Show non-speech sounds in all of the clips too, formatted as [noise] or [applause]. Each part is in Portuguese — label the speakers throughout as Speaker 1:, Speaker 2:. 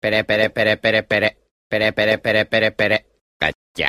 Speaker 1: Peré, peré, peré, peré, peré. Peré, peré, peré, peré, peré. Catia.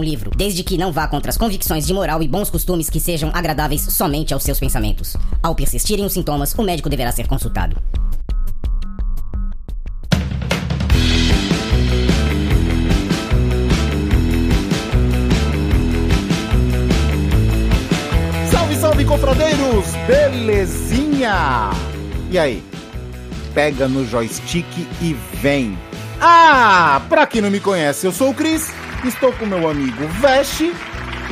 Speaker 2: livro, desde que não vá contra as convicções de moral e bons costumes que sejam agradáveis somente aos seus pensamentos. Ao persistirem os sintomas, o médico deverá ser consultado.
Speaker 3: Salve, salve, confradeiros! Belezinha! E aí? Pega no joystick e vem! Ah, pra quem não me conhece, eu sou o Cris, estou com meu amigo Veste,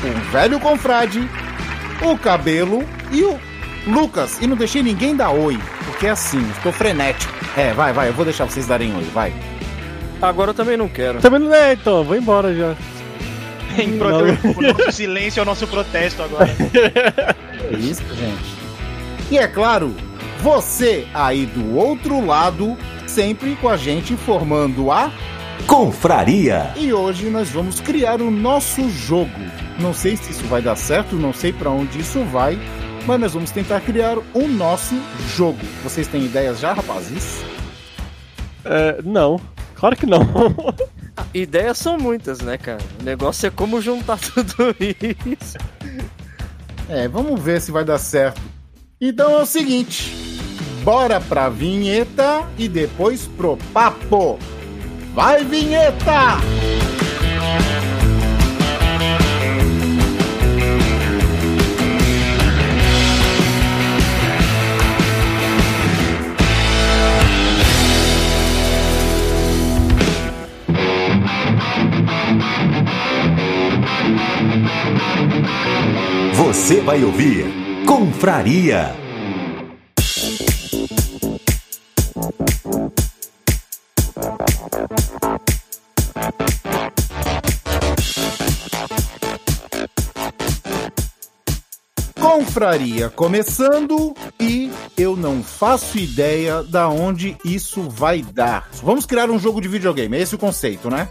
Speaker 3: um velho confrade, o Cabelo e o Lucas. E não deixei ninguém dar oi, porque é assim, estou frenético. É, vai, vai, eu vou deixar vocês darem oi, vai.
Speaker 4: Agora eu também não quero.
Speaker 5: Também não é, então, vou embora já.
Speaker 6: Em pro- O nosso silêncio é o nosso protesto agora.
Speaker 3: É isso, gente. E é claro, você aí do outro lado, sempre com a gente formando a
Speaker 7: Confraria.
Speaker 3: E hoje nós vamos criar o nosso jogo. Não sei se isso vai dar certo, não sei pra onde isso vai, mas nós vamos tentar criar o nosso jogo. Vocês têm ideias já, rapazes?
Speaker 5: É, não, claro que não.
Speaker 4: Ah, Ideias são muitas, né, cara? O negócio é como juntar [laughs] tudo isso.
Speaker 3: É, vamos ver se vai dar certo. Então é o seguinte, bora pra vinheta e depois pro papo. Vai vinheta!
Speaker 7: Você vai ouvir Confraria.
Speaker 3: Confraria começando e eu não faço ideia da onde isso vai dar. Vamos criar um jogo de videogame, é esse o conceito, né?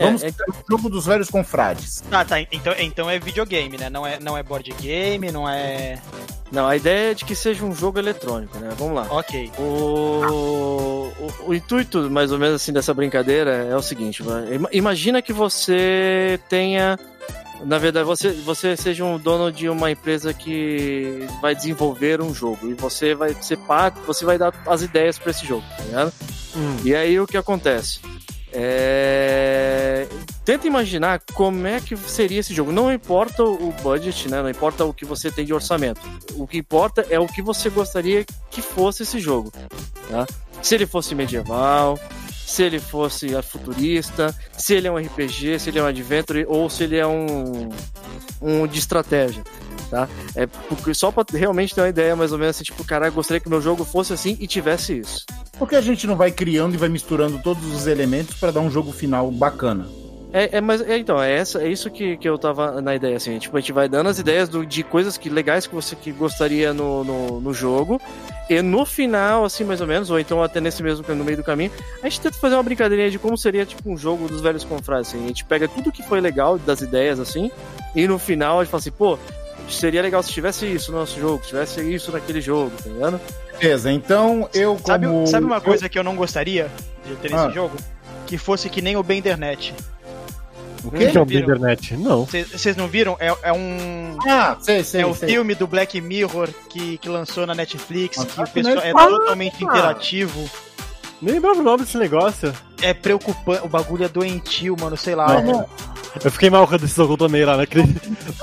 Speaker 4: É,
Speaker 3: Vamos
Speaker 4: é-
Speaker 3: criar o jogo dos velhos confrades.
Speaker 6: [laughs] Ah, tá. Então, então é videogame, né? Não é, não é board game, não é.
Speaker 4: Não, a ideia é de que seja um jogo eletrônico, né? Vamos lá.
Speaker 6: Ok.
Speaker 4: O, o, o intuito, mais ou menos assim, dessa brincadeira é o seguinte: vai. Ima- imagina que você tenha. Na verdade, você, você seja um dono de uma empresa que vai desenvolver um jogo e você vai ser parte, você vai dar as ideias para esse jogo, tá ligado? E aí o que acontece? É... Tenta imaginar como é que seria esse jogo. Não importa o budget, né? Não importa o que você tem de orçamento. O que importa é o que você gostaria que fosse esse jogo. Tá? Se ele fosse medieval, se ele fosse ah, futurista, se ele é um RPG, se ele é um adventure ou se ele é um, um de estratégia. Tá? É porque só pra realmente ter uma ideia mais ou menos assim, tipo, caralho, gostaria que meu jogo fosse assim e tivesse isso.
Speaker 3: Por que a gente não vai criando e vai misturando todos os elementos pra dar um jogo final bacana?
Speaker 4: É, é, mas é, então, é, essa, é isso que, que eu tava na ideia, assim. Tipo, a gente vai dando as ideias do- de coisas que legais que você que gostaria no, no, no jogo. E no final, assim, mais ou menos, ou então até nesse mesmo no meio do caminho, a gente tenta fazer uma brincadeirinha de como seria, tipo, um jogo dos velhos confrades, assim. A gente pega tudo que foi legal das ideias, assim, e no final a gente fala assim, pô, seria legal se tivesse isso no nosso jogo, se tivesse isso naquele jogo, tá ligado?
Speaker 3: Beleza, então eu como...
Speaker 6: Sabe, sabe uma
Speaker 3: eu-
Speaker 6: coisa que eu não gostaria de ter nesse
Speaker 3: Ah.
Speaker 6: jogo? Que fosse que nem o Bendernet.
Speaker 3: O
Speaker 5: O que
Speaker 3: quê?
Speaker 5: é o internet? Não.
Speaker 6: Vocês não viram? É, é um.
Speaker 3: Ah, sei, sei,
Speaker 6: é o
Speaker 3: sei.
Speaker 6: filme do Black Mirror que, que lançou na Netflix,
Speaker 3: Mas
Speaker 6: que
Speaker 3: tá
Speaker 6: o pessoal é
Speaker 3: nessa-
Speaker 6: totalmente interativo.
Speaker 5: Nem lembrava o nome desse negócio.
Speaker 6: É preocupante, o bagulho é doentio, mano, sei lá.
Speaker 3: Não,
Speaker 5: Eu fiquei mal com a decisão que eu tomei
Speaker 3: [laughs]
Speaker 5: lá naquele,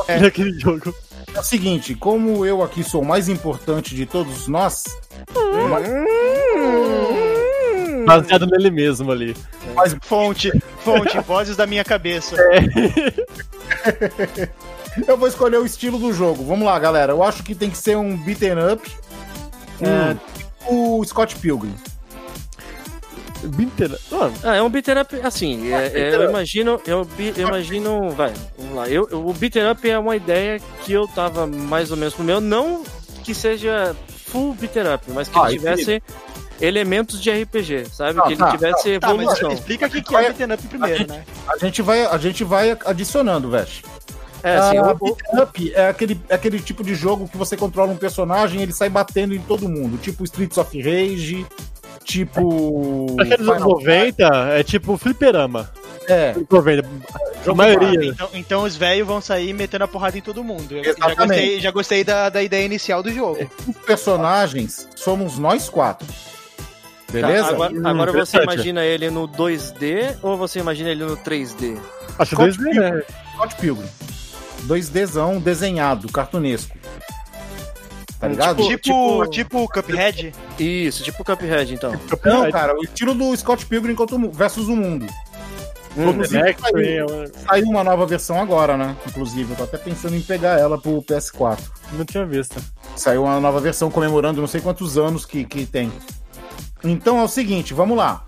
Speaker 6: É.
Speaker 5: naquele jogo.
Speaker 3: É o seguinte, como eu aqui sou o mais importante de todos nós,
Speaker 5: Baseado nele mesmo ali.
Speaker 6: Fonte, fonte, vozes da minha cabeça.
Speaker 3: eu vou escolher o estilo do jogo. Vamos lá, galera. Eu acho que tem que ser um beaten up. É, tipo o Scott Pilgrim.
Speaker 5: Bintera. Mano,
Speaker 4: Ah, é um beater up, assim, é- é,
Speaker 5: beat 'em
Speaker 4: eu
Speaker 5: up.
Speaker 4: imagino, eu, bi- eu imagino, vai, vamos lá, eu, eu- o beater up é uma ideia que eu tava mais ou menos pro meu, não que seja full beater up, mas que
Speaker 3: Ah,
Speaker 4: ele tivesse elementos de RPG, sabe?
Speaker 3: Ah,
Speaker 4: que ele
Speaker 3: tá,
Speaker 4: tivesse
Speaker 6: Tá, mas
Speaker 4: evolução.
Speaker 6: explica o que, que é beat'em up primeiro, né?
Speaker 3: A gente vai, a gente vai adicionando, Vesh.
Speaker 4: É, assim,
Speaker 3: Ah,
Speaker 4: o- o-
Speaker 3: beat 'em up é aquele, é aquele tipo de jogo que você controla um personagem e ele sai batendo em todo mundo. Tipo Streets of Rage, tipo.
Speaker 5: aqueles anos
Speaker 3: Final-
Speaker 5: 90 é tipo fliperama.
Speaker 3: É,
Speaker 5: 90. A maioria.
Speaker 6: Então, então os velhos vão sair metendo a porrada em todo mundo. Eu já
Speaker 3: Exatamente.
Speaker 6: gostei, já gostei da, da ideia inicial do
Speaker 5: É.
Speaker 6: jogo.
Speaker 3: os personagens somos nós quatro. Beleza?
Speaker 4: tá, agora,
Speaker 5: Hum,
Speaker 4: agora você
Speaker 5: interessante.
Speaker 4: imagina ele no 2D ou você imagina ele no 3D?
Speaker 5: Acho
Speaker 3: Scott
Speaker 5: 2D, né?
Speaker 3: Scott Pilgrim. 2Dzão desenhado, cartunesco. Tá ligado?
Speaker 6: Tipo, tipo,
Speaker 4: tipo-
Speaker 6: o Cuphead.
Speaker 4: Isso, tipo Cuphead, então.
Speaker 5: é,
Speaker 3: Não, cara, o estilo do Scott Pilgrim contra o mu- versus o mundo.
Speaker 5: Todo Spectre,
Speaker 3: Saiu uma nova versão agora, né? Inclusive, eu tô até pensando em pegar ela pro PS4.
Speaker 5: eu não tinha visto.
Speaker 3: Saiu uma nova versão comemorando não sei quantos anos que, que tem. Então é o seguinte, vamos lá.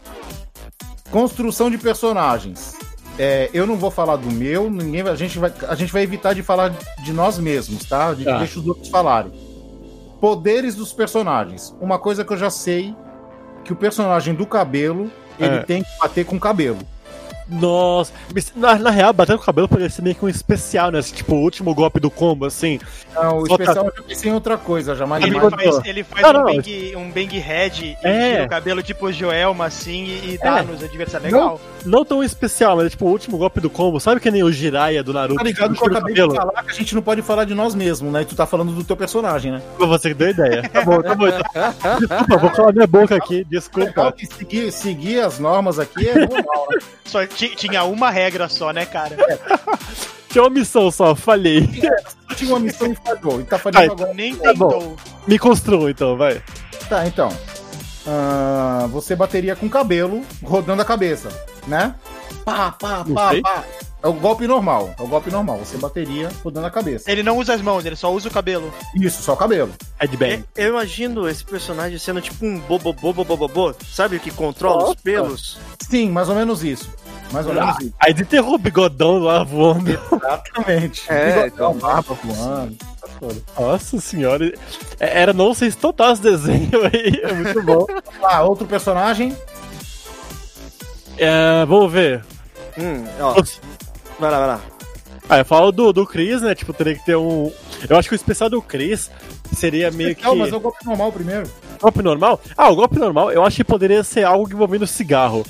Speaker 3: Construção de personagens. É, eu não vou falar do meu, ninguém, vai- a, gente vai, a gente vai evitar de falar de nós mesmos, tá? A gente
Speaker 5: Tá.
Speaker 3: deixa os outros falarem. Poderes dos personagens. Uma coisa que eu já sei, que o personagem do cabelo, ele
Speaker 5: É.
Speaker 3: tem que bater com o cabelo.
Speaker 5: Nossa, mas na, na real, batendo com o cabelo parecia meio que um especial, né? Tipo, o último golpe do combo, assim.
Speaker 3: Não, Então, o
Speaker 5: Só tá-
Speaker 3: especial eu já pensei em outra coisa, já, mas...
Speaker 6: Ele
Speaker 5: Ele
Speaker 6: faz,
Speaker 5: botou.
Speaker 6: ele faz
Speaker 5: Ah,
Speaker 6: um,
Speaker 5: não.
Speaker 6: bang, um bang head e
Speaker 5: É.
Speaker 6: tira o cabelo tipo Joelma assim e, e dá nos adversários.
Speaker 5: Não.
Speaker 6: Legal.
Speaker 5: Não tão especial, mas tipo, o último golpe do combo, sabe que nem o Jiraiya do Naruto?
Speaker 3: Tá ligado que
Speaker 5: tipo,
Speaker 3: eu
Speaker 5: tira o
Speaker 3: acabei de falar que a gente não pode falar de nós mesmos, né? E tu tá falando do teu personagem, né?
Speaker 5: Pra você que deu ideia. Tá bom, tá bom. Então.
Speaker 3: [laughs]
Speaker 5: Desculpa, vou calar minha boca aqui,
Speaker 3: Legal
Speaker 5: desculpa.
Speaker 3: que seguir, seguir as normas aqui é normal, né?
Speaker 6: Só ti- tinha uma regra só, né, cara?
Speaker 5: É. Tinha uma missão só, falhei.
Speaker 3: Eu Tinha uma missão e falhou. E tá falhando
Speaker 5: Ai.
Speaker 3: agora.
Speaker 6: Nem
Speaker 5: Tá bom.
Speaker 6: tentou.
Speaker 5: Me construa então, vai.
Speaker 3: Tá, então. Ah, você bateria com o cabelo, rodando a cabeça, né? Pá, pá,
Speaker 5: Não
Speaker 3: pá,
Speaker 5: sei.
Speaker 3: pá. É o golpe normal. É o golpe normal. Você bateria rodando a
Speaker 5: É
Speaker 3: cabeça.
Speaker 6: Ele não usa as mãos, ele só usa o cabelo.
Speaker 3: Isso, só o cabelo.
Speaker 5: Headbang.
Speaker 4: É, Eu eu imagino esse personagem sendo tipo um bobo bobo bobo bobo, sabe? Que controla os pelos.
Speaker 3: Sim, mais ou menos isso. Mais ou menos isso.
Speaker 5: Aí desenterrou o bigodão lá voando.
Speaker 3: Exatamente.
Speaker 4: É,
Speaker 3: É,
Speaker 4: então.
Speaker 3: barba voando. tá foda.
Speaker 5: Nossa senhora. É- Era não sei se total esse desenho aí. É muito bom.
Speaker 3: [laughs] Ah, outro personagem.
Speaker 5: É, vamos ver.
Speaker 4: Hum, ó, vai lá, vai lá.
Speaker 5: Ah, eu falo do, do Chris, né? Tipo, teria que ter um. Eu acho que o especial do Chris seria meio que.
Speaker 3: Não, mas é o golpe normal primeiro.
Speaker 5: Golpe normal? Ah, o golpe normal eu acho que poderia ser algo envolvendo cigarro.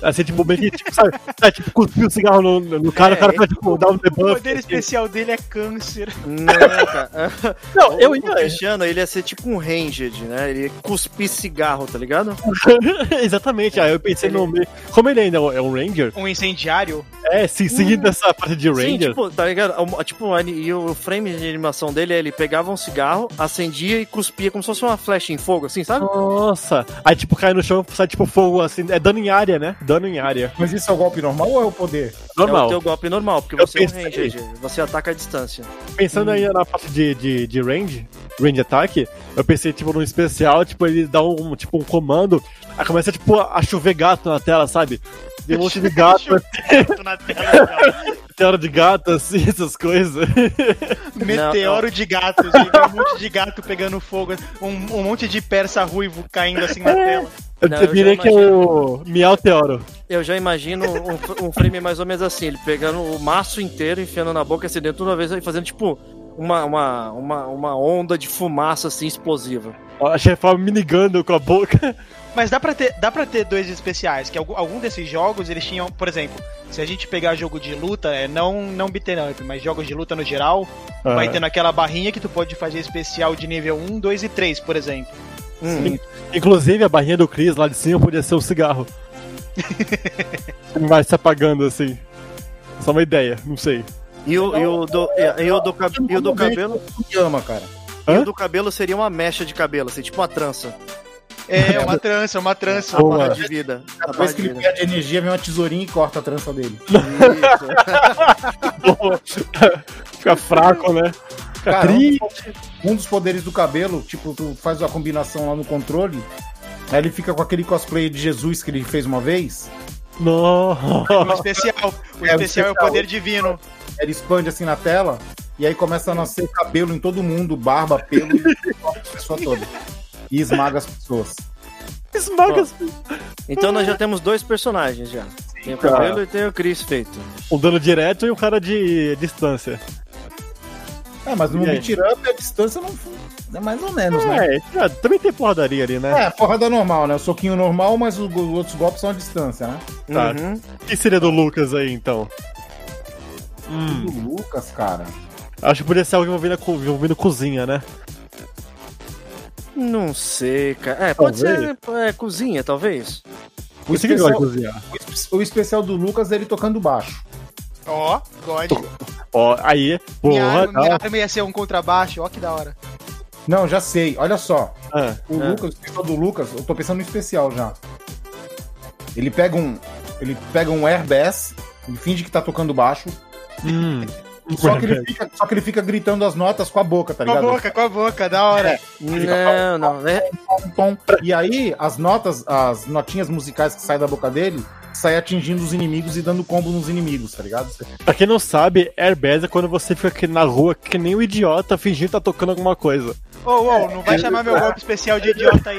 Speaker 5: Assim, tipo, meio que, tipo, sabe? É, tipo, cuspir o cigarro no, no cara,
Speaker 4: É,
Speaker 5: o cara vai, tipo, dar um
Speaker 6: O
Speaker 5: debuff.
Speaker 6: poder especial dele é câncer.
Speaker 4: Não, cara. [laughs]
Speaker 5: Não, eu
Speaker 4: o, o
Speaker 5: ia.
Speaker 4: Cristiano, ele ia ser tipo um ranged, né? Ele ia cuspir cigarro, tá ligado?
Speaker 5: Um [laughs] Exatamente, aí eu pensei no. meio- Como ele ainda é um- é um Ranger?
Speaker 6: Um incendiário.
Speaker 5: É, sim,
Speaker 4: Uhum.
Speaker 5: seguindo essa parte de
Speaker 4: Sim,
Speaker 5: Ranger.
Speaker 4: tipo, tá ligado? Um- Tipo, um ani- e o frame de animação dele é ele pegava um cigarro, acendia e cuspia como se fosse uma flecha em fogo, assim, sabe?
Speaker 5: Nossa! Aí, tipo, cai no chão, sai, tipo, fogo, assim. É dano em área, né? Dano em área.
Speaker 3: Mas isso é o golpe normal ou é o poder?
Speaker 4: É o
Speaker 5: Normal.
Speaker 4: teu golpe normal, porque
Speaker 5: Eu
Speaker 4: você é um
Speaker 5: pensei.
Speaker 4: ranged, você ataca à distância.
Speaker 5: Pensando
Speaker 4: Hum.
Speaker 5: aí na parte de, de, de range, range attack, eu pensei, tipo, num especial, tipo, ele dá um, tipo, um comando, aí começa, tipo, a chover gato na tela, sabe? Tem um monte
Speaker 4: [laughs]
Speaker 5: de gato,
Speaker 6: [laughs] Tô na tela, então. cara.
Speaker 5: meteoro de gato, assim, [laughs] essas coisas.
Speaker 6: Meteoro de gato, gente. Um monte de gato pegando fogo. Um, um monte de persa ruivo caindo assim
Speaker 3: É.
Speaker 6: na tela.
Speaker 5: Eu
Speaker 4: Não, eu
Speaker 5: diria
Speaker 4: já
Speaker 5: que é o Miau Teoro.
Speaker 4: Eu já imagino um, fr- um frame mais ou menos assim, ele pegando o maço inteiro, enfiando na boca, assim, dentro de uma vez e fazendo tipo uma, uma, uma, uma onda de fumaça assim explosiva.
Speaker 5: Ó, A chefa minigando com a boca.
Speaker 6: Mas dá pra, ter, dá pra ter dois especiais, que algum, algum desses jogos eles tinham, por exemplo, se a gente pegar jogo de luta, é, não, não beat'em up, mas jogos de luta no geral, vai
Speaker 5: Ah,
Speaker 6: tendo aquela barrinha que tu pode fazer especial de nível 1, 2 e 3, por exemplo.
Speaker 4: Hum,
Speaker 5: Inclusive, a barrinha do Chris lá de cima podia ser um cigarro. vai se apagando, assim. Só uma ideia, não sei. [laughs]
Speaker 4: E o, e o do, e o do, cab- e o do cabelo
Speaker 3: Que ama, cara.
Speaker 4: e
Speaker 5: Hã?
Speaker 4: o do cabelo seria uma mecha de cabelo, assim, tipo uma trança.
Speaker 3: [laughs]
Speaker 6: É, uma trança, uma trança.
Speaker 5: Boa.
Speaker 4: Barra de vida. a barra
Speaker 3: Depois que
Speaker 4: de
Speaker 3: ele
Speaker 4: vida.
Speaker 3: perde energia, vem uma tesourinha e corta a trança dele.
Speaker 4: Isso.
Speaker 5: Fica fraco, né? Fica
Speaker 3: Cara, um
Speaker 5: triste.
Speaker 3: dos- um dos poderes do cabelo, tipo, tu faz a combinação lá no controle, Aí ele fica com aquele cosplay de Jesus que ele fez uma vez.
Speaker 6: O
Speaker 5: Nossa.
Speaker 6: um especial. O
Speaker 3: É, o
Speaker 6: especial é
Speaker 3: especial.
Speaker 6: o poder divino.
Speaker 3: Ele expande assim na tela. E aí começa a nascer cabelo em todo mundo, barba, pelo e a pessoa toda. E esmaga as pessoas.
Speaker 5: Esmaga
Speaker 4: Então nós já temos dois personagens já. Tem o
Speaker 3: cara.
Speaker 4: cabelo e tem o Chris feito.
Speaker 5: um dano direto e um cara de distância.
Speaker 3: É, mas no
Speaker 5: E aí?
Speaker 3: beat up a distância não é mais ou menos, né?
Speaker 5: É, é, também tem porradaria ali, né?
Speaker 3: É, porrada normal, né? O soquinho normal, mas os go- outros golpes são à distância, né?
Speaker 5: Tá.
Speaker 4: Uhum.
Speaker 5: O que seria do Lucas aí, então? Hum,
Speaker 3: Do Lucas, cara.
Speaker 5: acho que poderia ser algo envolvendo, a co- envolvendo cozinha, né?
Speaker 4: Não sei, cara. É, pode
Speaker 5: Talvez.
Speaker 4: ser é, cozinha, talvez.
Speaker 3: O
Speaker 5: Você que gosta de
Speaker 3: especial,
Speaker 5: cozinhar.
Speaker 3: o espe- o especial do Lucas é ele tocando baixo.
Speaker 6: Ó, God.
Speaker 5: Ó, aí,
Speaker 6: Minha
Speaker 5: porra,
Speaker 6: arma, minha
Speaker 5: tá.
Speaker 6: arma ia ser um contrabaixo, ó que da hora.
Speaker 3: Não, já sei. Olha só.
Speaker 5: Ah,
Speaker 3: O
Speaker 4: É.
Speaker 3: Lucas, o especial do Lucas, eu tô pensando no especial já. Ele pega um. Ele pega um airbus, ele finge que tá tocando baixo.
Speaker 5: hum.
Speaker 3: [laughs] Só que, ele fica, só que ele fica gritando as notas com a boca, tá
Speaker 6: Com a
Speaker 3: ligado?
Speaker 6: boca, com a boca, da hora.
Speaker 4: Não, não. É,
Speaker 3: Um tom. E aí, as notas, as notinhas musicais que saem da boca dele, saem atingindo os inimigos e dando combo nos inimigos, tá ligado?
Speaker 5: [laughs] Pra quem não sabe, airbag é quando você fica aqui na rua que nem um idiota fingindo que tá tocando alguma coisa.
Speaker 6: Ô, ô, não vai chamar meu golpe especial de idiota aí,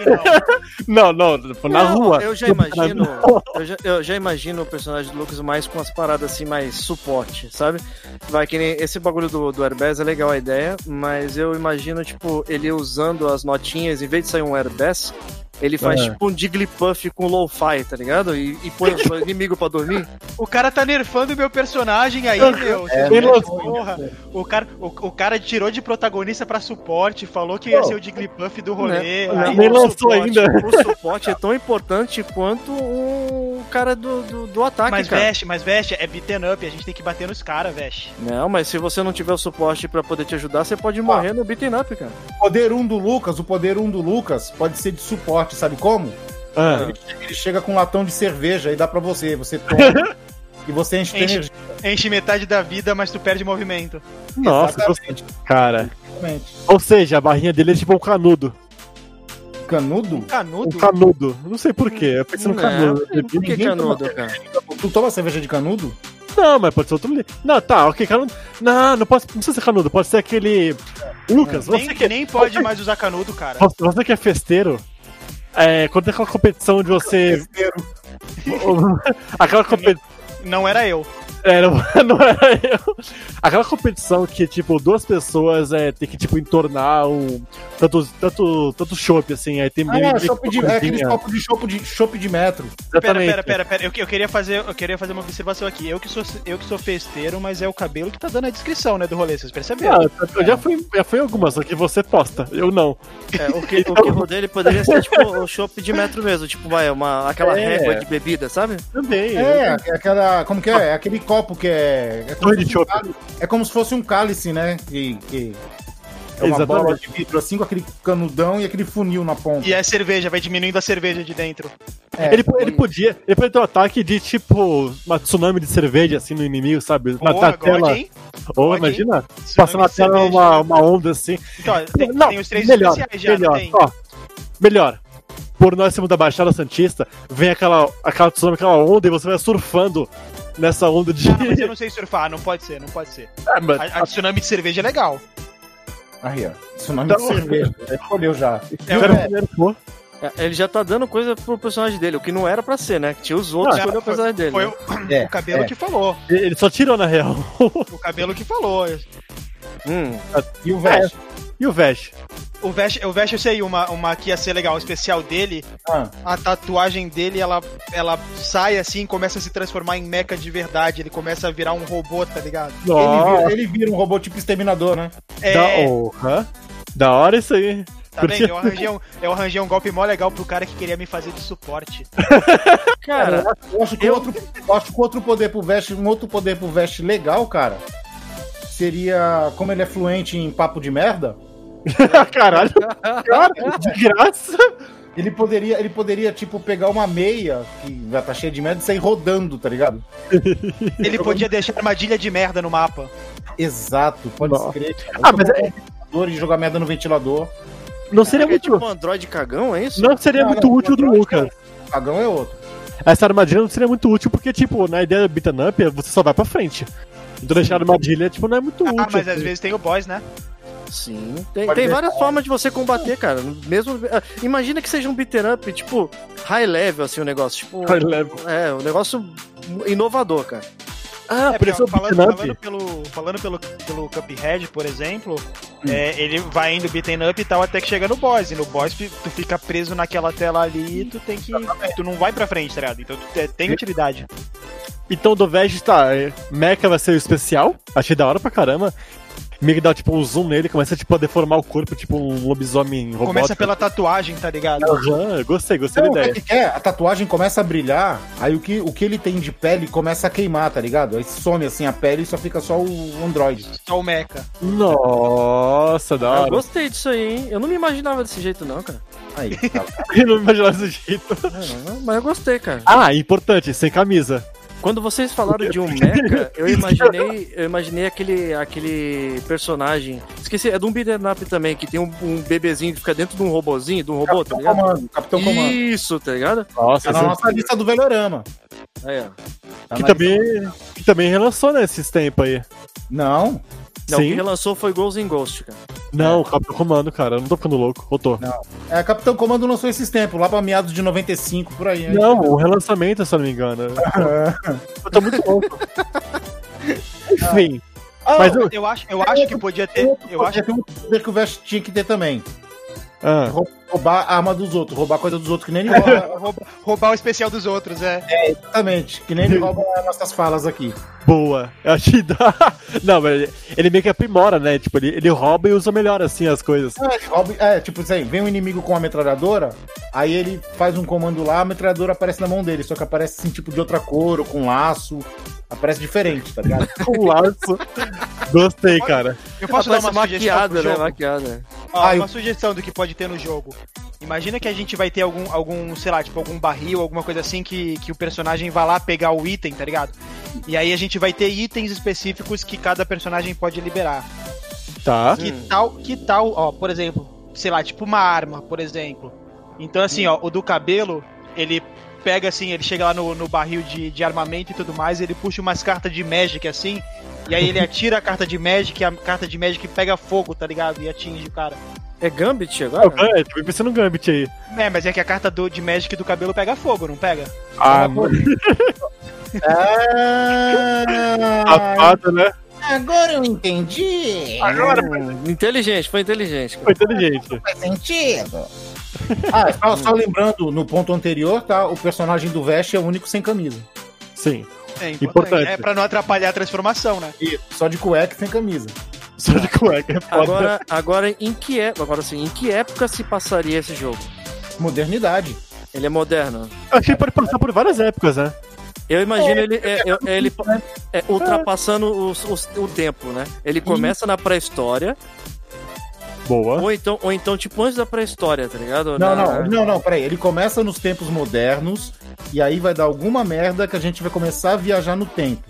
Speaker 6: não.
Speaker 5: Não, não, tipo, na
Speaker 4: Não,
Speaker 5: rua.
Speaker 4: Eu já imagino. Eu já, eu já imagino o personagem do Lucas mais com as paradas assim, mais suporte, sabe? Vai que nem esse bagulho do, do Airbus é legal a ideia, mas eu imagino, tipo, ele usando as notinhas, em vez de sair um Airbus, ele faz
Speaker 5: É.
Speaker 4: tipo um Jigglypuff com lo-fi, tá ligado? E, e põe o inimigo pra dormir.
Speaker 6: O cara tá nerfando meu personagem aí, meu.
Speaker 3: É,
Speaker 6: Vocês
Speaker 5: meu
Speaker 6: porra. O cara, o, o cara tirou de protagonista pra suporte, falou que ia
Speaker 3: Pô.
Speaker 6: ser o Jigglypuff do rolê.
Speaker 4: Né?
Speaker 6: aí-
Speaker 5: Nem
Speaker 4: o
Speaker 5: lançou
Speaker 4: suporte-
Speaker 5: ainda.
Speaker 4: O suporte é tão importante quanto o cara do, do, do ataque,
Speaker 6: mas
Speaker 4: cara.
Speaker 6: veste, mas veste, é beaten up, a gente tem que bater nos caras, veste.
Speaker 4: Não, mas se você não tiver o suporte pra poder te ajudar, você pode morrer no beaten up, cara.
Speaker 3: O poder 1 do Lucas, o poder 1 do Lucas pode ser de suporte, sabe como?
Speaker 5: [laughs] Ah,
Speaker 3: Ele chega com um latão de cerveja e dá pra você, você
Speaker 5: [laughs]
Speaker 3: toma e você enche de
Speaker 6: Enche.
Speaker 3: energia.
Speaker 6: Enche metade da vida, mas tu perde movimento.
Speaker 5: nossa,
Speaker 3: Exatamente.
Speaker 5: você- cara.
Speaker 3: Exatamente.
Speaker 5: Ou seja, a barrinha dele é tipo um canudo.
Speaker 3: Canudo?
Speaker 5: Um
Speaker 6: Canudo?
Speaker 5: canudo. Não sei porquê. Eu pensei no
Speaker 4: Não,
Speaker 5: canudo.
Speaker 4: É. Por que
Speaker 3: Ninguém toma-
Speaker 4: canudo, cara?
Speaker 3: Tu toma cerveja de canudo?
Speaker 5: Não, mas pode ser outro livro. Não, tá, ok, canudo. Não, não, pode, não precisa ser canudo, pode ser aquele. Lucas,
Speaker 6: Nem,
Speaker 5: você que, é-
Speaker 6: nem pode mais usar canudo, cara.
Speaker 5: você- você que é festeiro, é, quando tem aquela competição de você. [laughs] aquela competição.
Speaker 6: Não era eu.
Speaker 5: É, não, [laughs] não era eu. Aquela competição que, tipo, duas pessoas é, tem que, tipo, entornar um. Tanto, tanto, tanto chopp, assim. Aí tem
Speaker 3: Ah, é,
Speaker 5: que-
Speaker 3: chope de, é aquele copo de chope de, chope de metro.
Speaker 6: Pera,
Speaker 5: Exatamente.
Speaker 6: pera, pera, pera. Eu, que- eu queria fazer, eu queria fazer uma observação aqui. Eu que sou, eu que sou festeiro, mas é o cabelo que tá dando a descrição, né, do rolê, vocês perceberam?
Speaker 5: Ah, eu já fui, já fui em algumas, só que você posta. Eu não.
Speaker 4: É, o que
Speaker 5: Então-
Speaker 4: o que rodou ele poderia ser tipo o chopp de metro mesmo, tipo, vai, uma, aquela
Speaker 5: É.
Speaker 4: régua de bebida, sabe?
Speaker 5: Também.
Speaker 3: É, é aquela. Como que é? É aquele copo que é. É como,
Speaker 5: Torre de
Speaker 3: se fosse um
Speaker 5: chope.
Speaker 3: cálice, é como se fosse um cálice, né? Que, que é uma
Speaker 5: Exatamente.
Speaker 3: bola de vidro assim com aquele canudão e aquele funil na ponta.
Speaker 6: E é cerveja, vai diminuindo a cerveja de dentro.
Speaker 3: É,
Speaker 5: Ele, ele podia, ele podia ter um ataque de tipo uma tsunami de cerveja assim no inimigo, sabe? Na,
Speaker 6: Boa,
Speaker 5: na tela.
Speaker 6: God, hein?
Speaker 5: Ou
Speaker 6: God,
Speaker 5: imagina,
Speaker 6: Tsunami
Speaker 5: passando na
Speaker 6: de
Speaker 5: tela
Speaker 6: cerveja.
Speaker 5: uma, uma onda assim.
Speaker 6: Então, tem,
Speaker 5: Não,
Speaker 6: tem os três
Speaker 5: melhor,
Speaker 6: especiais já,
Speaker 5: melhor,
Speaker 6: não tem?
Speaker 5: ó, melhor. Por nós sermos da Baixada Santista, vem aquela, aquela tsunami, aquela onda e você vai surfando nessa onda de.
Speaker 6: Ah, mas eu não sei surfar, não pode ser, não pode ser.
Speaker 5: [laughs] Ah, mas-
Speaker 6: A, a tsunami de cerveja é legal.
Speaker 3: Aí, ó. Tsunami
Speaker 5: Tá
Speaker 3: de
Speaker 5: bom.
Speaker 3: cerveja. Ele escolheu já.
Speaker 6: é
Speaker 5: eu quero primeiro, pô.
Speaker 4: É, Ele já tá dando coisa pro personagem dele, o que não era pra ser, né? Que tinha os outros
Speaker 5: Ah,
Speaker 4: que olhou o personagem dele.
Speaker 6: Foi
Speaker 4: né?
Speaker 6: o,
Speaker 3: É,
Speaker 6: o cabelo
Speaker 3: é.
Speaker 6: que falou.
Speaker 5: Ele ele só tirou na real.
Speaker 6: O cabelo que falou.
Speaker 4: Hum,
Speaker 3: E
Speaker 5: É,
Speaker 3: o velho?
Speaker 5: e o Vesh?
Speaker 6: O Vesh, o Vesh eu sei uma, uma que ia ser legal, um especial dele.
Speaker 3: Ah,
Speaker 6: A tatuagem dele, ela, ela sai assim, começa a se transformar em mecha de verdade. Ele começa a virar um robô, tá ligado?
Speaker 3: ele,
Speaker 5: Nossa,
Speaker 3: vira, ele vira um robô tipo exterminador, né?
Speaker 5: da,
Speaker 6: É,
Speaker 5: honra. da hora isso aí.
Speaker 6: tá vendo? Eu arranjei,
Speaker 5: [laughs]
Speaker 6: um, eu arranjei um golpe mó legal pro cara que queria me fazer de
Speaker 5: [laughs]
Speaker 6: suporte.
Speaker 4: cara,
Speaker 3: Eu acho que, outro, eu acho que outro poder pro Vest, um outro poder pro Vest legal, cara, seria. Como ele é fluente em papo de merda,
Speaker 5: Ah, Caralho, cara, de graça.
Speaker 3: ele poderia, ele poderia, tipo, pegar uma meia que já tá cheia de merda e sair rodando, tá ligado?
Speaker 6: Ele podia deixar armadilha de merda no mapa.
Speaker 3: Exato, pode
Speaker 5: Nossa.
Speaker 3: escrever.
Speaker 5: Ah, mas é-
Speaker 3: E jogar merda no ventilador.
Speaker 5: Não seria
Speaker 4: É
Speaker 5: muito,
Speaker 4: tipo um Android cagão, é isso?
Speaker 6: tipo,
Speaker 5: não seria
Speaker 3: Não,
Speaker 5: muito
Speaker 3: não,
Speaker 5: útil do
Speaker 3: Android
Speaker 5: Lucas.
Speaker 3: Pagão é outro.
Speaker 5: Essa armadilha não seria muito útil, porque, tipo, na ideia do beat'em up, você só vai pra frente. Então deixar a armadilha, tipo, não é muito útil.
Speaker 6: Ah, mas às
Speaker 5: assim. [laughs]
Speaker 6: vezes tem o boss, né?
Speaker 4: Sim. Tem,
Speaker 3: Pode
Speaker 4: tem
Speaker 3: ver.
Speaker 4: várias formas de você combater, cara. Mesmo. ah, Imagina que seja um beater up, tipo, high level, assim, o negócio. Tipo,
Speaker 5: High level.
Speaker 4: É, um negócio inovador, cara.
Speaker 5: Ah,
Speaker 6: É,
Speaker 5: por isso é o
Speaker 6: porque, falando,
Speaker 5: beat'em
Speaker 6: falando
Speaker 5: up.
Speaker 6: pelo, falando pelo, pelo Cuphead, por exemplo,
Speaker 5: Hum.
Speaker 6: é, ele vai indo beaten up e tal até que chega no boss. E no boss fi- tu fica preso naquela tela ali e tu tem que. Tu não vai pra frente, tá ligado? Então tu te- tem utilidade.
Speaker 5: Então do Veg tá, é, Mecha vai ser o especial, achei da hora pra caramba. Meio que dá tipo um zoom nele, começa tipo a deformar o corpo, tipo um lobisomem robótico.
Speaker 6: Começa pela tatuagem, tá ligado?
Speaker 5: Aham, gostei, gostei
Speaker 3: Não,
Speaker 5: da
Speaker 3: sabe o
Speaker 5: ideia.
Speaker 3: que que é? A tatuagem começa a brilhar, aí o que, o que ele tem de pele começa a queimar, tá ligado? Aí some assim a pele e só fica só o Android.
Speaker 6: Só o Mecha.
Speaker 5: Nossa, da
Speaker 4: Eu
Speaker 5: hora.
Speaker 4: gostei disso aí, hein? Eu não me imaginava desse jeito, não, cara.
Speaker 5: [laughs]
Speaker 3: Aí, tá.
Speaker 5: Eu não imaginava desse jeito. Hum.
Speaker 4: Ah, Mas eu gostei, cara.
Speaker 5: Ah, importante, sem camisa.
Speaker 4: Quando vocês falaram
Speaker 5: [laughs]
Speaker 4: de um mecha, eu imaginei, eu imaginei aquele, aquele personagem. Esqueci, é de um beat'em up também, que tem um, um bebezinho que fica dentro de um robozinho, de um robô, tá
Speaker 3: Capitão
Speaker 4: ligado?
Speaker 3: Comando, Capitão Comando.
Speaker 4: Isso, tá ligado?
Speaker 5: Nossa,
Speaker 3: Tá na
Speaker 5: esse- é um
Speaker 3: nossa lista do Velorama.
Speaker 4: Aí, ó.
Speaker 3: Tá
Speaker 5: que
Speaker 3: na-
Speaker 5: também, que também relançou nesses tempos aí.
Speaker 3: Não,
Speaker 4: Não, o
Speaker 5: Sim.
Speaker 4: que relançou foi Ghost in Ghost, cara.
Speaker 5: Não, Capitão Comando, cara, eu não tô ficando louco, eu tô.
Speaker 3: é, Capitão Comando lançou esses tempos, lá pra meados de 95, por aí. né?
Speaker 5: Não, o relançamento, se eu não me [laughs] engano. Eu tô muito [laughs] louco. Enfim.
Speaker 3: Ah,
Speaker 5: Mas eu.
Speaker 6: Eu acho, eu acho que podia ter. Eu acho
Speaker 5: [laughs]
Speaker 3: que é um poder que o Vest tinha que ter também.
Speaker 5: Ah.
Speaker 3: Rou- Roubar a arma dos outros, roubar coisa dos outros, que nem ele rouba.
Speaker 5: [laughs]
Speaker 6: roubar, roubar- roubar o especial dos outros, é.
Speaker 3: Exatamente, que nem ele rouba nossas falas aqui.
Speaker 5: Boa. Eu achei da... [laughs] Não, mas ele- ele meio que aprimora, né? Tipo, ele, ele rouba e usa melhor, assim, as coisas.
Speaker 3: Ah, ele rouba- É, tipo isso aí, vem um inimigo com uma metralhadora, aí ele faz um comando lá, a metralhadora aparece na mão dele, só que aparece assim, tipo de outra cor, ou com laço, aparece diferente, tá
Speaker 5: [laughs]
Speaker 3: ligado?
Speaker 5: Com laço. Gostei, cara.
Speaker 6: Eu posso dar
Speaker 4: Rapaz,
Speaker 6: uma sugestão pro
Speaker 4: maquiada, né?
Speaker 6: jogo?
Speaker 4: Maquiada.
Speaker 6: Ó,
Speaker 3: Ah, eu-
Speaker 6: uma sugestão do que pode ter no jogo. Imagina que a gente vai ter algum, algum, sei lá, tipo, algum barril, alguma coisa assim que, que o personagem vai lá pegar o item, tá ligado? E aí a gente vai ter itens específicos que cada personagem pode liberar.
Speaker 5: Tá.
Speaker 6: Que
Speaker 3: Hum.
Speaker 6: tal, que tal, ó, por exemplo, sei lá, tipo uma arma, por exemplo. Então,
Speaker 3: Hum.
Speaker 6: assim, ó, o do cabelo, ele pega assim, ele chega lá no, no barril de, de armamento e tudo mais, ele puxa umas cartas de Magic assim,
Speaker 3: [laughs]
Speaker 6: e aí ele atira a carta de Magic, e a carta de Magic pega fogo, tá ligado? E atinge o cara.
Speaker 4: É Gambit
Speaker 5: Ah, o
Speaker 4: agora?
Speaker 5: Gambit, eu pensei no Gambit aí.
Speaker 6: É, mas é que a carta do, de Magic do cabelo pega fogo, não pega?
Speaker 5: Ah, mano.
Speaker 3: É. Ah,
Speaker 5: Safado, né?
Speaker 2: Agora eu entendi.
Speaker 5: Agora
Speaker 4: Hum, inteligente, foi inteligente. cara.
Speaker 5: foi inteligente.
Speaker 2: Faz sentido.
Speaker 3: ah, só, só lembrando, no ponto anterior, tá? O personagem do Vest é o único sem camisa.
Speaker 5: Sim.
Speaker 6: É
Speaker 5: Importante.
Speaker 6: É pra não atrapalhar a transformação, né?
Speaker 3: Só de cueca e sem camisa.
Speaker 5: Só de cueca. é foda.
Speaker 4: Agora, agora em que é, agora sim, em que época se passaria esse jogo?
Speaker 3: Modernidade.
Speaker 4: Ele é moderno.
Speaker 5: Eu Acho que pode passar por várias épocas, né?
Speaker 4: Eu imagino ele, é, é, é, ele é, ultrapassando os- os- o tempo, né? Ele começa na pré-história,
Speaker 5: Boa.
Speaker 4: ou então, ou então, tipo, antes da pré-história, tá ligado?
Speaker 3: Não,
Speaker 4: Na-
Speaker 3: não, não, não, peraí. Ele começa nos tempos modernos e aí vai dar alguma merda que a gente vai começar a viajar no tempo.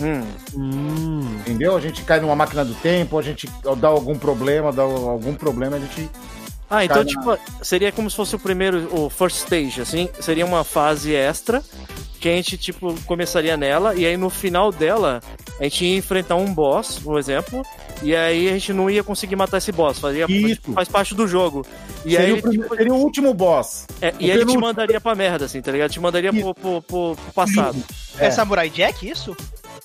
Speaker 4: Hum,
Speaker 5: Hum.
Speaker 3: Entendeu? A gente cai numa máquina do tempo, a gente dá algum problema, dá algum problema, a gente.
Speaker 4: Ah, então,
Speaker 3: Cara.
Speaker 4: tipo, seria como se fosse o primeiro, o first stage, assim. Seria uma fase extra, que a gente, tipo, começaria nela, e aí no final dela, a gente ia enfrentar um boss, por exemplo, e aí a gente não ia conseguir matar esse boss, fazia,
Speaker 3: Isso.
Speaker 4: faz parte do jogo. E aí
Speaker 3: seria, o
Speaker 4: ele,
Speaker 3: prime-
Speaker 4: tipo,
Speaker 3: seria o último boss.
Speaker 4: é,
Speaker 3: o
Speaker 4: e aí ele te
Speaker 3: penúltimo.
Speaker 4: mandaria pra merda, assim, tá ligado? Te mandaria
Speaker 3: Isso.
Speaker 4: pro, pro, pro- pro passado.
Speaker 6: É,
Speaker 3: É.
Speaker 6: Samurai Jack isso?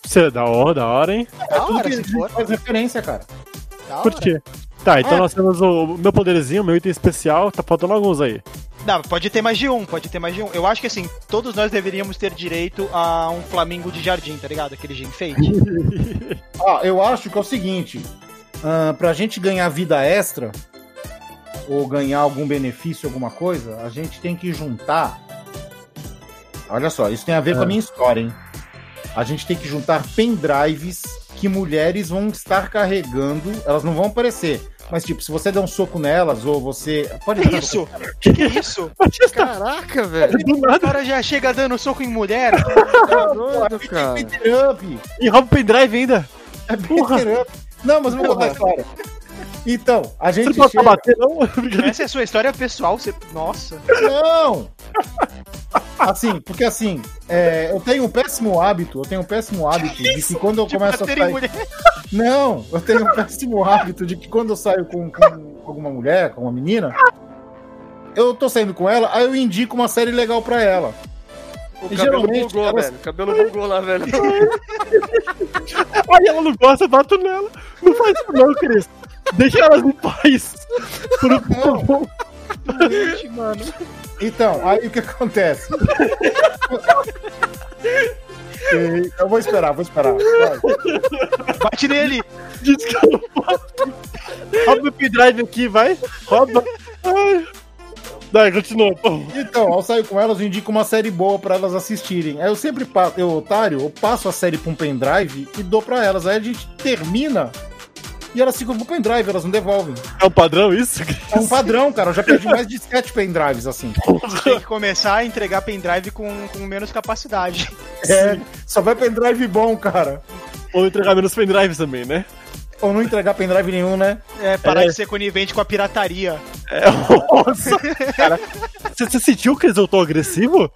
Speaker 5: Isso é da hora, da hora, hein?
Speaker 6: Da
Speaker 3: É tudo
Speaker 6: hora,
Speaker 3: que a
Speaker 6: se
Speaker 3: gente
Speaker 6: for.
Speaker 3: faz referência, cara.
Speaker 6: Da hora.
Speaker 5: Curti. Tá, então
Speaker 4: É.
Speaker 5: nós temos o meu poderzinho, meu item especial, tá faltando alguns aí.
Speaker 6: Não, pode ter mais de um, pode ter mais de um. Eu acho que assim, todos nós deveríamos ter direito a um Flamingo de jardim, tá ligado? Aquele gin
Speaker 3: [laughs]
Speaker 6: fake.
Speaker 3: Ó, eu acho que é o seguinte: ah, pra gente ganhar vida extra ou ganhar algum benefício, alguma coisa, a gente tem que juntar. Olha só, isso tem a ver com a minha história, hein? A gente tem que juntar pendrives que mulheres vão estar carregando. Elas não vão aparecer. Mas, tipo, se você der um soco nelas, ou você. Pode
Speaker 6: Que isso? Que é isso?
Speaker 4: Caraca, velho.
Speaker 5: Do
Speaker 6: O
Speaker 5: nada.
Speaker 6: cara já chega dando soco em mulher.
Speaker 4: Tá doido, cara.
Speaker 3: Peter é Up!
Speaker 5: E rouba o pendrive ainda.
Speaker 3: É Peter Up! Não, mas eu vou contar a história. Então, a
Speaker 5: Você
Speaker 3: gente
Speaker 5: não pode
Speaker 3: chega...
Speaker 5: bater, não? [laughs]
Speaker 6: Essa é a sua história pessoal. Você... Nossa.
Speaker 3: Não! Assim, porque assim, é, eu tenho um péssimo hábito, eu tenho um péssimo hábito de que quando eu
Speaker 6: Tipo,
Speaker 3: começo a
Speaker 6: bater em
Speaker 3: sair...
Speaker 6: mulher.
Speaker 3: Não, eu tenho um péssimo hábito de que quando eu saio com, com alguma mulher, com uma menina, eu tô saindo com ela, aí eu indico uma série legal pra ela.
Speaker 4: O
Speaker 3: E
Speaker 4: cabelo
Speaker 3: geralmente
Speaker 4: bugou,
Speaker 3: elas-
Speaker 4: velho. O cabelo bugou lá, velho.
Speaker 5: Aí ela não gosta, bato nela. Não faz isso não, Cris. Deixa elas em paz. Por favor.
Speaker 6: Gente, mano.
Speaker 3: Então, aí o que acontece? [laughs] E eu vou esperar, vou esperar. Vai.
Speaker 6: Bate nele.
Speaker 5: Diz que eu não posso. Abre o pendrive aqui, vai. Roda. Ai. Daí, continua. pô.
Speaker 3: Então, ao sair com elas, eu indico uma série boa pra elas assistirem. Aí eu sempre passo, eu, otário, eu passo a série pra um pendrive e dou pra elas. Aí a gente termina e elas ficam com o pendrive, elas não devolvem.
Speaker 5: É um padrão isso?
Speaker 3: É um padrão, cara. Eu já perdi mais de sete pendrives assim.
Speaker 6: Você tem que começar a entregar pendrive com, com menos capacidade.
Speaker 3: É, só vai pendrive bom, cara.
Speaker 5: [laughs] Ou entregar menos pendrive também, né?
Speaker 3: Ou não entregar pendrive nenhum, né?
Speaker 6: É, parar
Speaker 5: É.
Speaker 6: de ser conivente com a pirataria.
Speaker 5: É, nossa, cara. Você, você sentiu que eles voltou agressivo?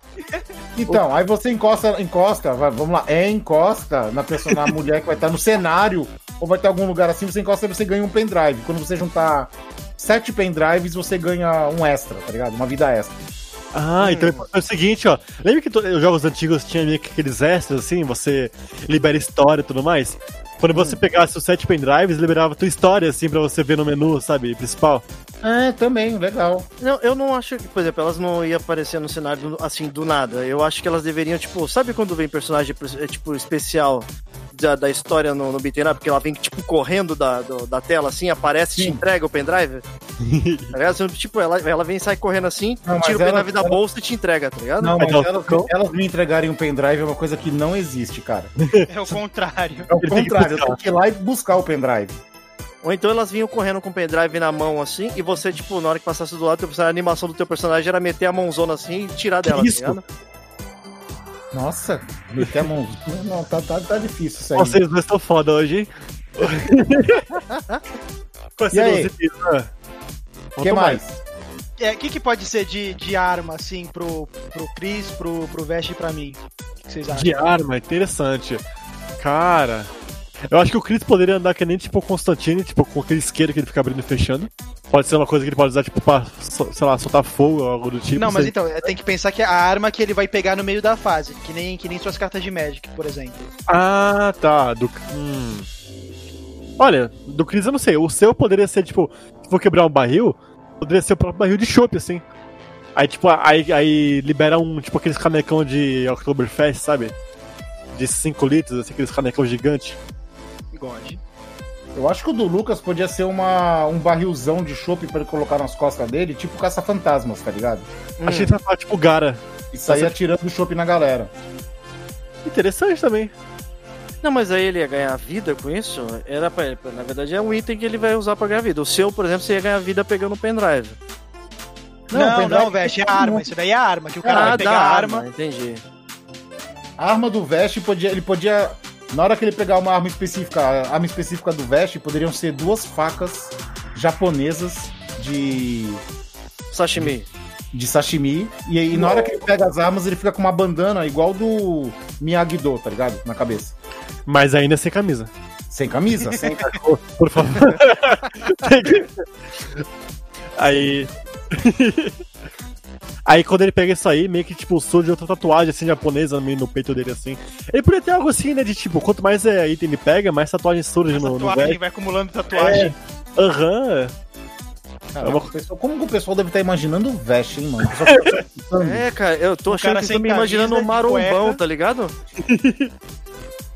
Speaker 3: Então, aí você encosta, encosta, vai, vamos lá, é encosta na pessoa, [laughs] na mulher que vai estar no cenário, ou vai ter algum lugar assim, você encosta e você ganha um pendrive. Quando você juntar sete pendrives, você ganha um extra, tá ligado? Uma vida extra.
Speaker 5: Ah, então é o seguinte, ó. Lembra que to- os jogos antigos tinham meio que aqueles extras, assim? Você libera história e tudo mais? Quando você pegasse os sete pendrives, liberava a tua história, assim, pra você ver no menu, sabe? Principal.
Speaker 3: É, também, legal.
Speaker 4: [laughs] Não, eu não acho que, por exemplo, elas não iam aparecer no cenário assim do nada. Eu acho que elas deveriam, tipo, sabe quando vem personagem é, tipo especial da, da história no, no beat'em up, que ela vem tipo correndo da, do- da tela assim, aparece e te
Speaker 3: Sim.
Speaker 4: entrega
Speaker 3: [laughs]
Speaker 4: o pendrive? tá ligado? Você, Tipo, ela, ela vem e sai correndo assim,
Speaker 3: Não, mas
Speaker 4: tira o
Speaker 3: ela-
Speaker 4: pendrive da
Speaker 3: ela-
Speaker 4: bolsa e te entrega, tá ligado?
Speaker 3: Não, mas
Speaker 5: Legal.
Speaker 3: elas, elas me entregarem um pendrive é uma coisa que não existe, cara.
Speaker 6: É o contrário.
Speaker 3: É o
Speaker 5: Ele tem que
Speaker 3: contrário, eu
Speaker 5: buscar.
Speaker 3: tenho que ir lá e buscar o pendrive.
Speaker 4: Ou então elas vinham correndo com o pendrive na mão assim, e você, tipo, na hora que passasse do lado, a animação do teu personagem era meter a mãozona assim e tirar dela,
Speaker 5: isso?
Speaker 4: tá ligado?
Speaker 3: Nossa, meter a mão. Não, tá, tá, tá difícil isso aí.
Speaker 5: Vocês dois estão foda hoje,
Speaker 3: [laughs]
Speaker 5: hein? Com essa
Speaker 3: E aí?
Speaker 5: luzinha, né?
Speaker 3: O que
Speaker 5: Volta
Speaker 3: mais?
Speaker 6: É, O que, que pode ser de, de arma, assim, pro, pro Chris, pro, pro Vest e pra mim? O que que vocês acham?
Speaker 5: De arma, interessante. Cara. Eu acho que o Chris poderia andar que nem tipo o Constantine, tipo, com aquele isqueiro que ele fica abrindo e fechando. Pode ser uma coisa que ele pode usar, tipo, pra, so- sei lá, soltar fogo ou algo do tipo.
Speaker 6: Não, mas
Speaker 5: sei.
Speaker 6: então, é, tem que pensar que é a arma que ele vai pegar no meio da fase, que nem, que nem suas cartas de Magic, por exemplo.
Speaker 5: Ah, tá. Do... hum. Olha, do Chris eu não sei. O seu poderia ser, tipo, se for quebrar um barril, poderia ser o próprio barril de chopp, assim. Aí, tipo, aí, aí libera um, tipo, aqueles canecão de Oktoberfest, sabe? De 5 litros, assim, aqueles canecão gigante.
Speaker 6: Bigode.
Speaker 3: Eu acho que o do Lucas podia ser uma, um barrilzão de chopp pra ele colocar nas costas dele, tipo caça-fantasmas, tá ligado?
Speaker 5: Achei que tava, tipo, Gara.
Speaker 3: E sair atirando o chopp na galera.
Speaker 5: Interessante também.
Speaker 4: Não, mas aí ele ia ganhar vida com isso? Era pra, pra- na verdade, é um item que ele vai usar pra ganhar vida. O seu, por exemplo, você ia ganhar vida pegando o pendrive.
Speaker 3: Não,
Speaker 6: Não, não,
Speaker 3: pendrive
Speaker 6: Vest, é
Speaker 3: tem que
Speaker 6: arma.
Speaker 3: ter
Speaker 6: Isso daí é arma, que o cara vai
Speaker 4: da
Speaker 6: pegar a arma.
Speaker 4: Entendi.
Speaker 3: A arma do Vest podia. Ele podia. Na hora que ele pegar uma arma específica, a arma específica do Vest poderiam ser duas facas japonesas de,
Speaker 4: Sashimi.
Speaker 3: de sashimi. E aí, na hora que ele pega as armas, ele fica com uma bandana igual do Miyagi-Do, tá ligado? Na cabeça.
Speaker 5: Mas ainda sem camisa.
Speaker 3: Sem camisa,
Speaker 5: [laughs]
Speaker 3: sem.
Speaker 5: Por [laughs] favor. aí. [laughs] aí quando ele pega isso aí, meio que tipo, surge outra tatuagem assim japonesa meio no peito dele assim. Ele poderia ter algo assim, né? De tipo, quanto mais é, item ele pega, mais tatuagem surge no, no
Speaker 6: Tatuagem,
Speaker 5: velho.
Speaker 6: vai acumulando tatuagem.
Speaker 5: Aham.
Speaker 3: Caraca,
Speaker 5: É uma-
Speaker 3: o pessoal- como que o pessoal deve estar imaginando o Vest, hein,
Speaker 5: [laughs]
Speaker 3: mano? O pessoal fica pensando.
Speaker 4: É, cara, eu tô achando
Speaker 6: cara
Speaker 4: que
Speaker 6: sem
Speaker 4: tô me imaginando
Speaker 6: camisa,
Speaker 4: um
Speaker 6: de
Speaker 4: marombão,
Speaker 6: cueca.
Speaker 4: tá ligado?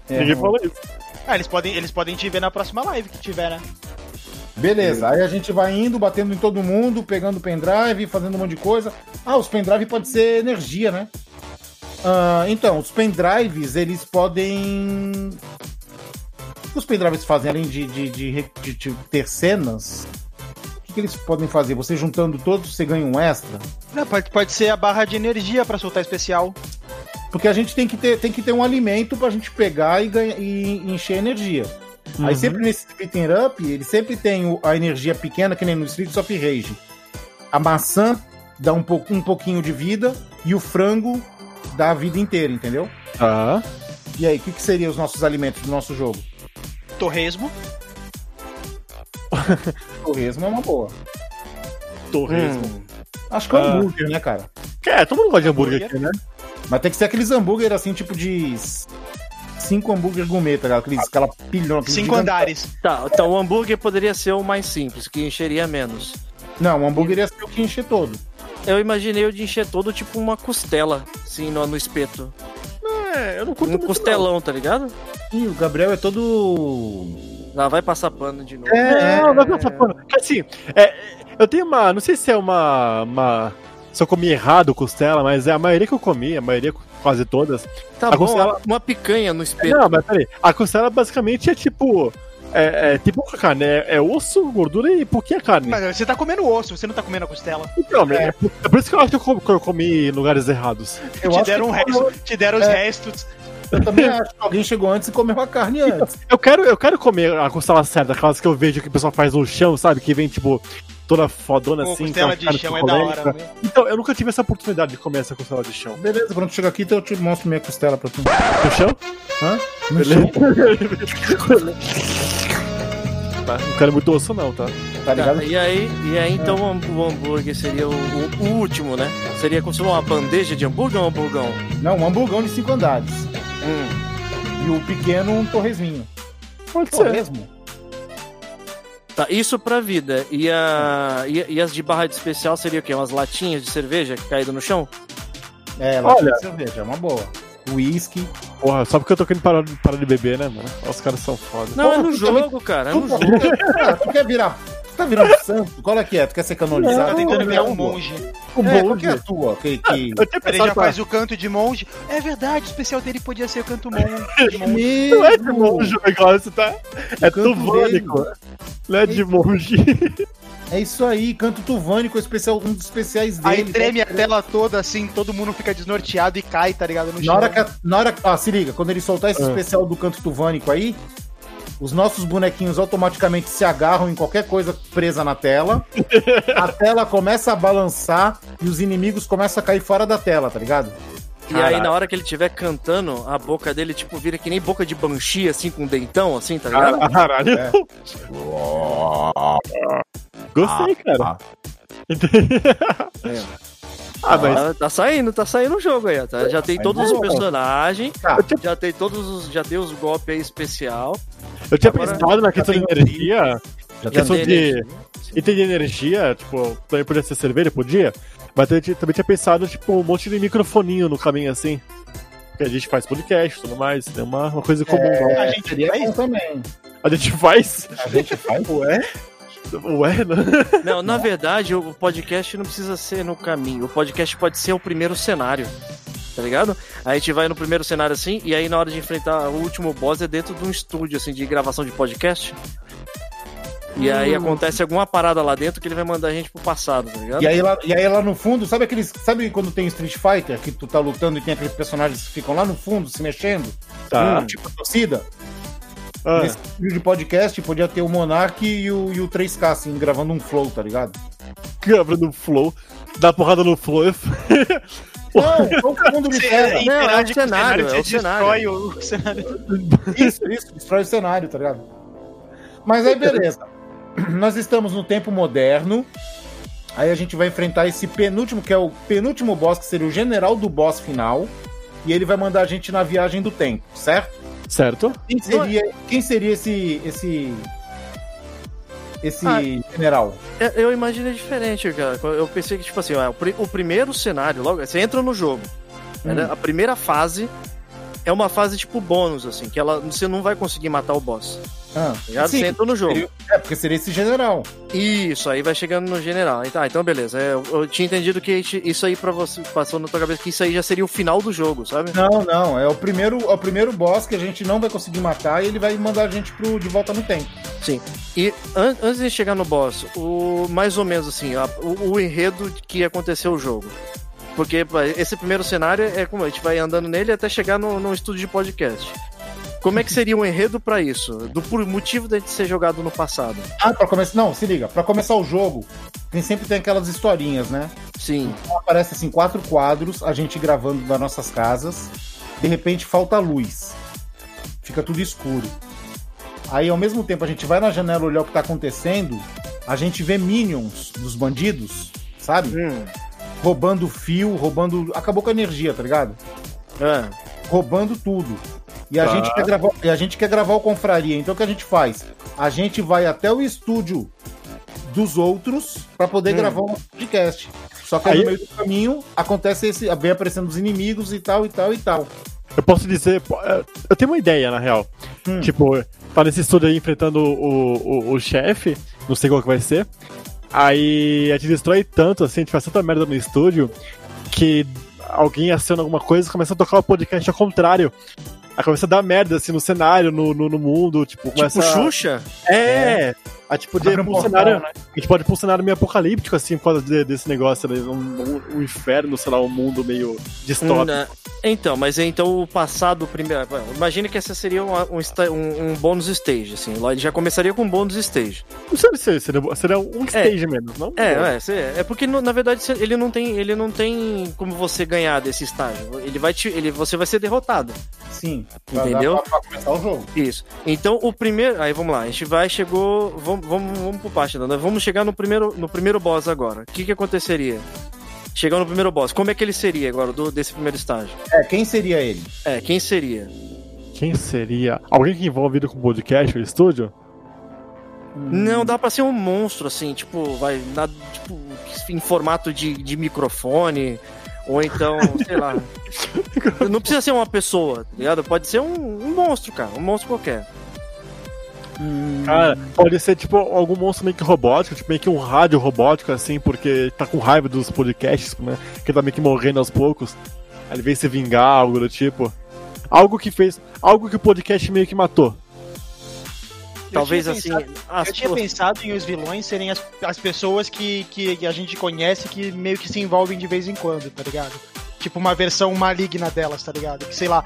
Speaker 3: É,
Speaker 5: Ninguém
Speaker 3: mano.
Speaker 5: falou isso.
Speaker 6: Ah, eles podem, eles podem te ver na próxima live que tiver, né?
Speaker 3: Beleza, aí a gente vai indo, batendo em todo mundo, pegando pendrive, fazendo um monte de coisa. Ah, os pendrive pode ser energia, né? Ah, então, os pendrives, eles podem. O que os pendrives fazem, além de, de, de re- de- de ter cenas, o que, que eles podem fazer? Você juntando todos, você ganha um extra?
Speaker 6: Não, pode, pode ser a barra de energia pra soltar especial.
Speaker 3: Porque a gente tem que ter, tem que ter um alimento pra gente pegar e, ganha- e encher energia.
Speaker 6: Uhum.
Speaker 3: Aí sempre nesse beat'em up, ele sempre tem o- a energia pequena, que nem no Streets of Rage. A maçã dá um, pouco, um pouquinho de vida e o frango dá a vida inteira, entendeu?
Speaker 5: Tá.
Speaker 3: E aí, o que, que seriam os nossos alimentos do nosso jogo?
Speaker 6: Torresmo.
Speaker 3: Torresmo é uma boa.
Speaker 5: Torresmo.
Speaker 3: Acho que é
Speaker 5: Ah.
Speaker 3: hambúrguer, né, cara?
Speaker 5: É, todo mundo gosta de hambúrguer aqui, né?
Speaker 3: Mas tem que ser aqueles hambúrguer assim, tipo de. s- Cinco hambúrguer gourmet, tá ligado? Aqueles, aquela pilhão. aqueles
Speaker 6: Cinco
Speaker 3: gigantes.
Speaker 6: andares.
Speaker 4: Tá, então o hambúrguer poderia ser o mais simples, que encheria menos.
Speaker 3: Não, o hambúrguer ia ser o que encher todo.
Speaker 4: Eu imaginei o de encher todo tipo uma costela, assim, no, no espeto.
Speaker 5: É, eu não curto
Speaker 4: Um costelão, tá ligado?
Speaker 3: Ih, o Gabriel é todo.
Speaker 4: Lá vai passar pano de novo.
Speaker 3: É,
Speaker 5: Não, não, não, não. Assim, é, eu tenho uma. Não sei se é uma. uma se eu comi errado costela, mas é a maioria que eu comi, a maioria, quase todas.
Speaker 4: Tá
Speaker 5: A
Speaker 4: bom,
Speaker 5: costela-
Speaker 4: uma picanha no espeto.
Speaker 5: Não, mas peraí. A costela basicamente é tipo. É, é tipo a carne. É, é osso, gordura e pouquinha carne.
Speaker 6: Mas você tá comendo osso, você não tá comendo a costela.
Speaker 5: Então, é. por- é por isso que eu acho que eu comi, que eu comi em lugares errados.
Speaker 3: Eu
Speaker 6: te
Speaker 3: acho
Speaker 6: deram um
Speaker 3: que-
Speaker 6: resto, te deram os restos.
Speaker 3: Eu também [laughs] acho que alguém chegou antes e comeu a carne antes.
Speaker 5: Eu quero, eu quero comer a costela certa, aquelas que eu vejo que o pessoal faz no chão, sabe? Que vem, tipo, toda fodona
Speaker 6: Pô,
Speaker 5: assim.
Speaker 6: costela
Speaker 5: com a
Speaker 6: de
Speaker 5: carne
Speaker 6: chão é da hora.
Speaker 5: suculenta.
Speaker 6: né?
Speaker 5: Então, eu nunca tive essa oportunidade de comer essa costela de chão.
Speaker 3: Beleza, pronto, chega aqui, então eu te mostro minha costela pra tu.
Speaker 5: No chão?
Speaker 3: Hã? No chão,
Speaker 5: Beleza. tá, [laughs] não quero muito osso, não, tá?
Speaker 3: tá ligado?
Speaker 4: Tá, e aí, e aí então o hambú- o hambúrguer seria o, o- o último, né? Seria como se fosse uma bandeja de hambúrguer ou um hamburgão?
Speaker 3: Não, um hamburgão de cinco andares.
Speaker 4: Hum.
Speaker 3: E o pequeno, um torresminho.
Speaker 5: Pode ser.
Speaker 3: Torresmo?
Speaker 4: Tá, isso pra vida. E, a, e, e as de barra de especial seria o quê? Umas latinhas de cerveja caídas no chão?
Speaker 3: É, lá
Speaker 5: Olha.
Speaker 3: tem cerveja, é uma boa. Whisky.
Speaker 5: Porra, só porque eu tô querendo parar, parar de beber, né, mano? Olha, os caras são foda.
Speaker 4: Não, é no
Speaker 3: tu
Speaker 4: jogo, cara. É no
Speaker 3: Tu,
Speaker 4: jogo.
Speaker 3: [laughs] tá- tu quer virar. Tu tá virando santo? Qual é que é? Tu quer ser
Speaker 6: Tá
Speaker 3: canonizado?
Speaker 6: tentando virar um
Speaker 3: monge.
Speaker 6: monge.
Speaker 5: o
Speaker 3: É, qual que é a tua? Que, que...
Speaker 5: Eu tinha
Speaker 6: Ele
Speaker 5: pensado
Speaker 6: já
Speaker 5: que
Speaker 6: faz o canto de monge. É verdade, o especial dele podia ser o canto mon- de monge.
Speaker 5: Não é de monge o negócio, tá? É
Speaker 3: Canto Então,
Speaker 5: tuvânico. Não é de monge.
Speaker 3: É isso aí, canto tuvânico, especial, um dos especiais dele.
Speaker 6: Aí treme a tela toda assim, todo mundo fica desnorteado e cai, tá ligado? No
Speaker 3: Na
Speaker 6: chão.
Speaker 3: hora que. a- Na hora, ó, se liga, quando ele soltar esse
Speaker 5: Ah.
Speaker 3: especial do canto tuvânico aí, os nossos bonequinhos automaticamente se agarram em qualquer coisa presa na
Speaker 5: [laughs]
Speaker 3: tela. a tela começa a balançar e os inimigos começam a cair fora da tela, tá ligado?
Speaker 4: E aí, na hora que ele estiver cantando, a boca dele, tipo, vira que nem boca de banshee, assim, com dentão, assim, tá ligado?
Speaker 5: [laughs] Caralho.
Speaker 3: É.
Speaker 5: Gostei,
Speaker 3: ah,
Speaker 5: cara. Ah, mas
Speaker 4: Ah, tá saindo, tá saindo o jogo aí, ó, tá? Já tem todos os
Speaker 3: bom.
Speaker 4: personagens,
Speaker 3: Tá.
Speaker 4: já tem todos os. Já tem os golpes aí especial.
Speaker 5: eu tinha
Speaker 4: Agora-
Speaker 5: pensado na questão de
Speaker 3: tem um
Speaker 5: energia.
Speaker 3: Já
Speaker 4: Já
Speaker 5: questão
Speaker 4: tem
Speaker 5: de.
Speaker 4: energia.
Speaker 5: Item de energia, tipo, também podia ser cerveja, podia. Mas eu tinha- também tinha pensado, tipo, um monte de microfoninho no caminho assim. Que a gente faz podcast e tudo mais. Tem uma, uma coisa comum.
Speaker 3: É,
Speaker 5: não.
Speaker 6: a gente
Speaker 3: seria
Speaker 6: faz?
Speaker 3: bom também.
Speaker 5: A gente faz.
Speaker 3: A gente faz. Ué?
Speaker 5: Ué, né?
Speaker 4: Não, na verdade, o podcast não precisa ser no caminho. O podcast pode ser o primeiro cenário. Tá ligado? A gente vai no primeiro cenário assim, e aí na hora de enfrentar o último boss é dentro de um estúdio, assim, de gravação de podcast. E aí
Speaker 3: Hum.
Speaker 4: acontece alguma parada lá dentro que ele vai mandar a gente pro passado, tá ligado?
Speaker 3: E aí, lá, e aí lá no fundo, sabe aqueles. Sabe quando tem Street Fighter, que tu tá lutando e tem aqueles personagens que ficam lá no fundo se mexendo?
Speaker 5: Tá.
Speaker 3: Hum, tipo a torcida?
Speaker 5: Ah,
Speaker 3: Nesse vídeo de podcast podia ter o Monark e o, e o 3K, assim, gravando um flow, tá ligado?
Speaker 5: câmera no flow. Dá porrada no flow. é f-
Speaker 3: Não, todo mundo
Speaker 6: Você
Speaker 3: libera.
Speaker 4: Não, é o
Speaker 6: interage com
Speaker 4: cenário, é o
Speaker 6: você destrói
Speaker 4: cenário.
Speaker 6: o um cenário.
Speaker 3: Isso, isso, destrói o cenário, tá ligado? Mas aí, beleza. Nós estamos no tempo moderno. Aí a gente vai enfrentar esse penúltimo, que é o penúltimo boss, que seria o general do boss final. E ele vai mandar a gente na viagem do tempo, certo?
Speaker 5: Certo?
Speaker 3: Quem seria, quem seria esse. esse. esse
Speaker 4: Ah.
Speaker 3: general?
Speaker 4: Eu- Eu imaginei diferente, cara. Eu pensei que, tipo assim, ó, o pri- o primeiro cenário, logo, você entra no jogo. né?
Speaker 3: Hum.
Speaker 4: A primeira fase é uma fase tipo bônus, assim, que ela, você não vai conseguir matar o boss.
Speaker 3: Ah,
Speaker 4: Já
Speaker 3: sim,
Speaker 4: você entra no jogo.
Speaker 3: é, porque seria esse general.
Speaker 4: Isso, aí vai chegando no general. Então, ah, então beleza. é, Eu, eu tinha entendido que isso- isso aí para você passou na tua cabeça que isso aí já seria o final do jogo, sabe?
Speaker 3: Não, não. É o primeiro, é o primeiro boss que a gente não vai conseguir matar e ele vai mandar a gente pro de volta no tempo.
Speaker 4: E an- antes de chegar no boss, o mais ou menos assim, a- o, o enredo que aconteceu o jogo. Porque pá, esse primeiro cenário é como a gente vai andando nele até chegar no, no estúdio de podcast. Como é que seria o enredo pra isso? Do por motivo da gente ser jogado no passado.
Speaker 3: Ah, pra começar. Não, se liga. Pra começar o jogo, tem sempre tem aquelas historinhas, né?
Speaker 4: Sim.
Speaker 3: Então aparece assim, quatro quadros, a gente gravando das nossas casas. De repente falta luz. Fica tudo escuro. Aí ao mesmo tempo a gente vai na janela olhar o que tá acontecendo, a gente vê minions dos bandidos, sabe?
Speaker 4: Hum.
Speaker 3: Roubando fio, roubando. Acabou com a energia, tá ligado?
Speaker 4: Ah,
Speaker 3: roubando tudo. E a, gente quer gravar, e a gente quer gravar o Confraria. Então o que a gente faz? A gente vai até o estúdio dos outros pra poder gravar um podcast. Só que aí,
Speaker 5: Aí-
Speaker 3: no meio do caminho acontece esse. Vem aparecendo os inimigos e tal, e tal, e tal.
Speaker 5: Eu posso dizer. pô, é, Eu tenho uma ideia, na real.
Speaker 3: Hum.
Speaker 5: Tipo, tá nesse estúdio aí enfrentando o, o, o chefe, não sei qual que vai ser. Aí a gente destrói tanto, assim, a gente faz tanta merda no estúdio, que alguém aciona alguma coisa e começa a tocar o podcast ao contrário. Aí começa a dar merda, assim, no cenário, no, no, no mundo, tipo,
Speaker 4: Tipo
Speaker 5: começa.
Speaker 4: Xuxa?
Speaker 5: É! Aí, tipo, de,
Speaker 3: Abre um
Speaker 5: pra um
Speaker 3: portal,
Speaker 5: cenário, a gente pode ir pra um cenário meio apocalíptico, assim, por causa de- desse negócio, né? um, um- um inferno, sei lá, um mundo meio distópico.
Speaker 4: Na- Então, mas então o passado primeiro. Imagina que essa seria uma- um, sta- um, um bônus stage, assim. Lá ele já começaria com um bônus stage.
Speaker 5: Não sei se seria, bo- seria um stage mesmo, não? Tipo,
Speaker 4: É, é, cê- é porque no- na verdade cê- ele não tem, ele não tem como você ganhar desse estágio. Ele vai te, ele, você vai ser derrotado.
Speaker 3: Sim.
Speaker 4: Entendeu?
Speaker 3: Pra, pra- pra começar o jogo.
Speaker 4: Isso. Então o primeiro, aí vamos lá, a gente vai chegou, vamos vamos, vamos pro parte, né? Vamos chegar no primeiro no primeiro boss agora. O que que aconteceria? Chegando no primeiro boss, como é que ele seria agora do, desse primeiro estágio?
Speaker 3: É, quem seria ele?
Speaker 4: É, quem seria?
Speaker 5: Quem seria? Alguém que é envolvido com podcast ou estúdio?
Speaker 4: Não, dá pra ser um monstro, assim, tipo, vai, na- tipo, em formato de, de microfone, ou então, [laughs] sei lá. Não precisa ser uma pessoa, tá ligado? Pode ser um, um monstro, cara, um monstro qualquer.
Speaker 5: Cara, pode ser tipo algum monstro meio que robótico, tipo meio que um rádio robótico, assim, porque tá com raiva dos podcasts, né? Que tá meio que morrendo aos poucos. Aí ele vem se vingar, algo do tipo. Algo que fez. Algo que o podcast meio que matou.
Speaker 4: Talvez
Speaker 6: tinha
Speaker 4: assim.
Speaker 6: pensado-
Speaker 4: as
Speaker 6: Eu tinha
Speaker 4: pessoas-
Speaker 6: pensado em os vilões serem as, as pessoas que, que a gente conhece que meio que se envolvem de vez em quando, tá ligado? Tipo uma versão maligna delas, tá ligado? Que sei lá.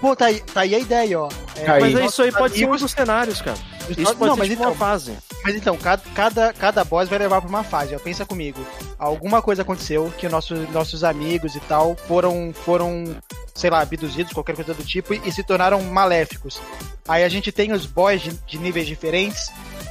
Speaker 6: Pô, tá aí, tá aí a ideia, ó. É,
Speaker 3: Tá
Speaker 4: Mas
Speaker 3: Aí.
Speaker 4: é isso aí pode ser um
Speaker 6: amigos-
Speaker 4: dos cenários, cara. Isso pode
Speaker 6: não,
Speaker 4: ser
Speaker 6: mas
Speaker 4: tipo,
Speaker 6: então,
Speaker 4: uma fase.
Speaker 6: mas então, cada, cada, cada boss vai levar pra uma fase, ó. Pensa comigo. Alguma coisa aconteceu que nosso, nossos amigos e tal foram, foram, sei lá, abduzidos, qualquer coisa do tipo, e, e se tornaram maléficos. Aí a gente tem os boss de, de níveis diferentes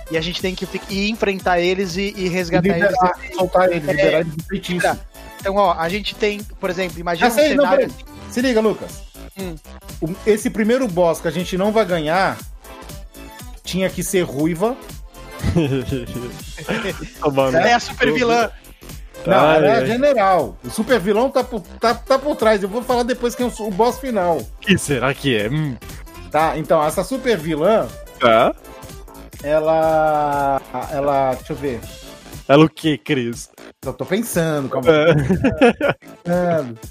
Speaker 6: e a gente tem que fi- ir enfrentar eles e, e resgatar eles.
Speaker 3: Liberar, soltar ele,
Speaker 6: É.
Speaker 3: liberar ele do feitiço.
Speaker 6: Tá. Então, ó, a gente tem, por exemplo, imagina
Speaker 3: Já
Speaker 6: um
Speaker 3: sei, não,
Speaker 6: cenário.
Speaker 3: peraí. Se liga, Lucas.
Speaker 6: Hum.
Speaker 3: O- Esse primeiro boss que a gente não vai ganhar tinha que ser ruiva.
Speaker 5: Tomando.
Speaker 3: né?
Speaker 6: Ela é a super vilã.
Speaker 3: Não,
Speaker 5: Ah,
Speaker 3: ela é
Speaker 5: é.
Speaker 3: a general. O super vilão tá por, tá, tá por trás. Eu vou falar depois quem é o, o boss final.
Speaker 5: que será que é? Hum.
Speaker 3: Tá? Então, essa super vilã,
Speaker 5: Tá.
Speaker 3: ela. Ela. Deixa eu ver.
Speaker 5: Ela o que, Cris?
Speaker 3: Eu tô pensando, calma.
Speaker 5: É,
Speaker 3: Pensando. [laughs]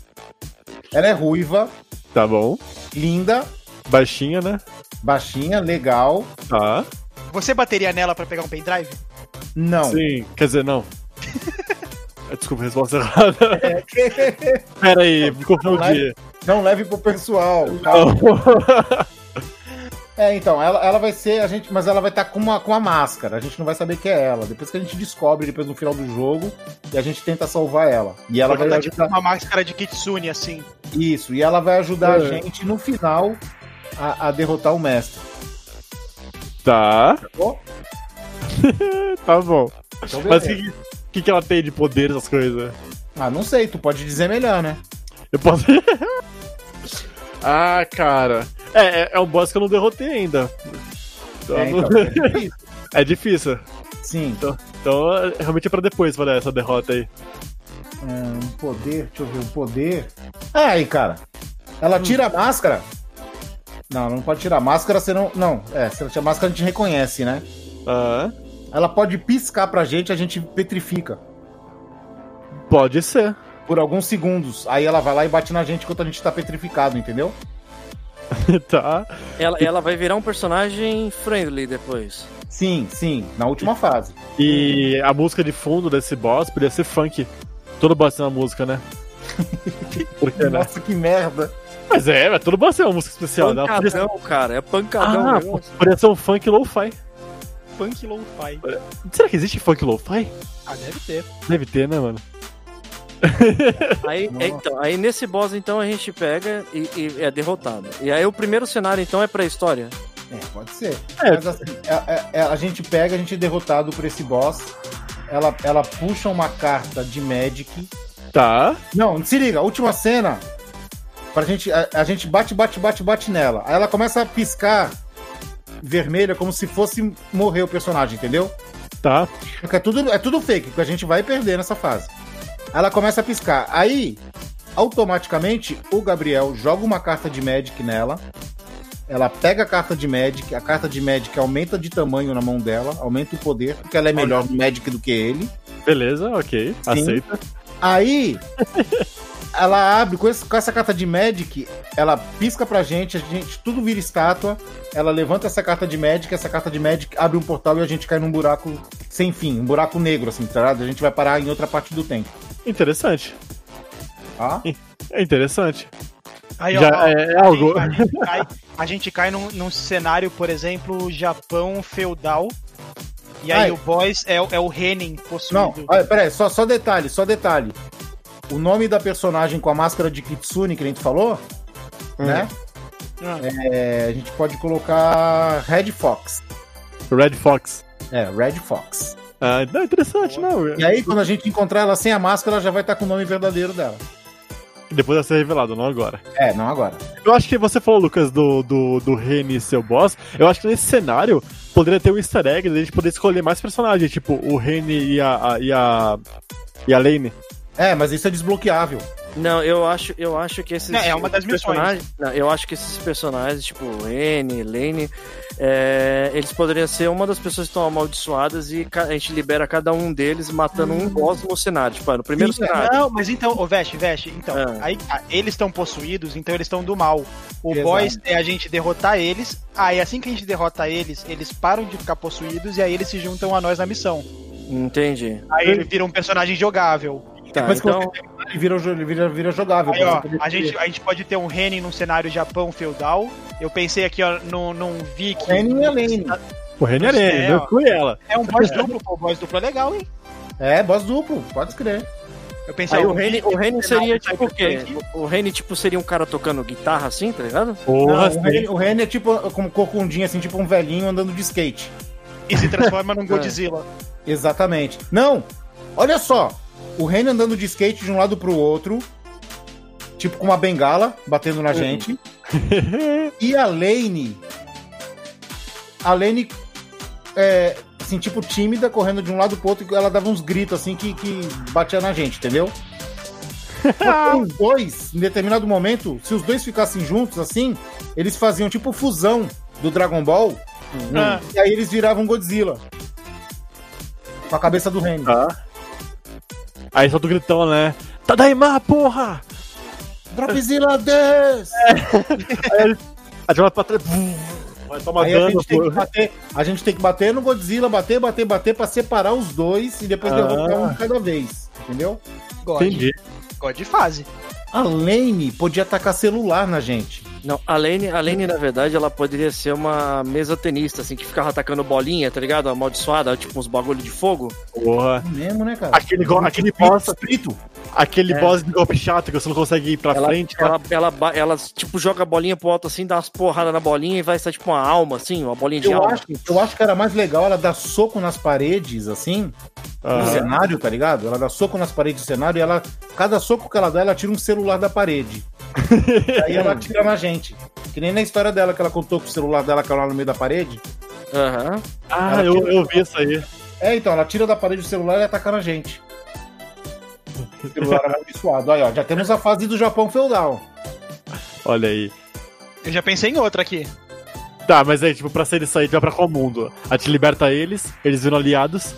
Speaker 3: Ela é ruiva,
Speaker 5: Tá bom.
Speaker 3: linda,
Speaker 5: Baixinha, né?
Speaker 3: baixinha, legal.
Speaker 5: Tá.
Speaker 6: Você bateria nela pra pegar um pendrive?
Speaker 3: Não.
Speaker 5: Sim. Quer dizer, não. Desculpa, a resposta errada. Pera aí, me confundi.
Speaker 3: [laughs] Não leve pro pessoal. tá? É, então, ela, ela vai ser a gente, mas ela vai estar com uma com a máscara. A gente não vai saber que é ela. Depois que a gente descobre, depois no final do jogo, e a gente tenta salvar ela. E ela
Speaker 6: Ela
Speaker 3: vai
Speaker 6: tá tipo
Speaker 3: ajudar
Speaker 6: uma máscara de kitsune, assim.
Speaker 3: isso. E ela vai ajudar a
Speaker 5: É.
Speaker 3: gente no final a, a derrotar o mestre.
Speaker 5: Tá.
Speaker 3: bom?
Speaker 5: [laughs] tá bom.
Speaker 3: Então,
Speaker 5: Mas assim-
Speaker 3: beleza.
Speaker 5: o que, que, que ela tem de poder, essas coisas?
Speaker 3: Ah, não sei. Tu pode dizer melhor, né?
Speaker 5: Eu posso. [laughs] ah, cara. É, é, é um boss que eu não derrotei ainda. Então,
Speaker 3: É, então,
Speaker 5: não-
Speaker 3: é difícil.
Speaker 5: [laughs] é difícil.
Speaker 3: Sim.
Speaker 5: Então, é- realmente é pra depois, olha, essa derrota aí.
Speaker 3: É, um poder. Deixa eu ver. O poder. É aí, cara. Ela tira a máscara. Não, ela não pode tirar a máscara, senão. Não, é. Se ela tirar a máscara, a gente reconhece, né?
Speaker 5: Ah,
Speaker 3: Ela pode piscar pra gente, a gente petrifica
Speaker 5: pode ser.
Speaker 3: por alguns segundos. Aí ela vai lá e bate na gente enquanto a gente tá petrificado, entendeu?
Speaker 5: [laughs] tá.
Speaker 4: Ela, ela vai virar um personagem friendly depois.
Speaker 3: Sim, sim, na última fase.
Speaker 5: E a música de fundo desse boss podia ser funk. Todo boss tem uma música, né? Por que, né?
Speaker 3: Nossa, que merda.
Speaker 5: Mas é, mas tudo bom ser uma música especial. né? Ela podia ser-
Speaker 4: Pancadão, cara. É pancadão.
Speaker 5: Ah,
Speaker 4: meu.
Speaker 5: podia ser um funk lo-fi.
Speaker 6: Punk lo-fi.
Speaker 5: Será que existe funk lo-fi?
Speaker 6: Ah, deve ter.
Speaker 5: Deve ter, né, mano?
Speaker 4: Aí, é, então, aí nesse boss, então, a gente pega e, e é derrotado. E aí o primeiro cenário, então, é pra história.
Speaker 3: É, pode ser.
Speaker 5: É.
Speaker 3: Mas assim, a, a- a gente pega, a gente é derrotado por esse boss. Ela, ela puxa uma carta de Magic.
Speaker 5: Tá.
Speaker 3: Não, se liga, última cena. Pra gente, a, a gente bate, bate, bate, bate nela. Aí ela começa a piscar vermelha como se fosse morrer o personagem, entendeu?
Speaker 5: Tá.
Speaker 3: Porque é tudo, é tudo fake, porque a gente vai perder nessa fase. Aí ela começa a piscar. Aí, automaticamente, o Gabriel joga uma carta de Magic nela. Ela pega a carta de Magic, a carta de Magic aumenta de tamanho na mão dela, aumenta o poder, porque ela é melhor no Magic do que ele.
Speaker 5: Beleza, ok. Aceita.
Speaker 3: Aí, [laughs] ela abre, com, esse- com essa carta de Magic, ela pisca pra gente, a gente tudo vira estátua. Ela levanta essa carta de Magic, essa carta de Magic abre um portal e a gente cai num buraco sem fim, um buraco negro, assim, tá ligado? A gente vai parar em outra parte do tempo,
Speaker 5: Interessante.
Speaker 3: tá?
Speaker 5: É interessante.
Speaker 6: Aí, ó, ó,
Speaker 5: Já é, é algo.
Speaker 6: A gente
Speaker 5: [laughs]
Speaker 6: cai, a gente cai num, num cenário, por exemplo, Japão feudal. E aí
Speaker 3: Ai.
Speaker 6: o boss é, o- é o Renin
Speaker 3: Não,
Speaker 6: possuído.
Speaker 3: olha, peraí, só, só detalhe, só detalhe. O nome da personagem com a máscara de Kitsune que a gente falou, né?
Speaker 6: Ah.
Speaker 3: É, a gente pode colocar Red Fox.
Speaker 5: Red Fox.
Speaker 3: É, Red Fox.
Speaker 5: Ah, não, interessante, não.
Speaker 3: E aí, quando a gente encontrar ela sem a máscara, ela já vai estar com o nome verdadeiro dela.
Speaker 5: Depois vai ser revelado, não agora.
Speaker 3: É, não agora.
Speaker 5: Eu acho que você falou, Lucas, do, do, do Remy seu boss. Eu acho que nesse cenário poderia ter um easter egg de a gente poder escolher mais personagens, tipo o Remy e a, a- e a. E a Lane.
Speaker 3: É, mas isso é desbloqueável.
Speaker 4: Não, eu acho, eu acho que esses.
Speaker 6: Não, é uma das
Speaker 4: esses
Speaker 6: missões.
Speaker 4: personagens- Não, eu acho que esses personagens, tipo N, Lane, é, eles poderiam ser uma das pessoas que estão amaldiçoadas e ca- a gente libera cada um deles matando um boss no cenário. Tipo, no primeiro
Speaker 3: Sim, é,
Speaker 4: cenário.
Speaker 6: Não, mas então, ô Veste, Veste, então,
Speaker 4: Ah.
Speaker 6: aí ah, eles estão possuídos, então eles estão do mal. O
Speaker 3: Exato.
Speaker 6: boss é a gente derrotar eles, aí assim que a gente derrota eles, eles param de ficar possuídos e aí eles se juntam a nós na missão.
Speaker 4: Entendi.
Speaker 6: Aí ele vira um personagem jogável.
Speaker 4: Tá,
Speaker 3: Depois que
Speaker 4: então.
Speaker 3: Ele vira, jo- ele vira, vira jogável.
Speaker 6: Aí,
Speaker 3: pra
Speaker 6: ó,
Speaker 3: você poder
Speaker 6: a gente,
Speaker 3: escolher.
Speaker 6: a gente pode ter um Renin num cenário Japão feudal. Eu pensei aqui, ó, num, num Viking.
Speaker 3: Renin é e Alene.
Speaker 5: O Remy e a
Speaker 6: Pois
Speaker 5: Lane,
Speaker 6: é,
Speaker 5: eu
Speaker 6: ó.
Speaker 5: fui ela.
Speaker 6: É um boss duplo, pô, boss duplo é legal, hein?
Speaker 3: É, boss duplo, pode escrever.
Speaker 6: Eu pensei,
Speaker 4: Aí
Speaker 6: ó,
Speaker 4: o
Speaker 6: um
Speaker 4: Rene, o
Speaker 6: Viking
Speaker 4: Rene
Speaker 6: no
Speaker 4: seria
Speaker 6: cenário
Speaker 4: tipo o quê?
Speaker 6: cyberpunk.
Speaker 4: O Rene, tipo, seria um cara tocando guitarra assim, tá ligado?
Speaker 3: Não,
Speaker 5: Porra,
Speaker 3: o,
Speaker 5: sim.
Speaker 3: Ren, o Ren é tipo como corcundinho, assim, tipo um velhinho andando de skate.
Speaker 6: E se
Speaker 4: [laughs]
Speaker 6: transforma
Speaker 4: É.
Speaker 6: num Godzilla.
Speaker 3: Exatamente. Não! Olha só! O Ren andando de skate de um lado pro outro, tipo com uma bengala batendo na gente. e a Lane. A Lane. É, assim, tipo tímida, correndo de um lado pro outro, e ela dava uns gritos assim que, que batia na gente, entendeu? Porque os dois, em determinado momento, se os dois ficassem juntos assim, eles faziam tipo fusão do Dragon Ball.
Speaker 6: Ah,
Speaker 3: E aí eles viravam Godzilla. Com a cabeça do Remy.
Speaker 5: Tá. Aí solta o gritão, né? Tadaima, porra!
Speaker 3: Dropzilla 10!
Speaker 5: É, Aí joga pra trás. bum, Vai tomar
Speaker 3: Aí a
Speaker 5: dano,
Speaker 3: gente, tem que
Speaker 5: pô.
Speaker 3: bater, a gente tem que bater no Godzilla, bater, bater, bater pra separar os dois e depois
Speaker 5: Ah.
Speaker 3: derrotar um de cada vez. Entendeu?
Speaker 6: God.
Speaker 5: Entendi.
Speaker 6: God de fase.
Speaker 3: A Lane podia atacar celular na gente.
Speaker 4: Não, a Lane, a Lane, na verdade, ela poderia ser uma mesa tenista, assim, que ficava atacando bolinha, tá ligado? Amaldiçoada, tipo uns bagulho de fogo.
Speaker 5: Porra.
Speaker 3: É mesmo, né, cara?
Speaker 5: Aquele, go- aquele boss,
Speaker 3: Espírito.
Speaker 5: aquele
Speaker 4: É.
Speaker 5: boss de golpe chato que você não consegue ir pra
Speaker 4: Ela,
Speaker 5: frente.
Speaker 4: ela, ela, ba- ela, tipo, joga a bolinha pro alto assim, dá umas porradas na bolinha e vai sair tipo uma alma, assim, uma bolinha de
Speaker 3: Eu
Speaker 4: alma.
Speaker 3: acho, eu acho que era mais legal ela dar soco nas paredes, assim, no
Speaker 5: Ah,
Speaker 3: cenário, tá ligado? Ela dá soco nas paredes do cenário e ela. Cada soco que ela dá, ela tira um celular da
Speaker 5: [laughs]
Speaker 3: parede. aí ela atira na gente. Que nem na história dela que ela contou que o celular dela caiu lá no meio da parede.
Speaker 4: Aham.
Speaker 5: Ah,
Speaker 3: ela
Speaker 5: eu,
Speaker 3: tira-
Speaker 5: eu vi isso aí.
Speaker 3: É, então, ela tira da parede o celular e ataca na gente. O celular é amaldiçoado. Aí, ó, já temos a fase do Japão feudal.
Speaker 5: Olha aí.
Speaker 6: Eu já pensei em outra aqui.
Speaker 5: Tá, mas aí, tipo, pra sair disso aí, tu vai pra qual mundo? A gente liberta eles, eles viram aliados.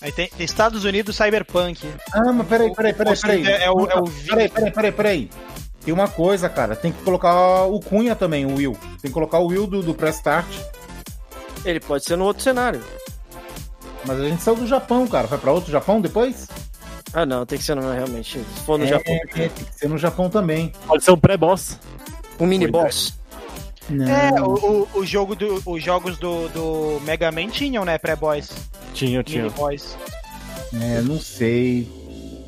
Speaker 6: Aí tem tem Estados Unidos Cyberpunk.
Speaker 3: Ah, mas peraí, peraí, peraí, peraí.
Speaker 6: É, é o- é o
Speaker 3: Peraí, peraí, peraí, peraí. Tem uma coisa, cara. Tem que colocar o Cunha também, o Will. Tem que colocar o Will do, do Prestart.
Speaker 4: Ele pode ser no outro cenário.
Speaker 3: Mas a gente saiu do Japão, cara. Vai pra outro Japão depois?
Speaker 4: Ah, não, tem que ser no, realmente. Se for no
Speaker 3: É,
Speaker 4: Japão,
Speaker 3: é, tem que ser no Japão também.
Speaker 5: Pode ser um pré-boss.
Speaker 4: um mini boss.
Speaker 3: Não.
Speaker 6: É,
Speaker 4: Hum.
Speaker 6: o, o, o jogo do, os jogos do, do Mega Man tinham, né? Pré-boys,
Speaker 5: Tinha, tinha.
Speaker 3: Uhum.
Speaker 6: mini-boys.
Speaker 3: É, não sei.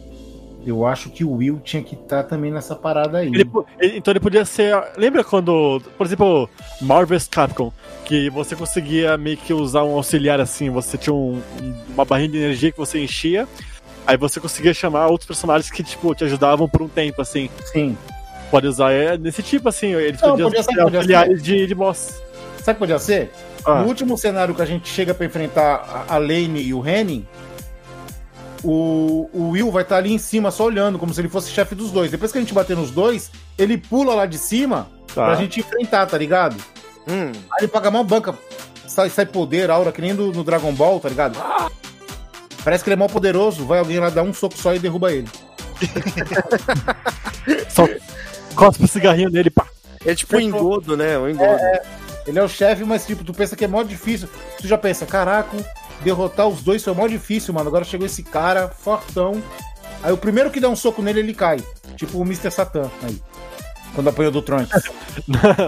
Speaker 3: Eu acho que o Will tinha que estar também nessa parada aí.
Speaker 5: Ele po- ele- então ele podia ser. Lembra quando, por exemplo, Marvel's Capcom, que você conseguia meio que usar um auxiliar assim, você tinha um- um- uma barrinha de energia que você enchia, aí você conseguia chamar outros personagens que, tipo, te ajudavam por um tempo, assim.
Speaker 3: Sim.
Speaker 5: Pode usar é, nesse tipo, assim, eles
Speaker 3: Não,
Speaker 5: podiam
Speaker 3: podia
Speaker 5: ser
Speaker 3: ser, podia
Speaker 5: auxiliares de, de boss.
Speaker 3: Sabe o que podia ser?
Speaker 5: Ah.
Speaker 3: No último cenário que a gente chega pra enfrentar a- a Lane e o Henning, o, o Will vai estar ali em cima só olhando, como se ele fosse chefe dos dois. Depois que a gente bater nos dois, ele pula lá de cima pra
Speaker 5: Tá.
Speaker 3: gente enfrentar, tá ligado?
Speaker 4: Hum,
Speaker 3: Aí ele paga a mão banca, sai, sai poder, aura, que nem do, no Dragon Ball, tá ligado?
Speaker 5: Ah.
Speaker 3: Parece que ele é mal poderoso, vai alguém lá dar um soco só e derruba ele.
Speaker 5: Só cospe o cigarrinho nele, pá.
Speaker 4: é
Speaker 5: [laughs]
Speaker 4: tipo um engodo, né? Um engodo.
Speaker 3: Ele é o chefe, mas tipo, tu pensa que é mó difícil. Tu já pensa, caraca, derrotar os dois foi mó difícil, mano. Agora chegou esse cara, fortão. Aí o primeiro que dá um soco nele, ele cai. Tipo o Mr. Satan aí. Quando apanhou do Tron.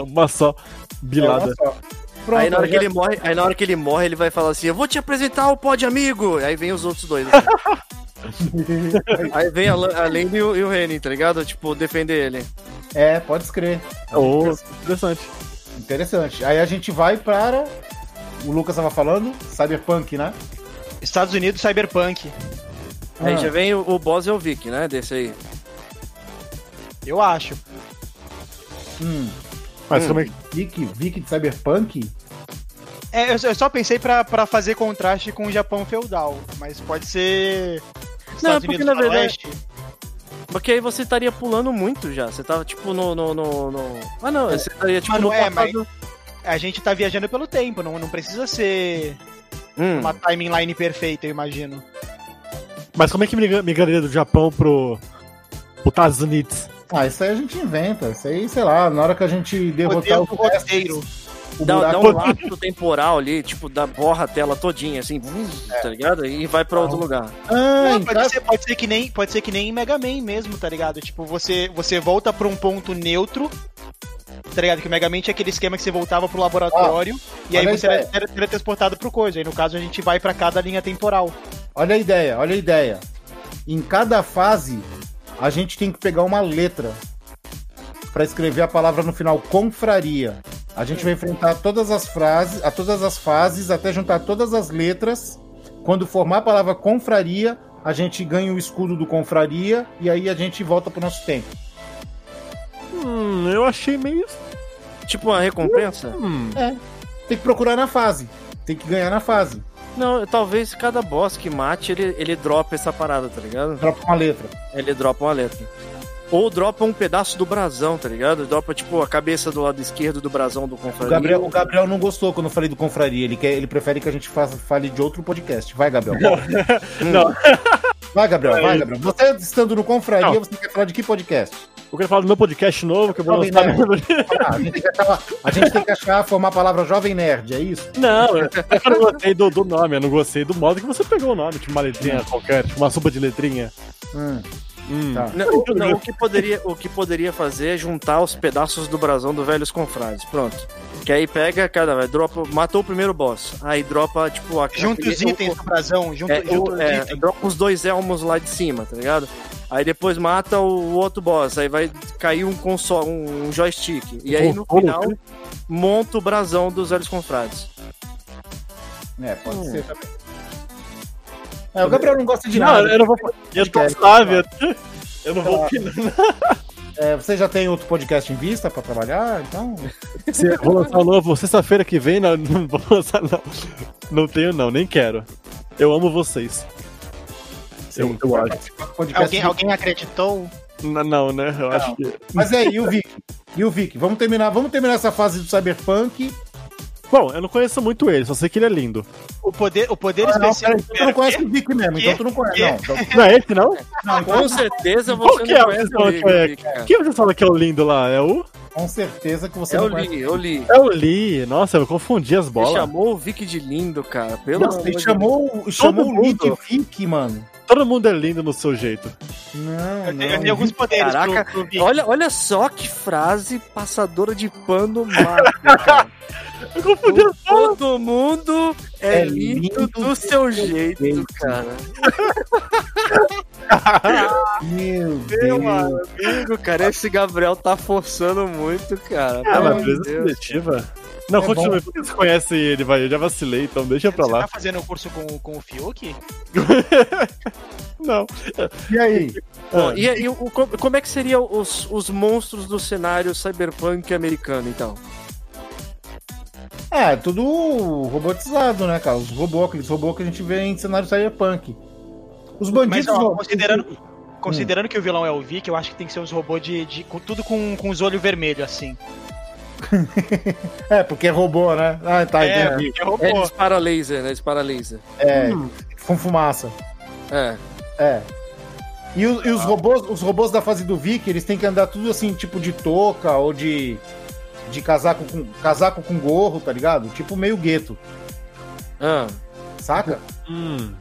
Speaker 5: uma só
Speaker 3: É,
Speaker 5: bilada.
Speaker 3: Pronto,
Speaker 4: aí, na hora
Speaker 3: já-
Speaker 4: que ele morre, aí na hora que ele morre, ele vai falar assim: Eu vou te apresentar o pod amigo. Aí vem os outros dois.
Speaker 3: [laughs]
Speaker 4: assim. aí vem a, Lan- a Lane e o, e o Renin, tá ligado? Tipo, defender ele.
Speaker 3: É, pode escrever.
Speaker 5: Oh, interessante.
Speaker 3: Interessante. Aí a gente vai para. O Lucas tava falando, Cyberpunk, né?
Speaker 6: Estados Unidos Cyberpunk.
Speaker 4: Aí
Speaker 3: Ah.
Speaker 4: já vem o, o boss e o Vic, né? Desse aí.
Speaker 6: Eu acho.
Speaker 3: Hum.
Speaker 5: Mas
Speaker 4: Hum.
Speaker 5: como é que.
Speaker 3: Vic, Vic de Cyberpunk?
Speaker 6: É, eu, só- eu só pensei pra, pra fazer contraste com o Japão feudal, mas pode ser. Estados
Speaker 4: porque,
Speaker 6: Unidos
Speaker 4: na
Speaker 6: Faroeste.
Speaker 4: Porque aí você estaria pulando muito já. Você tava tipo no. no, no, no- Ah, não. Você estaria tipo
Speaker 6: Mas
Speaker 4: no
Speaker 6: não é,
Speaker 4: passado.
Speaker 6: A gente tá viajando pelo tempo, não, não precisa ser
Speaker 4: Hum.
Speaker 6: uma timeline perfeita, eu imagino.
Speaker 5: Mas como é que migra- migraria do Japão pro. pro Estados Unidos?
Speaker 3: Ah, isso aí a gente inventa. Isso aí, sei lá, na hora que a gente derrotar
Speaker 6: Roteiro
Speaker 3: o,
Speaker 6: do roteiro.
Speaker 3: o
Speaker 4: Dá, dá
Speaker 3: buraco.
Speaker 4: um lapso temporal ali, tipo, da borra a tela todinha, assim, tá ligado? E vai pra outro lugar.
Speaker 3: Ah,
Speaker 6: Não,
Speaker 3: em
Speaker 6: pode,
Speaker 3: casa-
Speaker 6: ser, pode ser que nem pode ser que nem em Mega Man mesmo, tá ligado? Tipo, você você volta pra um ponto neutro, tá ligado? Que o Mega Man tinha aquele esquema que você voltava pro laboratório e aí
Speaker 3: olha a
Speaker 6: você era,
Speaker 3: ideia.
Speaker 6: era teletransportado pro coisa. Aí no caso a gente vai pra cada linha temporal.
Speaker 3: Olha a ideia, olha a ideia. Em cada fase, a gente tem que pegar uma letra para escrever a palavra no final, confraria. A gente vai enfrentar todas as frases, a todas as fases, até juntar todas as letras. Quando formar a palavra confraria, a gente ganha o escudo do confraria e aí a gente volta pro nosso tempo.
Speaker 5: Hum, eu achei meio.
Speaker 4: Tipo, uma recompensa?
Speaker 5: Hum.
Speaker 3: Tem que procurar na fase, tem que ganhar na fase.
Speaker 4: Não, talvez cada boss que mate, ele, ele dropa essa parada, tá ligado?
Speaker 3: Dropa uma letra.
Speaker 4: Ele dropa uma letra. Ou dropa um pedaço do brasão, tá ligado? Dropa, tipo, a cabeça do lado esquerdo do brasão do
Speaker 3: O
Speaker 4: confraria.
Speaker 3: Gabriel, o Gabriel não gostou quando eu falei do confraria. Ele, quer, ele prefere que a gente faça, fale de outro podcast. Vai, Gabriel.
Speaker 5: Não.
Speaker 3: [laughs] Vai, Gabriel, vai, Gabriel. Você estando no Confraria,
Speaker 5: Não.
Speaker 3: você quer falar de que podcast?
Speaker 5: Eu quero falar do meu podcast novo que eu vou
Speaker 3: Jovem
Speaker 5: lançar. [laughs]
Speaker 3: Ah, a, gente quer falar- a gente tem que achar, formar a palavra jovem nerd, é isso?
Speaker 5: Não, eu eu não gostei do, do nome, eu não gostei do modo que você pegou o nome, tipo uma letrinha qualquer, tipo uma sopa de letrinha.
Speaker 3: Hum.
Speaker 5: Hum.
Speaker 3: Tá.
Speaker 4: Não, não, o, que poderia, o que poderia fazer é juntar os pedaços do brasão do Velhos Confrades. Pronto. Que aí pega cada. vai, Dropa, matou o primeiro boss. Aí dropa, tipo, a
Speaker 6: Junta os
Speaker 4: aquele-
Speaker 6: itens do brasão, junta,
Speaker 4: É,
Speaker 6: junta
Speaker 4: o-
Speaker 6: os
Speaker 4: é,
Speaker 6: itens.
Speaker 4: dropa os dois elmos lá de cima, tá ligado? Aí depois mata o outro boss, aí vai cair um console, um joystick. E aí no
Speaker 5: Console,
Speaker 4: final monta o brasão dos velhos confrades.
Speaker 3: É, pode ser também. É, o Gabriel não gosta de
Speaker 5: Não, é.
Speaker 3: nada.
Speaker 5: eu não vou. Eu tô Tá. sábio. Eu não vou opinar.
Speaker 3: É, você já tem outro podcast em vista pra trabalhar, então.
Speaker 5: Se eu Vou lançar um novo sexta-feira que vem, não, não vou lançar, não. Não tenho, não, nem quero. Eu amo vocês. Eu, eu acho.
Speaker 3: Podcast
Speaker 6: Alguém,
Speaker 3: de-
Speaker 6: alguém acreditou?
Speaker 5: N- Não, né? Eu acho que.
Speaker 3: Mas é, e o Vic? E o Vic? Vamos terminar, vamos terminar essa fase do Cyberpunk.
Speaker 5: Bom, eu não conheço muito ele, só sei que ele é lindo.
Speaker 6: O poder, o poder
Speaker 3: Ah, não,
Speaker 6: especial.
Speaker 3: peraí, tu não conhece o Vic mesmo, então tu não conhece. Não, então-
Speaker 5: Não é esse, não?
Speaker 4: Com certeza
Speaker 5: Qual
Speaker 4: você
Speaker 5: que
Speaker 4: não
Speaker 5: é o
Speaker 4: conhece
Speaker 5: pessoal que é?
Speaker 4: Lee, cara.
Speaker 5: Quem você fala que é o lindo lá? É o.
Speaker 3: com certeza que você
Speaker 4: É
Speaker 3: não
Speaker 4: o
Speaker 3: conhece.
Speaker 4: Lee, é o Lee.
Speaker 5: É o Lee. Nossa, eu confundi as
Speaker 4: Ele
Speaker 5: bolas.
Speaker 4: chamou o Vic de lindo, cara. Pelo
Speaker 3: Nossa,
Speaker 4: amor
Speaker 3: ele
Speaker 4: de
Speaker 3: chamou, chamou o Lee de
Speaker 5: mundo.
Speaker 3: Vic, mano.
Speaker 5: Todo mundo é lindo no seu jeito.
Speaker 3: Não,
Speaker 6: Eu tenho, eu tenho alguns poderes
Speaker 4: Caraca,
Speaker 6: pro, pro Vic.
Speaker 4: Olha, olha só que frase passadora de pano mágico, cara.
Speaker 5: [laughs] Eu confundi as palavras.
Speaker 4: Todo mundo é,
Speaker 3: É
Speaker 4: lindo,
Speaker 3: lindo
Speaker 4: do seu jeito, cara.
Speaker 3: Meu
Speaker 4: Meu
Speaker 3: Deus.
Speaker 4: amigo, cara, esse Gabriel tá forçando muito, cara.
Speaker 5: Ah,
Speaker 4: Pelo
Speaker 5: mas
Speaker 4: amor de
Speaker 5: beleza
Speaker 4: Deus.
Speaker 5: seletiva. Não,
Speaker 3: É
Speaker 5: continua, porque você conhece ele, vai. Eu já vacilei, então deixa pra
Speaker 6: Você
Speaker 5: lá.
Speaker 6: tá fazendo um curso com, com o Fiuk?
Speaker 5: Não. Ah,
Speaker 3: E aí?
Speaker 4: Bom, e, aí, o- co- como é que seriam os, os monstros do cenário cyberpunk americano, então?
Speaker 3: É, tudo robotizado, né, cara? Os robôs, aqueles robôs que a gente vê em cenário cyberpunk. Os bandidos...
Speaker 6: Mas, ó,
Speaker 3: robôs-
Speaker 6: considerando- Considerando que o vilão é o Vic, eu acho que tem que ser uns robôs de. de- com, tudo com, com os olhos vermelhos, assim.
Speaker 3: É, porque é robô, né? Ah, tá,
Speaker 6: é,
Speaker 3: entendi.
Speaker 6: porque é
Speaker 4: É,
Speaker 6: robô.
Speaker 4: eles para laser, né? Eles para laser.
Speaker 3: É, com fumaça.
Speaker 4: É.
Speaker 3: É. E, o- e
Speaker 6: Ah.
Speaker 3: os, robôs, os robôs da fase do Vic, eles têm que andar tudo assim, tipo de touca ou de, de casaco, com, casaco com gorro, tá ligado? Tipo meio gueto,
Speaker 4: Ah.
Speaker 3: saca?
Speaker 5: Hum.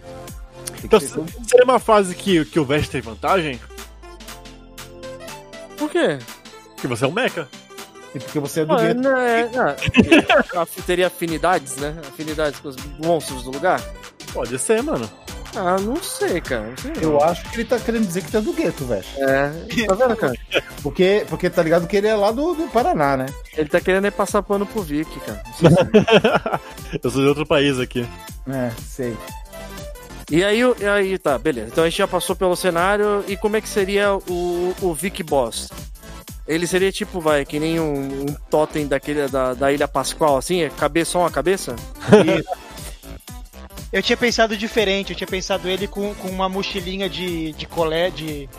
Speaker 3: Tem que
Speaker 5: Então,
Speaker 3: ser
Speaker 5: se-
Speaker 3: tudo-
Speaker 5: seria uma fase que, que o Vest tem vantagem?
Speaker 4: Por quê?
Speaker 5: Que você é um mecha.
Speaker 3: e porque você é do
Speaker 4: Ah,
Speaker 3: gueto.
Speaker 4: não, é,
Speaker 5: [laughs]
Speaker 4: não. Teria afinidades, né? Afinidades com os monstros do lugar?
Speaker 5: Pode ser, mano. [laughs]
Speaker 4: Ah, não sei, cara. Não sei.
Speaker 3: Eu acho que ele tá querendo dizer que tá do gueto, velho.
Speaker 4: É, [laughs] tá vendo, cara?
Speaker 3: Porque, porque tá ligado que ele é lá do, do Paraná, né?
Speaker 4: Ele tá querendo é passar pano pro Vic, cara.
Speaker 5: Eu sou de outro país aqui.
Speaker 3: É, sei.
Speaker 4: E aí, o- e aí, tá, beleza. Então a gente já passou pelo cenário. E como é que seria o, o Vic Boss? Ele seria tipo, vai, que nem um, um totem daquele, da, da Ilha Pascoal, assim? É cabeça uma cabeça?
Speaker 6: Eu tinha pensado diferente, eu tinha pensado ele com, com uma mochilinha de, de colé, de,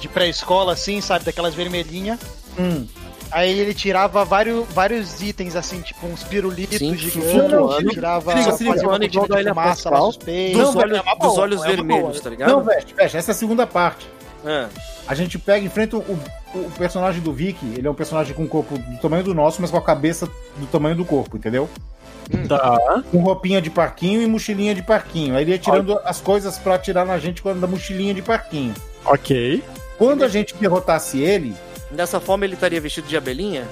Speaker 6: de pré-escola, assim, sabe? Daquelas vermelhinhas.
Speaker 3: Hum.
Speaker 6: Aí ele tirava vários, vários itens, assim, tipo uns pirulitos
Speaker 4: Sim,
Speaker 6: gigantes.
Speaker 3: flutuando.
Speaker 6: ele tirava
Speaker 3: Sim, sim,
Speaker 6: fazia uma
Speaker 4: flutuando igual
Speaker 6: cortina
Speaker 4: da Ilha
Speaker 6: de fumaça
Speaker 4: Pascal.
Speaker 6: lá nos peitos.
Speaker 4: Dos
Speaker 3: Não,
Speaker 4: olhos,
Speaker 6: É uma
Speaker 4: dos
Speaker 6: boa,
Speaker 4: olhos
Speaker 6: é uma
Speaker 4: vermelhos,
Speaker 6: boa.
Speaker 4: tá ligado?
Speaker 3: Não, Veste, Veste, essa é a segunda parte.
Speaker 4: É.
Speaker 3: A gente pega, enfrenta o, o personagem do Vic, ele é um personagem com o corpo do tamanho do nosso, mas com a cabeça do tamanho do corpo, entendeu?
Speaker 5: Tá.
Speaker 3: com roupinha de parquinho e mochilinha de parquinho. Aí ele ia tirando as coisas pra atirar na gente quando da mochilinha de parquinho.
Speaker 5: Ok.
Speaker 3: Quando a gente derrotasse ele,
Speaker 4: Dessa forma ele estaria vestido de abelhinha?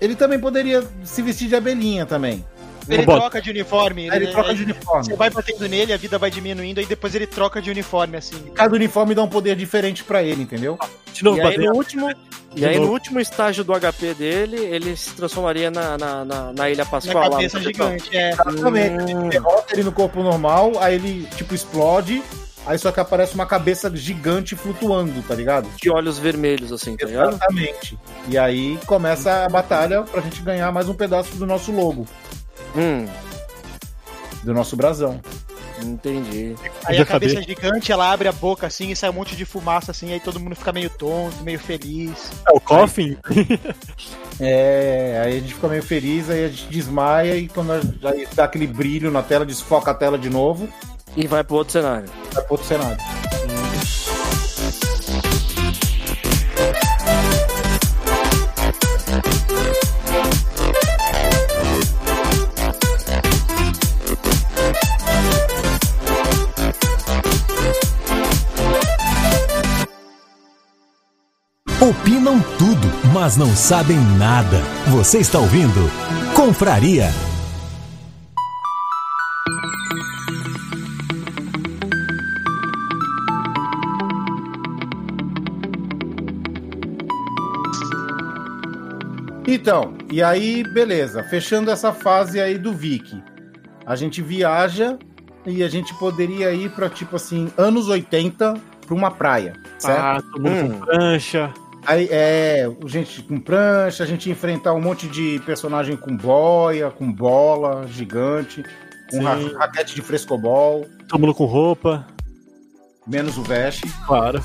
Speaker 3: ele também poderia se vestir de abelhinha também.
Speaker 6: Ele
Speaker 5: Roboto.
Speaker 6: troca de uniforme.
Speaker 3: Aí ele troca de
Speaker 6: Você
Speaker 3: uniforme.
Speaker 6: vai batendo nele, a vida vai diminuindo, e depois ele troca de uniforme, assim.
Speaker 3: Cada uniforme dá um poder diferente pra ele, entendeu?
Speaker 5: De novo,
Speaker 4: E aí, né?
Speaker 6: é-
Speaker 5: bateu.
Speaker 4: no último, e aí no último estágio do HP dele, ele se transformaria na, na, na, na Ilha
Speaker 6: Na
Speaker 4: Pascoal. lá no
Speaker 6: cabeça
Speaker 4: Tetão.
Speaker 6: gigante, é.
Speaker 3: Exatamente. A
Speaker 4: Hum.
Speaker 3: gente derrota ele no corpo normal, aí ele, tipo, explode. Aí só que aparece uma cabeça gigante flutuando, tá ligado?
Speaker 4: De olhos vermelhos, assim, tá ligado?
Speaker 3: Exatamente. E aí começa a batalha pra gente ganhar mais um pedaço do nosso logo,
Speaker 4: Hum,
Speaker 3: do nosso brasão.
Speaker 4: entendi.
Speaker 6: Aí
Speaker 5: já
Speaker 6: a cabeça é
Speaker 5: sabia.
Speaker 6: gigante, ela abre a boca, assim, e sai um monte de fumaça, assim, aí todo mundo fica meio tonto, meio feliz.
Speaker 5: É o Coffin?
Speaker 3: É, aí a gente fica meio feliz, aí a gente desmaia e quando a- aí dá aquele brilho na tela, desfoca a tela de novo,
Speaker 4: E vai pro outro cenário.
Speaker 3: vai pro outro cenário.
Speaker 7: Opinam tudo, mas não sabem nada. Você está ouvindo? Confraria.
Speaker 3: Então, e aí, beleza, fechando essa fase aí do Vic, a gente viaja e a gente poderia ir pra tipo assim, anos 80, pra uma praia, certo?
Speaker 5: Ah, todo mundo
Speaker 4: Hum.
Speaker 5: com prancha.
Speaker 3: Aí é, gente com prancha, a gente ia enfrentar um monte de personagem com boia, com bola gigante, com ra-
Speaker 5: Sim.
Speaker 3: raquete de frescobol,
Speaker 5: Todo mundo com roupa.
Speaker 3: menos o Vest.
Speaker 5: Claro.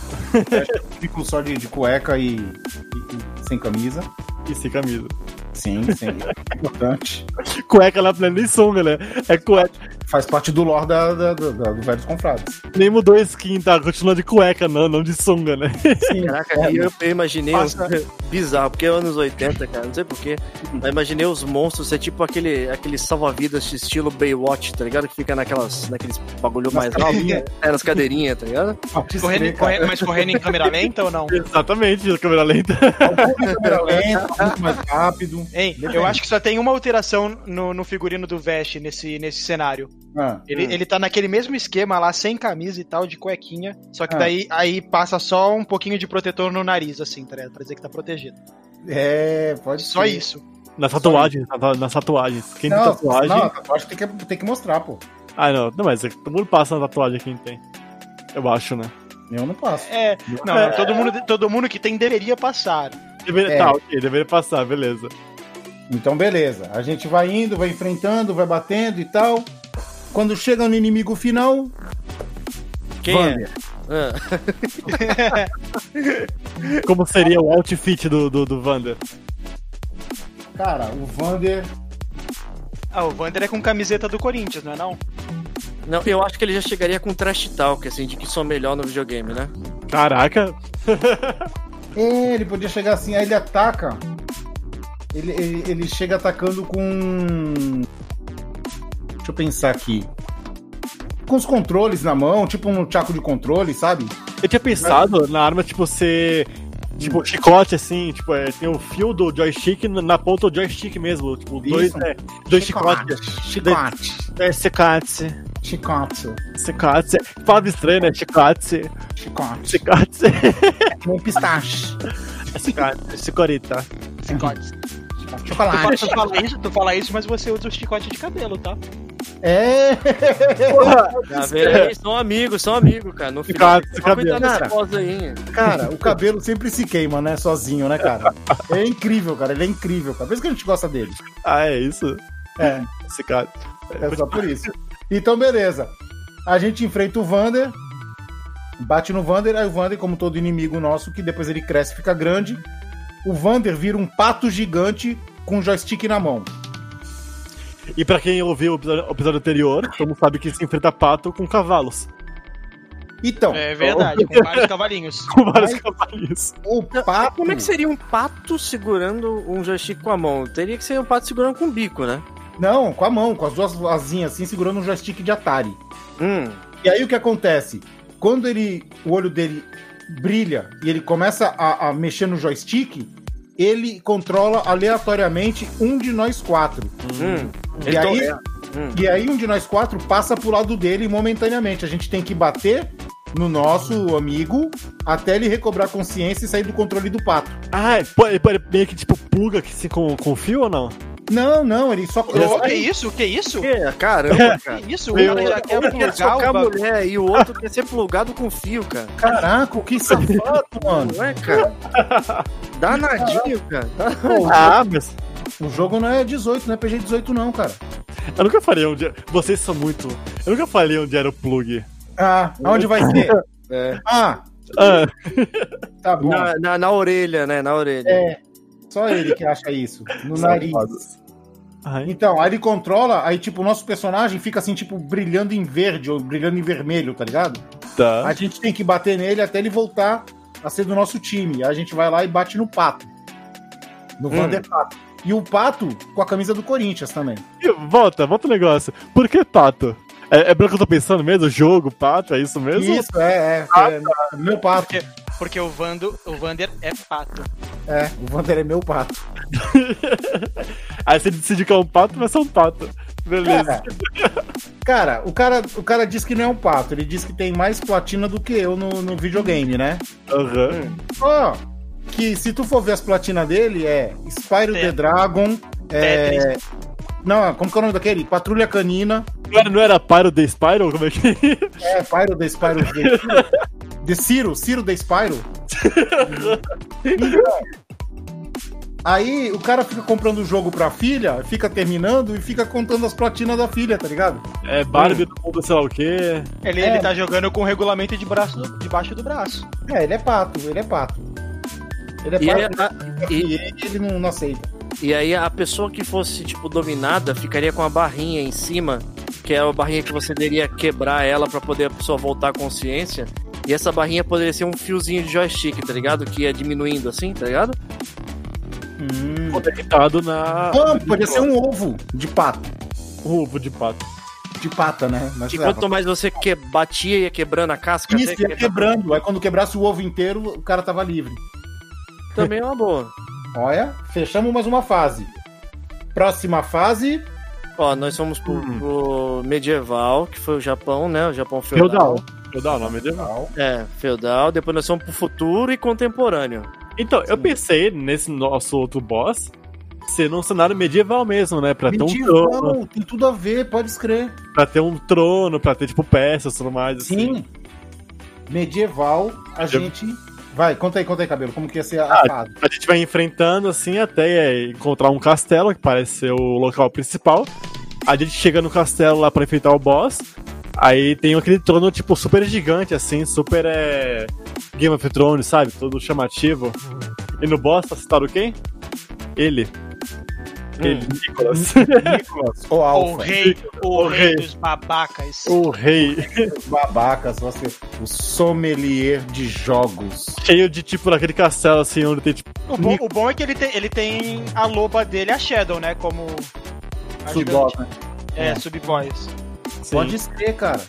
Speaker 3: ficam só de, de cueca e, e- e sem camisa.
Speaker 5: E sem camisa.
Speaker 3: Sim, sim. [laughs] importante.
Speaker 5: Cueca lá, não é nem sunga, né? É cueca.
Speaker 3: Faz parte do lore da, da, da- da- do Velhos Confrades.
Speaker 5: Nem mudou a skin, tá? Continua de cueca, não, não de sunga, né? [laughs]
Speaker 3: Sim,
Speaker 4: Caraca,
Speaker 3: é,
Speaker 4: eu, eu imaginei
Speaker 6: Passa.
Speaker 4: um- bizarro, porque é anos 80, cara, não sei porquê. Mas imaginei os monstros ser tipo aquele, aquele salva-vidas estilo Baywatch, tá ligado? Que fica naquelas, naqueles bagulho mais alto, né? É, nas cadeirinhas, tá ligado?
Speaker 3: pode
Speaker 6: Correndo,
Speaker 3: crer, cara.
Speaker 6: corre- mas correndo em câmera lenta ou não?
Speaker 5: Exatamente, a câmera lenta.
Speaker 3: Câmera lenta, É, muito mais rápido.
Speaker 6: Hein, eu
Speaker 3: Depende.
Speaker 6: acho que só tem uma alteração no, no figurino do Vest nesse, nesse cenário.
Speaker 3: Ah,
Speaker 6: Ele, ele tá naquele mesmo esquema lá, sem camisa e tal, de cuequinha. Só que
Speaker 3: Ah.
Speaker 6: daí aí passa só um pouquinho de protetor no nariz, assim, tá ligado? Pra dizer que tá protegido.
Speaker 3: é, pode
Speaker 6: Só
Speaker 3: ser.
Speaker 6: isso.
Speaker 5: Nas tatuagens, na- nas tatuagens. Quem tem
Speaker 3: Não,
Speaker 5: tatuagem.
Speaker 3: não, tatuagem tem que, tem que mostrar, pô.
Speaker 5: Ah, não, não, mas é que todo mundo passa na tatuagem quem tem. Eu acho, né?
Speaker 3: Eu não passo.
Speaker 6: É. Não,
Speaker 5: É.
Speaker 6: não, todo, mundo, todo mundo que tem deveria passar.
Speaker 5: Deveria,
Speaker 3: É.
Speaker 5: Tá, ok, deveria passar, beleza.
Speaker 3: Então, beleza. A gente vai indo, vai enfrentando, vai batendo e tal. Quando chega no inimigo final,
Speaker 4: Quem
Speaker 3: Vander.
Speaker 4: é?
Speaker 5: Como seria o outfit do, do, do Wander?
Speaker 3: Cara, o Vander.
Speaker 6: Ah, o Wander é com camiseta do Corinthians, não é não?
Speaker 4: Ah, não, eu acho que ele já chegaria com trash talk, assim, de que sou melhor no videogame, né?
Speaker 5: Caraca,
Speaker 3: É, ele podia chegar assim, aí ele ataca. Ele, ele, ele chega atacando com. Deixa eu pensar aqui. Com os controles na mão, tipo um tchaco de controle, sabe?
Speaker 5: eu tinha pensado na arma, tipo, ser. Tipo, chicote, assim, tipo, é, tem o fio do joystick na- na ponta do joystick mesmo. Tipo, dois,
Speaker 3: Isso.
Speaker 5: é, dois chicotes.
Speaker 3: Chicote.
Speaker 5: É, chicote.
Speaker 3: Chicote.
Speaker 5: Chicote. Fala estranho, né? Chicote.
Speaker 3: Chicote.
Speaker 5: Chicote.
Speaker 3: Chicote. um Pistache.
Speaker 5: Chicote. Chicorita.
Speaker 6: Chicote.
Speaker 3: Chocolate.
Speaker 6: Tu fala, isso, tu fala isso, mas você usa o chicote de cabelo, tá?
Speaker 3: É.
Speaker 4: Tá vendo? Eles são amigos, são amigos, cara. No final, tá
Speaker 5: Cara,
Speaker 4: tem que tomar cuidado
Speaker 3: cara.
Speaker 4: nessa pose aí.
Speaker 3: Cara, o cabelo sempre se queima, né? Sozinho, né, cara? Ele é incrível, cara. Ele é incrível, cara. Por isso que a gente gosta dele.
Speaker 5: Ah, é isso?
Speaker 3: É.
Speaker 5: Chicote.
Speaker 3: É só por isso. Então, beleza. A gente enfrenta o Vander. Bate no Vander. Aí o Vander, como todo inimigo nosso, que depois ele cresce e fica grande. O Vander vira um pato gigante com um joystick na mão.
Speaker 5: E pra quem ouviu o episódio, o episódio anterior, todo mundo sabe que se enfrenta pato com cavalos. [laughs]
Speaker 3: Então,
Speaker 6: É verdade, com [laughs] vários cavalinhos.
Speaker 5: Com vários cavalinhos.
Speaker 3: o pato.
Speaker 4: Como é que seria um pato segurando um joystick com a mão? Teria que ser um pato segurando com o bico, né?
Speaker 3: Não, com a mão, com as duas asinhas assim, segurando um joystick de Atari.
Speaker 4: Hum.
Speaker 3: E aí o que acontece? Quando ele. O olho dele brilha e ele começa a, a mexer no joystick, ele controla aleatoriamente um de nós quatro.
Speaker 4: Hum.
Speaker 3: E aí,
Speaker 6: é.
Speaker 4: Hum.
Speaker 3: e aí um de nós quatro passa pro lado dele momentaneamente. A gente tem que bater no nosso amigo até ele recobrar a consciência e sair do controle do pato.
Speaker 5: Ah, é, pô, ele- pô, ele meio que tipo pluga que se com, com fio ou não?
Speaker 3: Não, não, ele só.
Speaker 6: Ô, que
Speaker 3: Aí,
Speaker 6: isso? Que isso? Que
Speaker 4: É, Caramba, cara.
Speaker 6: isso? O
Speaker 5: Meu-
Speaker 6: cara já quer
Speaker 4: Um quer
Speaker 6: plugar
Speaker 4: socar
Speaker 6: o
Speaker 4: a
Speaker 6: bagulho.
Speaker 4: mulher e o outro quer ser plugado com fio, cara.
Speaker 3: Caraca, que safado, mano.
Speaker 4: Não é, cara? Danadinho, cara.
Speaker 5: Ah, mas
Speaker 3: O jogo não é 18, não é PG 18, não, cara.
Speaker 5: eu nunca falei onde. é- Vocês são muito. Eu nunca falei onde era o plug.
Speaker 3: Ah, aonde vai ser?
Speaker 4: É.
Speaker 3: Ah,
Speaker 5: Ah,
Speaker 3: tá bom.
Speaker 4: Na, na, na orelha, né? Na orelha.
Speaker 3: É. Só ele que acha isso. No nariz.
Speaker 5: ai,
Speaker 3: Então, aí ele controla, aí, tipo, o nosso personagem fica assim, tipo, brilhando em verde ou brilhando em vermelho, tá ligado?
Speaker 5: tá.
Speaker 3: A gente tem que bater nele até ele voltar a ser do nosso time. Aí a gente vai lá e bate no Pato. No Vander Pato. E o Pato com a camisa do Corinthians também.
Speaker 5: Ih, Volta, volta o negócio. Por que pato? É, é pelo que eu tô pensando mesmo? Jogo, pato, é isso mesmo?
Speaker 3: Isso, é, é. é, meu Pato.
Speaker 6: Porque, porque o, Vando, o Vander é pato.
Speaker 3: É, o Vander é meu Pato.
Speaker 5: Aí você decide que é um pato, mas é um pato. Beleza.
Speaker 3: Cara, o cara, o cara diz que não é um Pato. Ele diz que tem mais platina do que eu no, no videogame, né?
Speaker 5: Aham.
Speaker 3: Ó, que se tu for ver as platinas dele, é Spyro
Speaker 6: Te-
Speaker 3: the Dragon. É,
Speaker 6: Tetris.
Speaker 3: não, como que é o nome daquele? Patrulha Canina.
Speaker 5: Não era- Não era Pyro the Spiral? Como é que
Speaker 3: É, Pyro da Spyro de, de Ciro, Ciro da Spyro. [laughs] Então, aí o cara fica comprando o jogo pra filha, fica terminando e fica contando as platinas da filha, tá ligado?
Speaker 5: É Barbie do mundo, sei lá o quê.
Speaker 6: Ele,
Speaker 3: É.
Speaker 6: ele tá jogando com o regulamento de braço, debaixo do braço.
Speaker 3: É, ele é pato, ele é pato. Ele é
Speaker 4: E aí,
Speaker 3: pato
Speaker 4: a,
Speaker 3: e
Speaker 4: e,
Speaker 3: ele, não, não aceita.
Speaker 4: e aí a pessoa que fosse, tipo, dominada ficaria com a barrinha em cima, que era a barrinha que você deveria quebrar ela pra poder a pessoa voltar à consciência. E essa barrinha poderia ser um fiozinho de joystick, tá ligado? Que ia diminuindo assim, tá ligado?
Speaker 5: Hum. Conectado na.
Speaker 3: Ah, podia ser um ovo de pato.
Speaker 5: Ovo de pato.
Speaker 3: De pata, né? Mas,
Speaker 4: E quanto mais você que batia, ia quebrando a casca,
Speaker 3: Isso,
Speaker 4: até
Speaker 3: ia quebrando. Aí quando quebrasse o ovo inteiro, o cara tava livre.
Speaker 4: também é uma boa.
Speaker 3: Olha, fechamos mais uma fase. Próxima fase.
Speaker 4: Ó, nós fomos pro,
Speaker 3: Hum.
Speaker 4: pro medieval, que foi o Japão, né? O Japão feudal.
Speaker 5: Feudal. Feudal, nome dele.
Speaker 4: É, feudal. Depois nós fomos pro futuro e contemporâneo.
Speaker 5: Então, eu pensei nesse nosso outro boss ser num cenário medieval mesmo, né? Pra ter um trono,
Speaker 3: Medieval, tem tudo a ver, pode escrever.
Speaker 5: pra ter um trono, pra ter, tipo, peças e tudo mais. assim.
Speaker 3: Sim. Medieval, a
Speaker 5: Eu-
Speaker 3: gente. Vai, conta aí, conta aí, cabelo. Como que ia ser a
Speaker 5: Ah, [laughs]
Speaker 3: fase?
Speaker 5: A gente vai enfrentando, assim, até é, encontrar um castelo, que parece ser o local principal. A gente chega no castelo lá pra enfrentar o boss. Aí tem aquele trono, tipo, super gigante, assim, super é, Game of Thrones, sabe? Todo chamativo. E no boss tá citado quem? Ele. Ele, Nicolas.
Speaker 3: Nicolas, ou
Speaker 6: O
Speaker 3: Alfa,
Speaker 6: rei, o
Speaker 5: O
Speaker 6: rei
Speaker 5: rei.
Speaker 6: dos babacas.
Speaker 5: [laughs] o rei.
Speaker 3: os babacas, você, o sommelier de jogos.
Speaker 5: cheio de tipo daquele castelo assim, onde tem tipo.
Speaker 6: O bom, o bom é que ele tem, ele tem a loba dele, a Shadow, né? Como.
Speaker 3: Sudó, né?
Speaker 6: É, sub-voice.
Speaker 5: Assim,
Speaker 3: Pode ser, cara.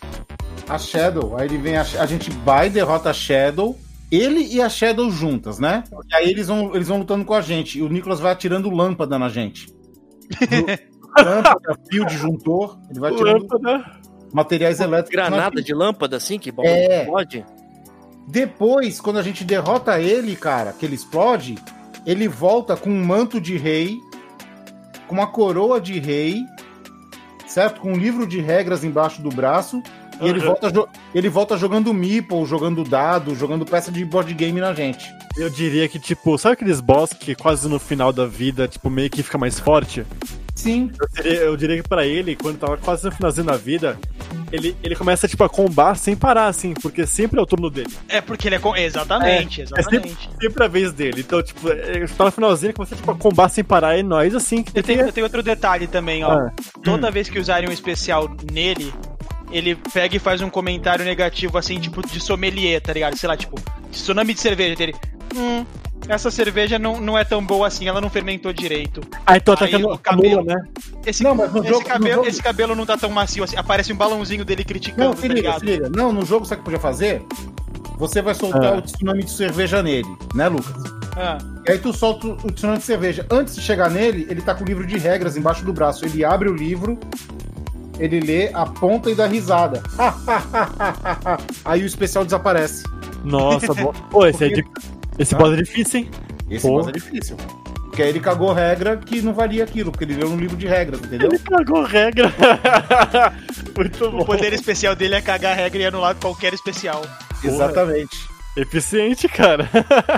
Speaker 3: A Shadow, aí ele vem, a, a gente vai, derrota a Shadow, ele e a Shadow juntas, né? E aí eles vão, eles vão lutando com a gente, e o Nicholas vai atirando lâmpada na gente. No- lâmpada, fio disjuntor, ele vai atirando
Speaker 5: lâmpada.
Speaker 3: materiais elétricos. na
Speaker 4: Granada de lâmpada, assim, que bom.
Speaker 3: É.
Speaker 4: Pode?
Speaker 3: Depois, quando a gente derrota ele, cara, que ele explode, ele volta com um manto de rei, com uma coroa de rei, certo? Com um livro de regras embaixo do braço. E ele,
Speaker 5: Aham.
Speaker 3: volta, jo- ele volta jogando meeple, jogando dado, jogando peça de board game na gente.
Speaker 5: Eu diria que, tipo, sabe aqueles boss que quase no final da vida, tipo, meio que fica mais forte?
Speaker 3: Sim.
Speaker 5: Eu diria, eu diria que pra ele, quando tava quase no finalzinho da vida, ele, ele começa, tipo, a combar sem parar, assim, porque sempre é o turno dele.
Speaker 6: É porque ele é. Com... Exatamente,
Speaker 5: É sempre,
Speaker 6: exatamente.
Speaker 5: sempre a vez dele. Então, tipo, é, tá no finalzinho, ele começa, tipo, a combar sem parar, e nós, assim, que
Speaker 6: Eu tenho,
Speaker 5: tem.
Speaker 6: eu tenho outro detalhe também, ó.
Speaker 5: Ah.
Speaker 6: Toda
Speaker 3: Hum.
Speaker 6: vez que usarem um especial nele, ele pega e faz um comentário negativo, assim, tipo, de sommelier, tá ligado? Sei lá, tipo, tsunami de cerveja dele. Hum, essa cerveja não, não é tão boa assim, ela não fermentou direito.
Speaker 5: Ah, então
Speaker 6: Aí
Speaker 5: atacando
Speaker 6: o
Speaker 5: o cabelo,
Speaker 6: cabelo-
Speaker 5: né?
Speaker 6: Esse,
Speaker 3: Não, mas no
Speaker 6: esse
Speaker 3: jogo- no
Speaker 6: cabelo,
Speaker 3: jogo-
Speaker 6: esse cabelo não tá tão macio assim. Aparece um balãozinho dele criticando,
Speaker 3: Não, se
Speaker 6: tá
Speaker 3: liga,
Speaker 6: ligado?
Speaker 3: se liga. Não, no jogo, sabe o que podia fazer? Você vai soltar
Speaker 5: Ah.
Speaker 3: o tsunami de cerveja nele, né, Lucas?
Speaker 6: Ah,
Speaker 3: E aí tu solta o tsunami de cerveja. Antes de chegar nele, ele tá com o livro de regras embaixo do braço. Ele abre o livro, ele lê, aponta e dá risada. [laughs] aí o especial desaparece.
Speaker 5: Nossa, bo... Pô, esse, é di- esse boss é difícil, hein?
Speaker 3: Esse
Speaker 5: Pô.
Speaker 3: boss é difícil. Porque aí ele cagou regra que não valia aquilo, porque ele leu um livro de regras, entendeu?
Speaker 5: Ele cagou regra. [laughs] Muito
Speaker 6: o
Speaker 5: bom.
Speaker 6: poder especial dele é cagar a regra e anular qualquer especial.
Speaker 3: Exatamente.
Speaker 5: Eficiente, cara.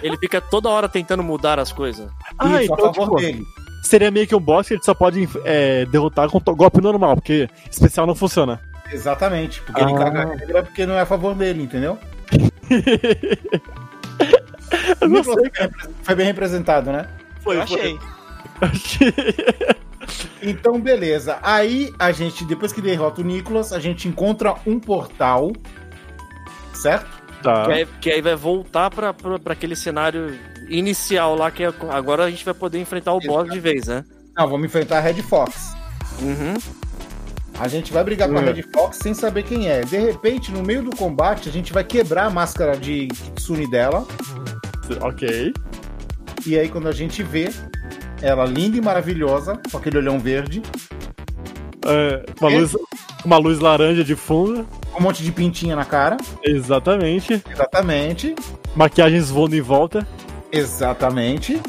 Speaker 4: Ele fica toda hora tentando mudar as coisas.
Speaker 5: Ah,
Speaker 3: Isso,
Speaker 5: então,
Speaker 3: a favor
Speaker 5: tipo,
Speaker 3: dele.
Speaker 5: seria meio que um boss que ele só pode é, derrotar com to- golpe normal, porque especial não funciona.
Speaker 3: [laughs] Exatamente. Porque ele
Speaker 5: Ah.
Speaker 3: caga regra porque não é a favor dele, entendeu?
Speaker 5: Eu não
Speaker 3: Nicolas [laughs]
Speaker 5: sei,
Speaker 3: foi bem- assim, foi bem representado, né?
Speaker 5: Foi,
Speaker 6: eu achei.
Speaker 3: Então, beleza. Aí a gente, depois que derrota o Nicholas, a gente encontra um portal. Certo?
Speaker 5: Tá.
Speaker 4: Que, aí, que aí vai voltar pra, pra, pra aquele cenário inicial lá, que é- agora a gente vai poder enfrentar o boss de vez, né?
Speaker 3: Não, vamos enfrentar a Red Fox.
Speaker 4: Uhum.
Speaker 3: A gente vai brigar com a
Speaker 5: Hum.
Speaker 3: Red Fox sem saber quem é. De repente, no meio do combate, a gente vai quebrar a máscara de Kitsune dela.
Speaker 5: Ok.
Speaker 3: E aí, quando a gente vê ela linda e maravilhosa, com aquele olhão verde,
Speaker 5: É, uma, luz, uma luz laranja de fundo.
Speaker 3: com um monte de pintinha na cara.
Speaker 5: Exatamente.
Speaker 3: Exatamente.
Speaker 5: Maquiagens voando em volta.
Speaker 3: Exatamente.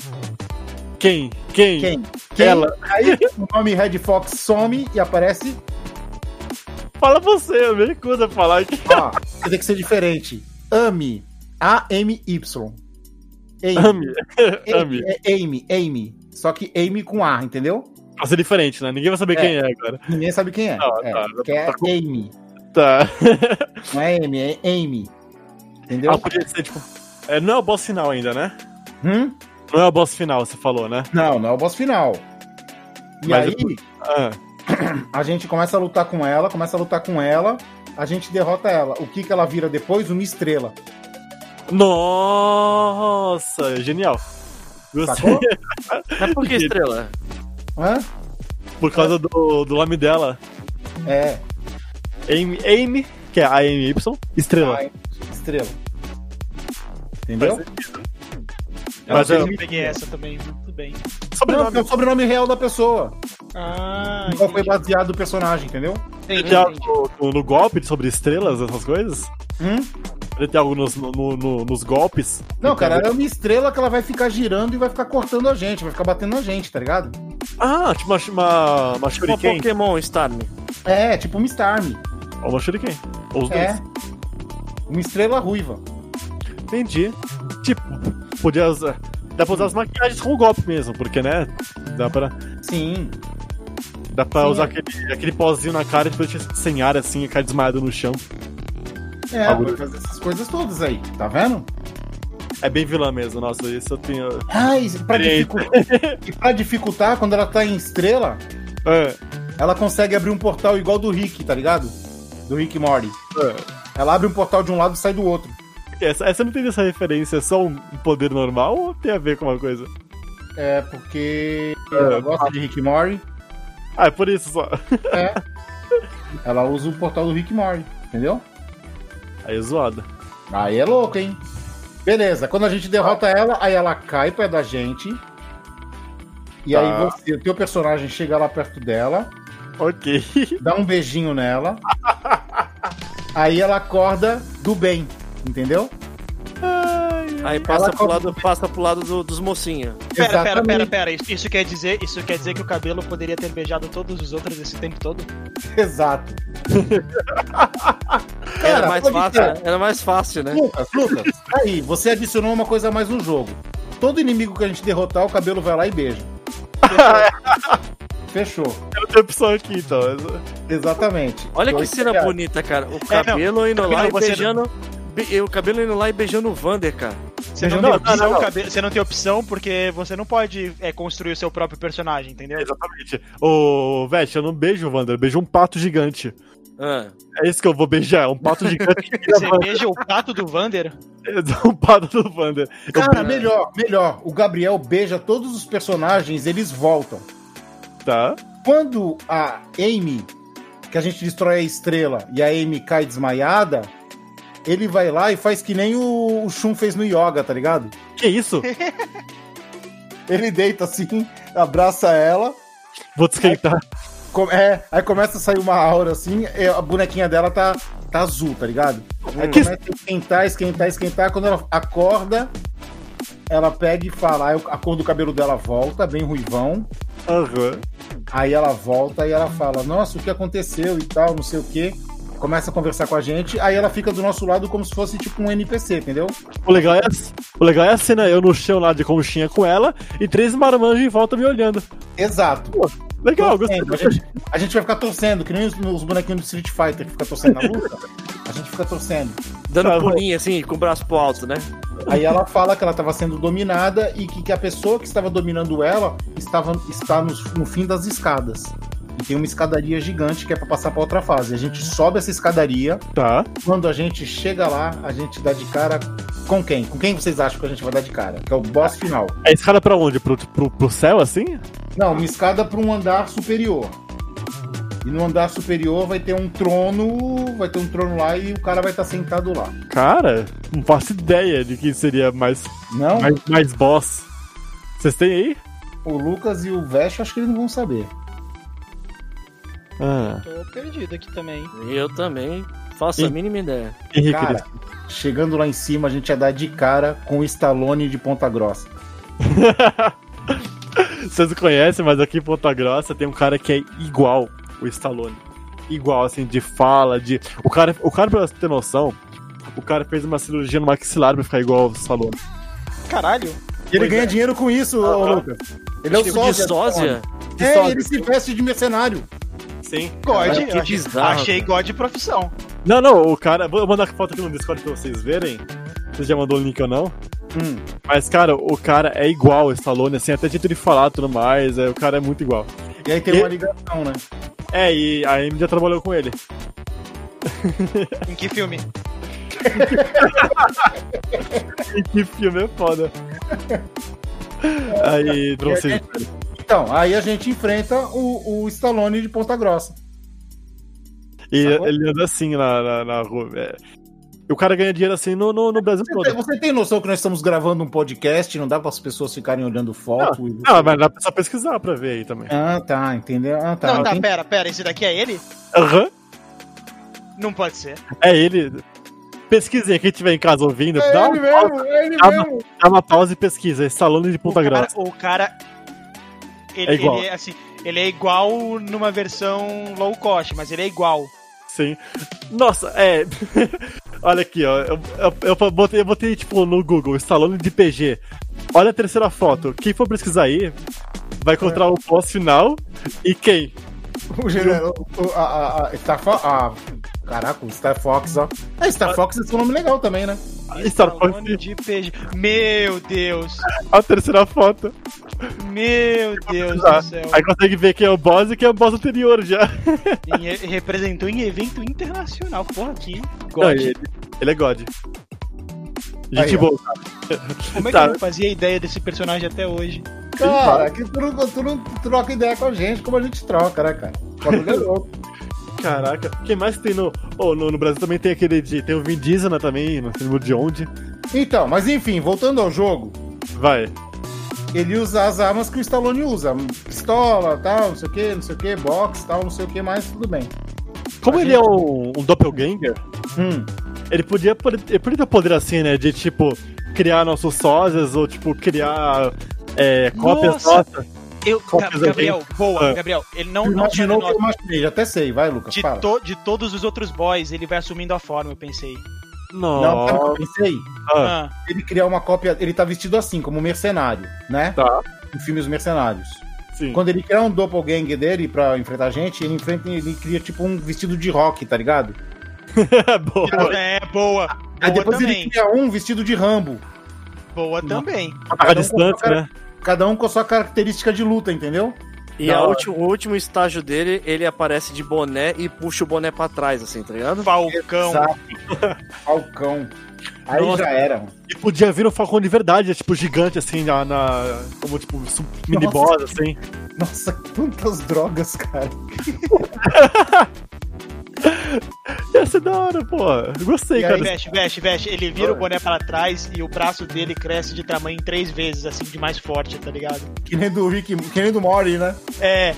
Speaker 5: Quem? Quem?
Speaker 3: Quem? Quem?
Speaker 5: Ela.
Speaker 3: Aí o nome Red Fox some e aparece.
Speaker 5: Fala você, eu me recuso a falar aqui.
Speaker 3: Ó, [laughs] você tem que ser diferente. Ami. A-M-Y. Amy.
Speaker 5: Ami.
Speaker 3: Amy.
Speaker 5: Ami.
Speaker 3: É Amy. Amy. Só que Amy com A, entendeu?
Speaker 5: Vai ser diferente, né? Ninguém vai saber
Speaker 3: É.
Speaker 5: quem é agora.
Speaker 3: Ninguém sabe quem é.
Speaker 5: Ah,
Speaker 3: é,
Speaker 5: tá.
Speaker 3: que é
Speaker 5: Tá com-
Speaker 3: Amy.
Speaker 5: Tá.
Speaker 3: Não é Amy, é Amy. Entendeu?
Speaker 5: Ah, podia ser, tipo. é, não é o boss final ainda, né?
Speaker 3: Hum?
Speaker 5: Não é o boss final, você falou, né?
Speaker 3: Não, não é o boss final. E
Speaker 5: Mas
Speaker 3: aí,
Speaker 5: Ah,
Speaker 3: A gente começa a lutar com ela, começa a lutar com ela, a gente derrota ela. O que que ela vira depois? Uma estrela.
Speaker 5: Nossa, genial. Gostei.
Speaker 3: Sacou?
Speaker 5: é
Speaker 4: Mas
Speaker 6: [laughs]
Speaker 4: por que estrela?
Speaker 3: [laughs] Hã?
Speaker 5: Por causa do, do nome dela.
Speaker 3: É,
Speaker 5: Amy, Amy, que é a Amy Y, estrela.
Speaker 3: a estrela. Entendeu?
Speaker 5: é
Speaker 6: Eu
Speaker 5: Mas é
Speaker 6: não sei
Speaker 5: um- eu-
Speaker 6: se eu peguei essa também, mas tudo bem.
Speaker 3: então Não, porque é o sobrenome real da pessoa.
Speaker 6: Ah,
Speaker 3: Qual foi baseado o personagem, entendeu?
Speaker 6: entendi,
Speaker 5: Tem
Speaker 6: entendi.
Speaker 5: algo no, no golpe de sobre estrelas, essas coisas?
Speaker 3: Hum?
Speaker 5: Ele tem algo nos, no- no- no- nos golpes?
Speaker 3: Não, cara, ela é uma estrela que ela vai ficar girando e vai ficar cortando a gente, vai ficar batendo na gente, tá ligado?
Speaker 5: Ah, tipo uma, uma, uma
Speaker 4: Uma
Speaker 5: shuriken.
Speaker 4: Pokémon Starm.
Speaker 3: É, tipo uma Starm.
Speaker 5: Ou uma shuriken. Ou os
Speaker 3: É.
Speaker 5: dois.
Speaker 3: Uma estrela ruiva.
Speaker 5: Entendi. Tipo, podia usar... Dá pra usar as maquiagens com o golpe mesmo, porque, né? Dá pra,
Speaker 3: Sim.
Speaker 5: dá pra
Speaker 3: Sim.
Speaker 5: usar aquele, aquele pozinho na cara e depois te- sem ar, assim, e cai desmaiado no chão.
Speaker 3: É,
Speaker 5: Algo-
Speaker 3: vai fazer essas coisas todas aí, tá vendo?
Speaker 5: É bem vilã mesmo, nossa, isso eu tenho...
Speaker 3: Ai, pra dificultar, e pra dificultar, quando ela tá em estrela,
Speaker 5: É,
Speaker 3: ela consegue abrir um portal igual do Rick, tá ligado? Do Rick Morty. Ela abre um portal de um lado e sai do outro.
Speaker 5: Essa, essa eu não tem essa referência, é só um poder normal ou tem a ver com uma coisa?
Speaker 3: É, porque
Speaker 5: É,
Speaker 3: ela
Speaker 5: tá.
Speaker 3: gosta de Rick Morty,
Speaker 5: Ah, é por isso só.
Speaker 3: ela usa o portal do Rick Morty, entendeu?
Speaker 5: Aí é zoado.
Speaker 3: Aí é louco, hein? Beleza, quando a gente derrota ela, aí ela cai perto da gente. E
Speaker 5: Tá.
Speaker 3: aí você, o teu personagem chega lá perto dela,
Speaker 5: Ok. [laughs]
Speaker 3: dá um beijinho
Speaker 4: [laughs]
Speaker 3: nela. aí ela acorda do bem, entendeu?
Speaker 4: Aí passa
Speaker 3: Ela
Speaker 4: pro
Speaker 3: come-
Speaker 4: lado, passa pro lado do- dos mocinhos.
Speaker 6: Pera, pera, pera,
Speaker 3: Exatamente,
Speaker 6: pera. Isso, isso quer dizer, isso quer dizer que o cabelo poderia ter beijado todos os outros esse tempo todo?
Speaker 3: Exato.
Speaker 4: [laughs] Era mais
Speaker 3: pode
Speaker 4: fácil,
Speaker 3: ser.
Speaker 4: né? Era mais fácil, né?
Speaker 3: Lucas, Lucas, aí, você adicionou uma coisa a mais no jogo. Todo inimigo que a gente derrotar, o cabelo vai lá e
Speaker 4: [laughs]
Speaker 3: beija. Fechou. Fechou.
Speaker 5: Eu tenho opção aqui, então.
Speaker 3: Exatamente.
Speaker 4: Olha que
Speaker 3: Dois
Speaker 4: cena
Speaker 3: reais.
Speaker 4: bonita, cara. O cabelo indo lá
Speaker 6: É, Cabelo,
Speaker 4: e
Speaker 6: você-
Speaker 4: beijando. be- O cabelo indo lá e beijando o Vander, cara.
Speaker 6: Você não, tem
Speaker 5: Não, não,
Speaker 6: opção,
Speaker 5: não.
Speaker 6: cabe- você não tem opção porque você não pode é, construir o seu próprio personagem, entendeu?
Speaker 5: é, Exatamente. Ô, Vete, eu não beijo o Wander, eu beijo um pato gigante.
Speaker 4: Ah,
Speaker 5: É isso que eu vou beijar, um pato gigante. que
Speaker 3: [laughs]
Speaker 5: vira
Speaker 6: Você beija o pato do Vander?
Speaker 5: Wander. [laughs] um pato do Wander.
Speaker 3: Cara, Então, melhor, melhor. O Gabriel beija todos os personagens, eles voltam.
Speaker 5: Tá.
Speaker 3: Quando a Amy, que a gente destrói a estrela, e a Amy cai desmaiada, ele vai lá e faz que nem o, o Shun fez no yoga, tá ligado?
Speaker 5: Que isso?
Speaker 3: Ele deita assim, abraça ela,
Speaker 5: Vou te
Speaker 3: [laughs]
Speaker 5: esquentar.
Speaker 3: co- é, aí começa a sair uma aura assim, e a bonequinha dela tá, tá azul, tá ligado? Aí
Speaker 5: Que-
Speaker 3: começa a esquentar, esquentar, esquentar. Quando ela acorda, ela pega e fala, aí a cor do cabelo dela volta, bem ruivão.
Speaker 5: Aham.
Speaker 3: Aí ela volta e ela fala: Nossa, o que aconteceu e tal, não sei o quê. Começa a conversar com a gente, aí ela fica do nosso lado como se fosse tipo um NPC, entendeu?
Speaker 5: O, legal é, a- o legal é a cena, eu no chão lá de conchinha com ela e três marmanjos em volta me olhando.
Speaker 3: Exato.
Speaker 5: Legal, gostei.
Speaker 3: Torcendo. A gente, a gente vai ficar torcendo, que nem os, os bonequinhos do Street Fighter que fica torcendo na luta. A gente fica torcendo.
Speaker 4: dando
Speaker 5: Tá bom.
Speaker 4: pulinho assim, com o braço pro alto, né?
Speaker 3: Aí ela fala que ela estava sendo dominada e que, que a pessoa que estava dominando ela estava está nos- no, fim das escadas. E tem uma escadaria gigante que é para passar para outra fase. A gente sobe essa escadaria
Speaker 5: Tá.
Speaker 3: Quando a gente chega lá, a gente dá de cara com quem? Com quem vocês acham que a gente vai dar de cara? Que é o boss final.
Speaker 5: É escada pra onde? Pro, pro, pro céu, assim?
Speaker 3: Não, uma escada para um andar superior. E no andar superior vai ter um trono, vai ter um trono lá e o cara vai estar sentado lá.
Speaker 5: Cara, não faço ideia de quem seria mais,
Speaker 3: Não,
Speaker 5: mais, mais boss. Vocês têm aí?
Speaker 3: o Lucas e o Vesh acho que eles não vão saber.
Speaker 5: Ah.
Speaker 6: Tô perdido aqui também.
Speaker 4: Eu também faço
Speaker 5: E-
Speaker 4: a mínima ideia.
Speaker 5: Henrique,
Speaker 3: Cara, chegando lá em cima, a gente ia dar de cara com o Stallone de Ponta Grossa.
Speaker 5: vocês não conhecem, mas aqui em Ponta Grossa tem um cara que é igual o Stallone. Igual, assim, de fala, de. O cara, o cara pra você ter noção, o cara fez uma cirurgia no maxilar pra ficar igual o Stallone.
Speaker 6: Caralho.
Speaker 3: E ele ganha dinheiro com isso, ô, Lucas. é. Ele é o
Speaker 4: Tipo de
Speaker 3: sósia. do
Speaker 4: sósia?
Speaker 3: Stallone.
Speaker 5: De
Speaker 3: É,
Speaker 5: sósia.
Speaker 3: ele se veste de mercenário.
Speaker 5: Sim.
Speaker 6: God,
Speaker 4: que
Speaker 3: é.
Speaker 6: eu achei,
Speaker 4: bizarro,
Speaker 6: achei
Speaker 4: cara.
Speaker 6: God profissão.
Speaker 5: Não, não, o cara. Vou mandar a foto aqui no Discord pra vocês verem. Você já mandou o link ou não?
Speaker 3: Hum.
Speaker 5: Mas, cara, o cara é igual o Stallone, assim, até jeito de falar e tudo mais. É, o cara é muito igual.
Speaker 3: E aí tem
Speaker 5: E-
Speaker 3: uma ligação, né?
Speaker 5: É, e a Amy já trabalhou com ele. [laughs]
Speaker 6: Em que filme?
Speaker 5: que filme é
Speaker 3: [laughs]
Speaker 5: foda. Aí, pra vocês.
Speaker 3: Então, aí a gente enfrenta o, o Stallone de Ponta Grossa.
Speaker 5: E
Speaker 3: Sacou?
Speaker 5: ele anda assim na, na, na rua. é. E o cara ganha dinheiro assim no, no, no Brasil
Speaker 3: Você, tem-
Speaker 5: todo.
Speaker 3: você tem noção que nós estamos gravando um podcast, não dá para as pessoas ficarem olhando foto? e você-
Speaker 5: Ah, mas dá pra só pesquisar pra ver aí também.
Speaker 3: Ah, tá, entendeu? Ah, tá.
Speaker 6: não, tá,
Speaker 3: tem-
Speaker 6: pera, pera, esse daqui é ele?
Speaker 5: Aham.
Speaker 6: Não pode ser.
Speaker 5: É ele. Pesquisem, quem tiver em casa ouvindo,
Speaker 3: É
Speaker 5: dá, um
Speaker 3: ele
Speaker 5: uma pausa,
Speaker 3: mesmo, é ele
Speaker 5: dá,
Speaker 3: mesmo.
Speaker 5: uma, dá uma pausa e pesquisa. Stallone de Ponta
Speaker 6: o cara,
Speaker 5: Grossa.
Speaker 6: o cara ele,
Speaker 5: É igual.
Speaker 6: ele é assim, ele é igual numa versão low cost, mas ele é igual.
Speaker 5: Sim. Nossa, é. [laughs] Olha aqui, ó. Eu, eu, eu botei, eu botei, tipo, no Google, Stallone de PG. Olha a terceira foto. Quem for pesquisar aí, vai encontrar o boss final e quem?
Speaker 3: É, O general- o- a- a- a Star Fox. a- Caraca, o Star Fox, ó. É, Star Fox é um nome legal também, né?
Speaker 5: Star Fox.
Speaker 6: Stallone Tá de PG. Meu Deus.
Speaker 5: A terceira foto.
Speaker 6: Meu Deus
Speaker 5: Ah,
Speaker 6: do céu.
Speaker 5: Aí consegue ver quem é o boss e quem é o boss anterior já.
Speaker 6: Ele representou em evento internacional, porra aqui.
Speaker 5: Não, ele, ele é God. Gente
Speaker 3: Aí, ó.
Speaker 5: boa.
Speaker 6: Como é que
Speaker 5: Tá.
Speaker 6: eu não fazia ideia desse personagem até hoje?
Speaker 3: Cara, é que tu não, tu não troca ideia com a gente como a gente troca, né, cara? O bagulho [laughs] é louco.
Speaker 5: Caraca, quem mais tem no. Oh, no, no Brasil também tem aquele de. Tem o Vin Diesel né, também, não sei de onde.
Speaker 3: Então, mas enfim, voltando ao jogo,
Speaker 5: Vai.
Speaker 3: ele usa as armas que o Stallone usa. Pistola, tal, não sei o que, não sei o que, box, tal, não sei o que mais, tudo bem.
Speaker 5: Como
Speaker 3: A
Speaker 5: ele é um, um doppelganger,
Speaker 3: Hum.
Speaker 5: ele podia, poder- ele podia ter o poder assim, né? De tipo, criar nossos sósias ou tipo, criar é, cópias
Speaker 6: Nossa!
Speaker 5: nossas.
Speaker 6: Eu,
Speaker 5: Qual que é o
Speaker 6: Gabriel, boa,
Speaker 5: Ah.
Speaker 6: Gabriel. Ele não, Então, não foi
Speaker 3: Imaginou que
Speaker 6: nota.
Speaker 3: eu imaginei, já até sei, vai, Lucas,
Speaker 6: de,
Speaker 3: fala.
Speaker 6: to- de todos os outros boys, ele vai assumindo a forma, eu pensei.
Speaker 3: Não, sabe o que eu
Speaker 5: Nossa.
Speaker 3: pensei?
Speaker 6: Ah,
Speaker 3: Ele criar uma cópia. Ele tá vestido assim, como um mercenário, né?
Speaker 5: Tá.
Speaker 3: No filme Os Mercenários.
Speaker 5: Sim. [laughs]
Speaker 3: Quando ele criar um doppelganger dele pra enfrentar a gente, ele enfrenta ele cria tipo um vestido de rock, tá ligado?
Speaker 5: Boa.
Speaker 6: é, boa.
Speaker 3: Aí
Speaker 6: Boa
Speaker 3: depois
Speaker 6: também.
Speaker 3: ele cria um vestido de Rambo. um
Speaker 6: Boa também.
Speaker 5: A distância, né?
Speaker 3: Cada um com a sua característica de luta, entendeu?
Speaker 4: E
Speaker 5: Da
Speaker 4: a
Speaker 5: hora.
Speaker 4: ulti- o último estágio dele, ele aparece de boné e puxa o boné pra trás, assim, tá ligado?
Speaker 6: Falcão.
Speaker 3: Exato. Falcão. Aí
Speaker 5: Nossa.
Speaker 3: já era. mano.
Speaker 5: E podia vir um Falcão de verdade, tipo, gigante assim, na. na como tipo, sub- mini boss, assim.
Speaker 3: Nossa, quantas drogas, cara.
Speaker 5: Ia ser da hora, pô. Gostei,
Speaker 3: E aí,
Speaker 5: cara.
Speaker 6: Veste, veste, veste. Ele vira o boné pra trás e o braço dele cresce de tamanho em três vezes, assim, de mais forte, tá ligado?
Speaker 3: Que nem do Rick, que nem do Mori, né?
Speaker 6: É,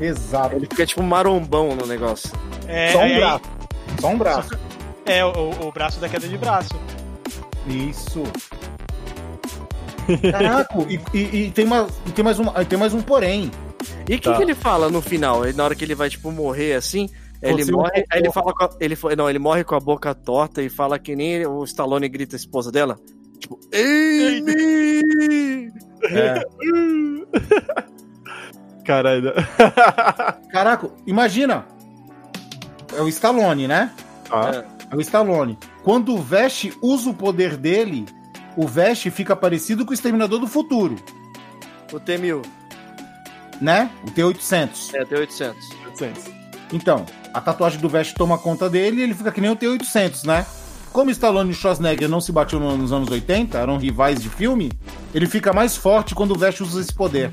Speaker 3: Exato.
Speaker 4: Ele fica tipo marombão no negócio.
Speaker 6: é.
Speaker 3: Só um
Speaker 6: é,
Speaker 3: braço. Só um braço.
Speaker 6: é, o, o braço da queda de braço.
Speaker 3: Isso. [laughs] Caraca, e, e- e tem, uma, e tem, mais uma, e tem mais um porém.
Speaker 4: E o que,
Speaker 5: Tá.
Speaker 4: que ele fala no final? Ele- na hora que ele vai, tipo, morrer assim, ele
Speaker 3: Você é
Speaker 4: morre.
Speaker 3: um
Speaker 4: Aí ele fala com a, ele, fa- Não, ele morre com a boca torta e fala que nem o Stallone grita a esposa dela. Tipo, Amy!
Speaker 3: É.
Speaker 5: Caralho.
Speaker 3: Caraca, imagina. É o Stallone, né?
Speaker 5: Ah.
Speaker 3: É o Stallone. Quando o Vest usa o poder dele, o Vest fica parecido com o Exterminador do Futuro,
Speaker 4: O T-1000.
Speaker 3: né? O T-800.
Speaker 4: É, T-800.
Speaker 3: Então, a tatuagem do Vest toma conta dele e ele fica que nem o T-800, né? Como Stallone e Schwarzenegger não se batiam no- nos anos 80, eram rivais de filme, ele fica mais forte quando o Vest usa esse poder.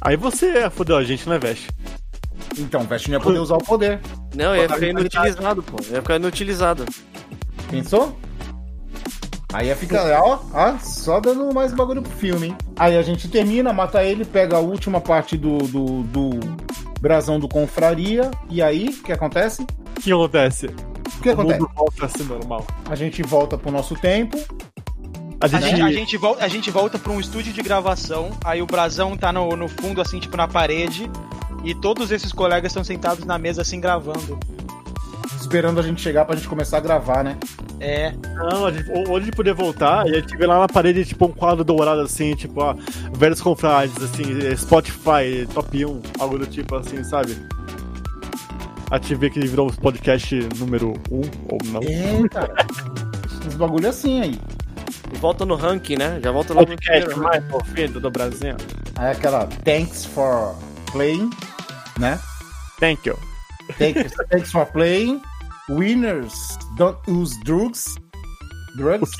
Speaker 5: Aí você fodeu a gente, né, Veste?
Speaker 3: Então, o Vest não ia poder usar o poder.
Speaker 4: Não, ia ficar
Speaker 3: Totalidade.
Speaker 4: inutilizado, pô. Ia ficar inutilizado.
Speaker 3: Pensou? Aí ia ficar, ó, ó, só dando mais bagulho pro filme, hein? Aí a gente termina, mata ele, pega a última parte do, do, do brasão do confraria, e aí, o que acontece?
Speaker 5: O que acontece?
Speaker 3: O que
Speaker 5: O
Speaker 3: acontece?
Speaker 5: mundo volta a ser normal.
Speaker 3: A gente volta pro nosso tempo,
Speaker 5: A
Speaker 6: A gente,
Speaker 5: gente.
Speaker 6: a, gente volta, a gente volta pra um estúdio de gravação, aí o brasão tá no, no fundo, assim, tipo, na parede, e todos esses colegas estão sentados na mesa, assim, gravando. [laughs]
Speaker 3: esperando a gente chegar pra gente começar a gravar, né?
Speaker 6: É,
Speaker 5: Não, a gente, onde a gente poder voltar, e a gente vê lá na parede, tipo, um quadro dourado assim, tipo, ó, velhos confrades, assim, eh, Spotify, eh, top 1, algo do tipo assim, sabe? A gente vê que virou o podcast número 1, ou não.
Speaker 3: É, cara. Uns bagulho assim aí.
Speaker 4: E volta no ranking, né? Já volta logo no
Speaker 5: Podcast
Speaker 4: primeiro.
Speaker 5: mais fofinho do Brasil.
Speaker 3: Aí aquela, thanks for playing, né?
Speaker 5: Thank you.
Speaker 3: Thank- Thanks for playing. Winners don't use drugs. Drugs.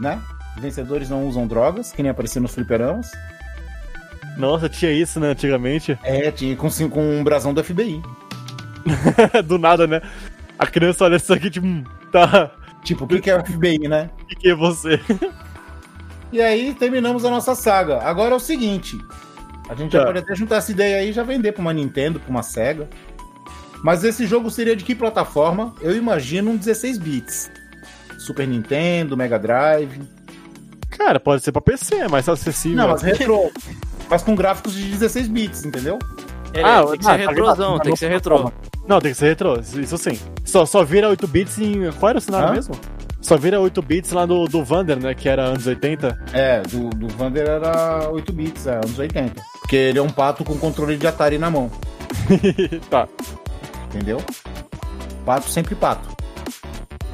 Speaker 3: Né? Vencedores não usam drogas, que nem aparecia nos fliperamas.
Speaker 5: Nossa, tinha isso, né, antigamente. [laughs]
Speaker 3: É, tinha com, cin- com um brasão do FBI.
Speaker 5: Do nada, né? A criança olha isso aqui, tipo, hum, tá, [laughs]
Speaker 3: Tipo, o que, que é o FBI, né?
Speaker 5: e quem é você?
Speaker 3: E aí terminamos a nossa saga. Agora é o seguinte: a gente já
Speaker 5: Tá.
Speaker 3: pode até juntar essa ideia aí e já vender pra uma Nintendo, pra uma Sega. Mas esse jogo seria de que plataforma? Eu imagino um 16 bits. Super Nintendo, Mega Drive.
Speaker 5: Cara, pode ser pra PC, é mais acessível.
Speaker 3: Não, mas retrô. Mas com gráficos de 16 bits, entendeu?
Speaker 4: É,
Speaker 5: Ah,
Speaker 4: tem que
Speaker 5: ah,
Speaker 4: ser
Speaker 5: tá
Speaker 4: retrosão,
Speaker 5: ligado.
Speaker 4: tem que ser retrô.
Speaker 5: Não, tem que ser retrô, isso sim. Só, só vira 8 bits em. Qual era o cenário
Speaker 3: Hã?
Speaker 5: mesmo? Só vira 8 bits lá do, do Vander, né? Que era anos 80.
Speaker 3: É, do, do Vander era 8 bits, é, anos 80. Porque ele é um pato com controle de Atari na mão,
Speaker 5: tá.
Speaker 3: entendeu? Pato sempre pato.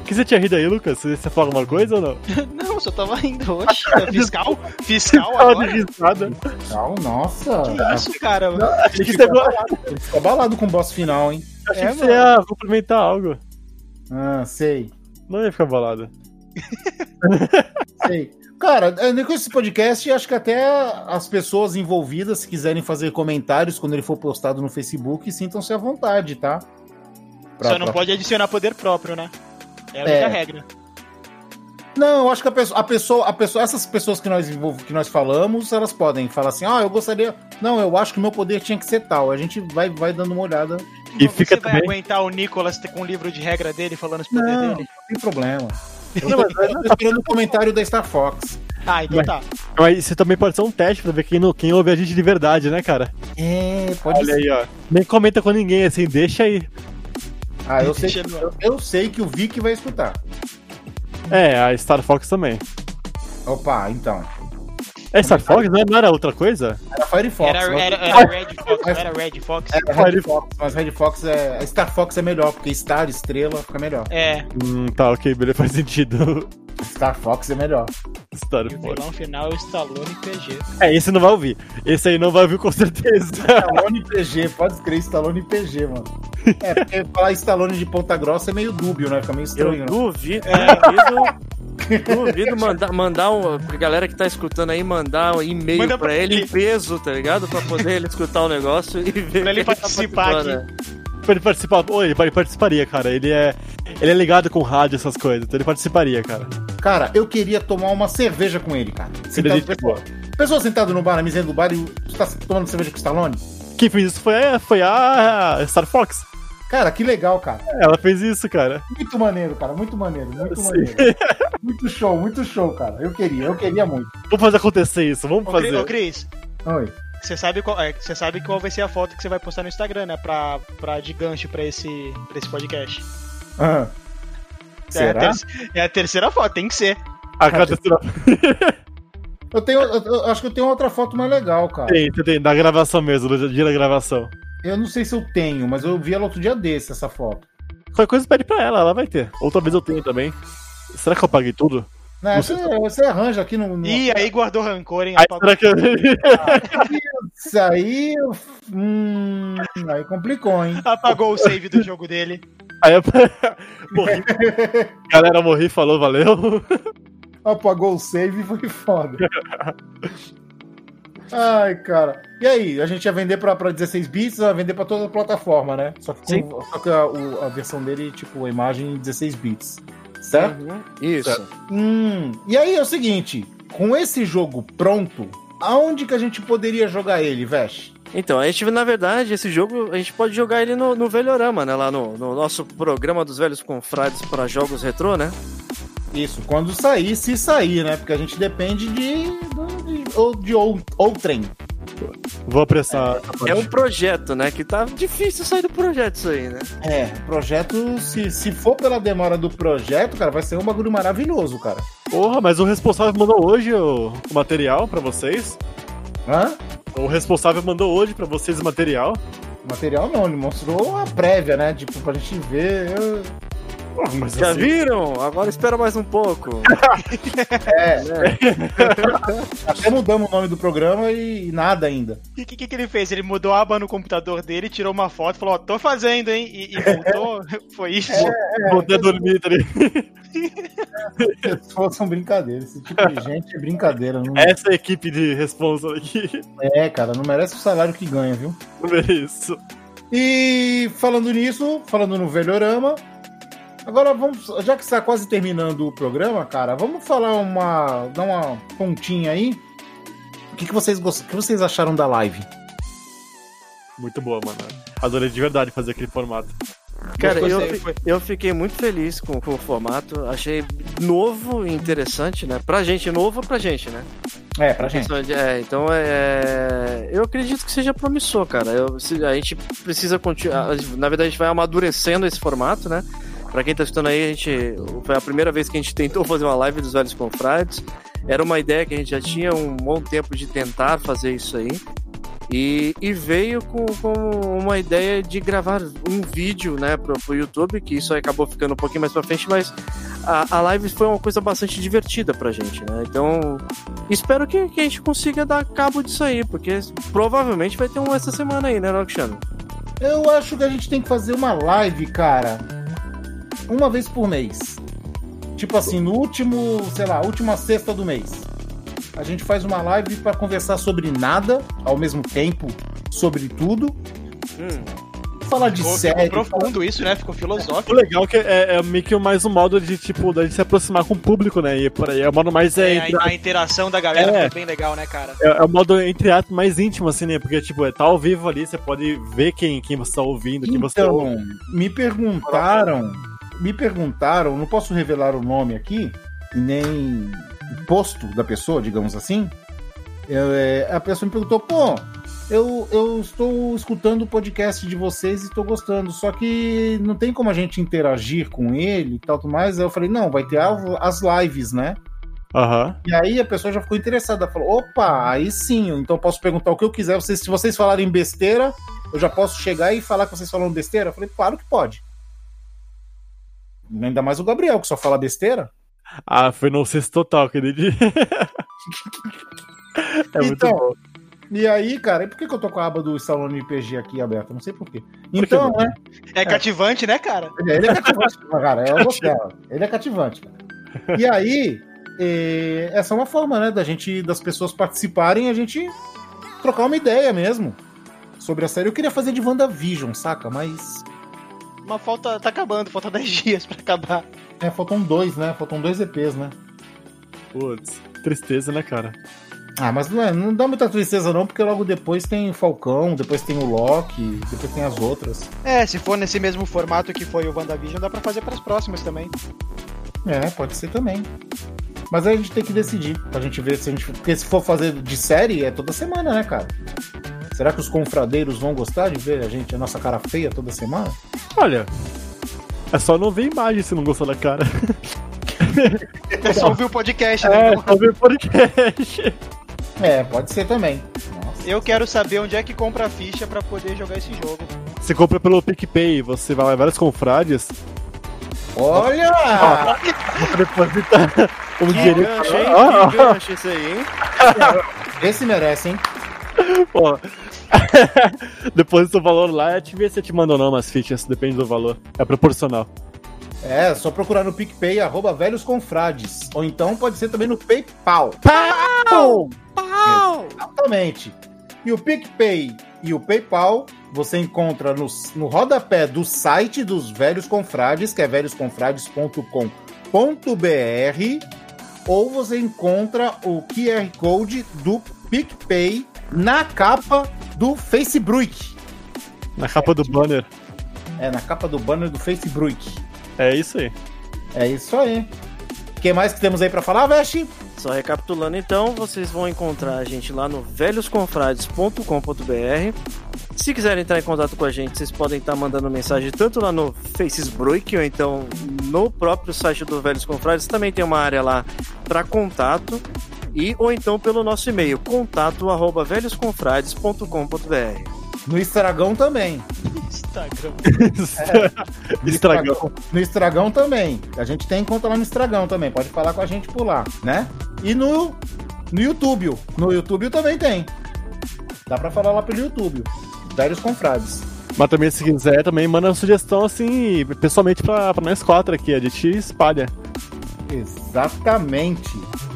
Speaker 5: O que você tinha rido aí, Lucas? Você, você fala alguma coisa ou não?
Speaker 6: Não, eu só tava rindo hoje. [laughs] Fiscal? Fiscal
Speaker 5: [laughs]
Speaker 6: agora?
Speaker 5: risada.
Speaker 3: Não, Então, nossa.
Speaker 6: Que isso, cara?
Speaker 5: Achei que você ia-
Speaker 3: Ele ficou abalado com o boss final, hein?
Speaker 5: achei
Speaker 6: É,
Speaker 5: que você ia cumprimentar algo.
Speaker 3: Ah, sei.
Speaker 5: Não ia ficar
Speaker 3: [laughs]
Speaker 5: balada.
Speaker 3: Sei. Cara, é, com esse podcast, acho que até as pessoas envolvidas, se quiserem fazer comentários quando ele for postado no Facebook, sintam-se à vontade, tá? Pra-
Speaker 6: Só não
Speaker 3: pra-
Speaker 6: pode adicionar poder próprio, né? É a
Speaker 3: É.
Speaker 6: única regra.
Speaker 3: Não, eu acho que a pessoa, a pessoa, a pessoa- essas pessoas que nós, envolv- que nós falamos, elas podem falar assim, ah, eu gostaria. Não, eu acho que o meu poder tinha que ser tal. A gente vai, vai dando uma olhada, não
Speaker 5: E
Speaker 6: Você
Speaker 5: fica
Speaker 6: vai
Speaker 5: também-
Speaker 6: aguentar o Nicolas ter- com o livro de regra dele falando os poderes
Speaker 3: Não.
Speaker 6: dele?
Speaker 3: tem problema. Eu tô, eu tô esperando o
Speaker 5: tá-
Speaker 3: comentário da Star Fox.
Speaker 6: Ah, então
Speaker 5: Mas-
Speaker 6: tá.
Speaker 5: Mas isso também pode ser um teste pra ver quem, não- quem ouve a gente de verdade, né, cara?
Speaker 3: É, pode ser.
Speaker 5: Olha aí, ó. Nem comenta com ninguém, assim, deixa aí.
Speaker 3: Ah, eu sei,
Speaker 6: Deixa ele lá.
Speaker 3: eu, eu sei que o Vic vai escutar.
Speaker 5: É, a Star Fox também.
Speaker 3: Opa, então.
Speaker 5: É Star Fox? Não não era outra coisa?
Speaker 3: Era Firefox.
Speaker 6: Era,
Speaker 3: mas-
Speaker 6: era, era Red Fox, não era Red Fox.
Speaker 3: É, Red Fox, mas Red Fox é. a Star Fox é melhor, porque Star, estrela, fica melhor.
Speaker 6: É,
Speaker 5: Hum, tá, ok, beleza, faz sentido.
Speaker 3: Star Fox é melhor.
Speaker 5: Star
Speaker 6: e o
Speaker 5: Fox.
Speaker 6: vilão final é o Stallone PG.
Speaker 5: É, esse não vai ouvir. Esse aí não vai ouvir
Speaker 3: [laughs]
Speaker 5: com certeza.
Speaker 3: Stallone PG, pode crer, Stallone PG, mano. É, porque falar Stallone de ponta grossa é meio dúbio, né? Fica meio
Speaker 4: Eu
Speaker 3: estranho. né?
Speaker 4: duvido, duvido, É, duvido mandar, mandar um, pra galera que tá escutando aí, mandar um e-mail
Speaker 6: Manda
Speaker 4: pra
Speaker 6: pra
Speaker 4: ele
Speaker 6: ele.
Speaker 4: em peso, tá ligado? Pra poder ele escutar o negócio e ver.
Speaker 6: Pra ele
Speaker 4: que tá
Speaker 6: participar
Speaker 4: participando, né?
Speaker 5: Pra ele participar. Oi, ele ele participaria, cara. Ele é. Ele é ligado com rádio, essas coisas. Então ele participaria, cara.
Speaker 3: Cara, eu queria tomar uma cerveja com ele, cara.
Speaker 5: Ele é
Speaker 3: Sentado,
Speaker 5: gente boa.
Speaker 3: pessoa, pessoa sentada no bar, na miséria do bar, e tu tá tomando cerveja com Stallone?
Speaker 5: Quem fez isso foi a, foi a Star Fox.
Speaker 3: Cara, que legal, cara.
Speaker 5: Ela fez isso, cara.
Speaker 3: Muito maneiro, cara. Muito maneiro, muito
Speaker 5: Sim.
Speaker 3: maneiro. Muito show, muito show, cara. Eu queria, eu queria muito.
Speaker 5: [laughs] Vamos fazer acontecer isso, vamos
Speaker 6: Ô, Cri- ô
Speaker 5: fazer.
Speaker 6: Cris,
Speaker 3: Oi.
Speaker 6: você sabe, qual, é, você sabe qual vai ser a foto que você vai postar no Instagram, né? Pra, pra de gancho pra esse, pra esse podcast.
Speaker 3: Ah.
Speaker 6: É,
Speaker 3: Será?
Speaker 6: a ter- é a terceira foto, tem que ser.
Speaker 5: A cada Ah, tem,
Speaker 3: Eu tenho. eu- eu acho que eu tenho outra foto mais legal, cara.
Speaker 5: tem, tem, da gravação mesmo, do dia da gravação.
Speaker 3: Eu não sei se eu tenho, mas eu vi ela outro dia desse, essa foto.
Speaker 5: Qualquer coisa pede pra ela, ela vai ter. Ou talvez eu tenha também. Será que eu paguei tudo?
Speaker 3: Né,
Speaker 5: Não
Speaker 3: você, você arranja aqui no. no...
Speaker 6: Ih, aí guardou rancor, hein?
Speaker 5: Aí,
Speaker 6: apagou.
Speaker 5: será que eu...
Speaker 3: Isso aí. eu- Hum, aí complicou, hein?
Speaker 6: Apagou o save do jogo dele.
Speaker 5: [laughs] Aí eu...
Speaker 3: [laughs]
Speaker 5: [laughs] morri. Galera, morri, falou, valeu.
Speaker 3: Apagou o save e foi [laughs] foda. Ai, cara. E aí, a gente ia vender pra, pra 16 bits, ia vender pra toda a plataforma, né? Só que, com-
Speaker 4: Sim.
Speaker 3: só que a, o- a versão dele, tipo, a imagem em 16 bits. Certo?
Speaker 4: Uhum. Isso.
Speaker 3: Hum, e aí é o seguinte, com esse jogo pronto, aonde que a gente poderia jogar ele, Vesh?
Speaker 4: Então, a gente, na verdade, esse jogo, a gente pode jogar ele no, no Velhorama, né? Lá no, no nosso programa dos velhos confrades pra jogos retrô, né?
Speaker 3: Isso, quando sair, se sair, né? Porque a gente depende de, de, de, ou- de ou- outrem.
Speaker 5: Vou apressar. essa parte.
Speaker 4: É um projeto, né? Que tá difícil sair do projeto isso aí, né?
Speaker 3: É, o projeto, se, se for pela demora do projeto, cara, vai ser um bagulho maravilhoso, cara.
Speaker 5: Porra, mas o responsável mandou hoje o, o material pra vocês.
Speaker 3: Hã?
Speaker 5: O responsável mandou hoje pra vocês o material.
Speaker 3: Material não, ele mostrou a prévia, né? Tipo, pra gente ver. Eu,
Speaker 5: Mas
Speaker 4: Já
Speaker 5: assim,
Speaker 4: viram? Agora espera mais um pouco.
Speaker 3: Até mudamos o nome do programa e nada ainda. [laughs]
Speaker 6: O que, que, que ele fez? Ele mudou a aba no computador dele, tirou uma foto, falou, ó, tô fazendo, hein? E, e voltou. [laughs] Foi isso.
Speaker 5: É, Voltei a dormir, tá ligado?
Speaker 3: Pessoas são brincadeiras. Esse tipo de gente é brincadeira. Não
Speaker 5: Essa é a equipe de responsa aqui. [laughs]
Speaker 3: é, cara. Não merece o salário que ganha, viu?
Speaker 5: Isso.
Speaker 3: E falando nisso, falando no Velhorama, agora vamos, já que está quase terminando o programa, cara, vamos falar uma, dar uma pontinha aí. O que, que vocês gost... o que vocês acharam da live?
Speaker 5: Muito boa, mano. Adorei de verdade fazer aquele formato.
Speaker 4: Cara,
Speaker 6: Gostou,
Speaker 4: eu,
Speaker 6: sim,
Speaker 4: fi-
Speaker 6: foi.
Speaker 4: eu fiquei muito feliz com, com o formato. Achei novo e interessante, né? Pra gente, novo pra gente, né?
Speaker 3: É, pra
Speaker 4: Questão de- é, então é. Eu acredito que seja promissor, cara. Eu- se- a gente precisa continuar. Na verdade, a gente vai amadurecendo esse formato, né? Pra quem tá escutando aí, a gente. Foi a primeira vez que a gente tentou fazer uma live dos velhos confrades. Era uma ideia que a gente já tinha um bom tempo de tentar fazer isso aí. E, e veio com, com uma ideia de gravar um vídeo, né, pro, pro YouTube, que isso aí acabou ficando um pouquinho mais pra frente, mas a, a live foi uma coisa bastante divertida pra gente, né? Então, espero que, que a gente consiga dar cabo disso aí, porque provavelmente vai ter um essa semana aí, né, Roxano?
Speaker 3: Eu acho que a gente tem que fazer uma live, cara, uma vez por mês. Tipo assim, no último, sei lá, última sexta do mês. A gente faz uma live pra conversar sobre nada, ao mesmo tempo, sobre tudo. Falar de
Speaker 6: Ficou, ficou
Speaker 3: série,
Speaker 6: profundo isso, né? Ficou
Speaker 5: O
Speaker 6: filosófico.
Speaker 5: legal é que é, é meio que mais um modo de, tipo, da gente se aproximar com o público, né? E por aí, é o modo mais. É,
Speaker 6: É,
Speaker 5: entre-
Speaker 6: a, a interação da galera
Speaker 5: É.
Speaker 6: foi bem legal, né, cara?
Speaker 5: é, é o modo, entre aspas, mais íntimo, assim, né? Porque, tipo, é, tá ao vivo ali, você pode ver quem, quem você tá ouvindo, quem você ouve.
Speaker 3: Então, me perguntaram, me perguntaram, não posso revelar o nome aqui, nem o posto da pessoa, digamos assim. Eu, é, a pessoa me perguntou, pô, eu, eu estou escutando o podcast de vocês e estou gostando, só que não tem como a gente interagir com ele e tal, tudo mais. Aí eu falei, não, vai ter a- as lives, né?
Speaker 5: Aham.
Speaker 3: E aí a pessoa já ficou interessada, falou: opa, aí sim, então eu posso perguntar o que eu quiser. Vocês, se vocês falarem besteira, eu já posso chegar e falar que vocês falaram besteira? Eu falei, claro que pode. Ainda mais o Gabriel, que só fala besteira.
Speaker 5: Ah, foi no sexto total, aquele dia. [laughs] é muito
Speaker 3: Então,
Speaker 5: bom.
Speaker 3: E aí, cara, e por que, que eu tô com a aba do Salão RPG aqui aberta? Não sei por quê. Então, né?
Speaker 6: É cativante, né, cara?
Speaker 3: Ele é cativante, cara. Eu gostei. ó. Ele é cativante, cara. E aí, eh, essa é uma forma, né, da gente, das pessoas participarem e a gente trocar uma ideia mesmo sobre a série. Eu queria fazer de WandaVision, saca? Mas
Speaker 6: Mas falta. Tá acabando, falta 10 [laughs] dias pra acabar.
Speaker 3: é, faltam dois, né? Faltam dois EPs, né?
Speaker 5: Putz, tristeza, né, cara?
Speaker 3: Ah, mas não, é, não dá muita tristeza não, porque logo depois tem Falcão, depois tem o Loki, depois tem as outras.
Speaker 6: É, se for nesse mesmo formato que foi o WandaVision, dá pra fazer pras próximas também.
Speaker 3: É, pode ser também. Mas aí a gente tem que decidir, pra gente ver se a gente. Porque se for fazer de série, é toda semana, né, cara? Será que os confradeiros vão gostar de ver a gente, a nossa cara feia toda semana?
Speaker 5: Olha. É só não ver imagem se não gostar da cara.
Speaker 6: É
Speaker 5: [laughs]
Speaker 6: só ouvir o podcast, né?
Speaker 5: É, só ver podcast.
Speaker 3: É, pode ser também. Nossa.
Speaker 6: Eu quero saber onde é que compra a ficha pra poder jogar esse jogo.
Speaker 5: Você compra pelo PicPay, você vai lá em vários confrades,
Speaker 3: Olha!
Speaker 5: você deposita um
Speaker 4: Que
Speaker 3: é
Speaker 5: dinheiro.
Speaker 4: gancho, hein?
Speaker 5: Ah,
Speaker 4: Que gancho isso aí, hein?
Speaker 3: Esse merece, hein?
Speaker 5: Pô. [laughs] Deposita o valor lá, é te ver se te manda ou não umas fichas, depende do valor. É proporcional.
Speaker 3: É, só procurar no PicPay, arroba velhos confrades. Ou então pode ser também no PayPal. Exatamente. E o PicPay e o PayPal você encontra no, no rodapé do site dos Velhos Confrades, que é velhosconfrades.com.br, ou você encontra o QR Code do PicPay na capa do Facebook.
Speaker 5: Na capa do banner.
Speaker 3: É, na capa do banner do Facebook.
Speaker 5: É isso aí.
Speaker 3: É isso aí. O que mais que temos aí pra falar, Veste?
Speaker 4: Só recapitulando então, vocês vão encontrar a gente lá no velhosconfrades.com.br. Se quiserem entrar em contato com a gente, vocês podem estar mandando mensagem tanto lá no Facebook ou então no próprio site do Velhos Confrades. Também tem uma área lá para contato e ou então pelo nosso e-mail contato@velhosconfrades.com.br.
Speaker 3: No Estragão também.
Speaker 6: Instagram.
Speaker 3: É.
Speaker 5: [laughs] Estragou.
Speaker 3: No Estragão também. A gente tem conta lá no Estragão também. Pode falar com a gente por lá, né? E no, no YouTube. No YouTube também tem. Dá pra falar lá pelo YouTube. Vários confrades.
Speaker 5: Mas também, se quiser, também manda uma sugestão assim, pessoalmente pra, pra nós quatro aqui. A gente espalha.
Speaker 3: Exatamente.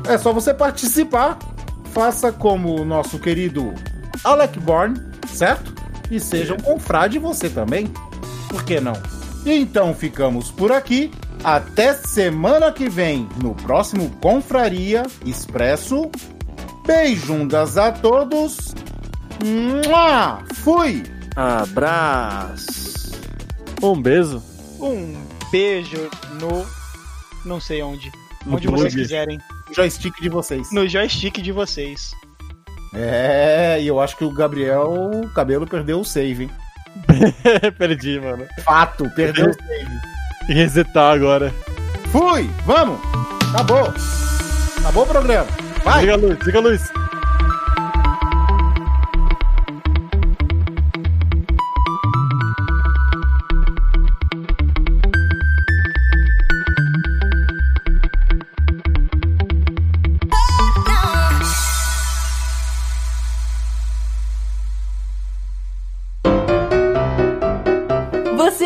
Speaker 3: É só você participar. Faça como o nosso querido Alec Born, certo? E seja um confrade você também. Por que não? Então ficamos por aqui. Até semana que vem, no próximo Confraria Expresso. Beijundas a todos. Mua! Fui!
Speaker 4: Abraço.
Speaker 5: Um beijo. [laughs]
Speaker 6: Um beijo no. Não sei onde.
Speaker 5: No
Speaker 6: onde vocês
Speaker 5: plug.
Speaker 6: quiserem.
Speaker 3: Joystick de vocês.
Speaker 6: No joystick de vocês.
Speaker 3: É, e eu acho que o Gabriel Cabelo perdeu o save, hein?
Speaker 5: Perdi, mano.
Speaker 3: Fato, perdeu o save.
Speaker 5: E resetar agora.
Speaker 3: Fui! Vamos! Acabou! Acabou o programa. Vai!
Speaker 5: Liga a luz, liga a luz.
Speaker 8: Você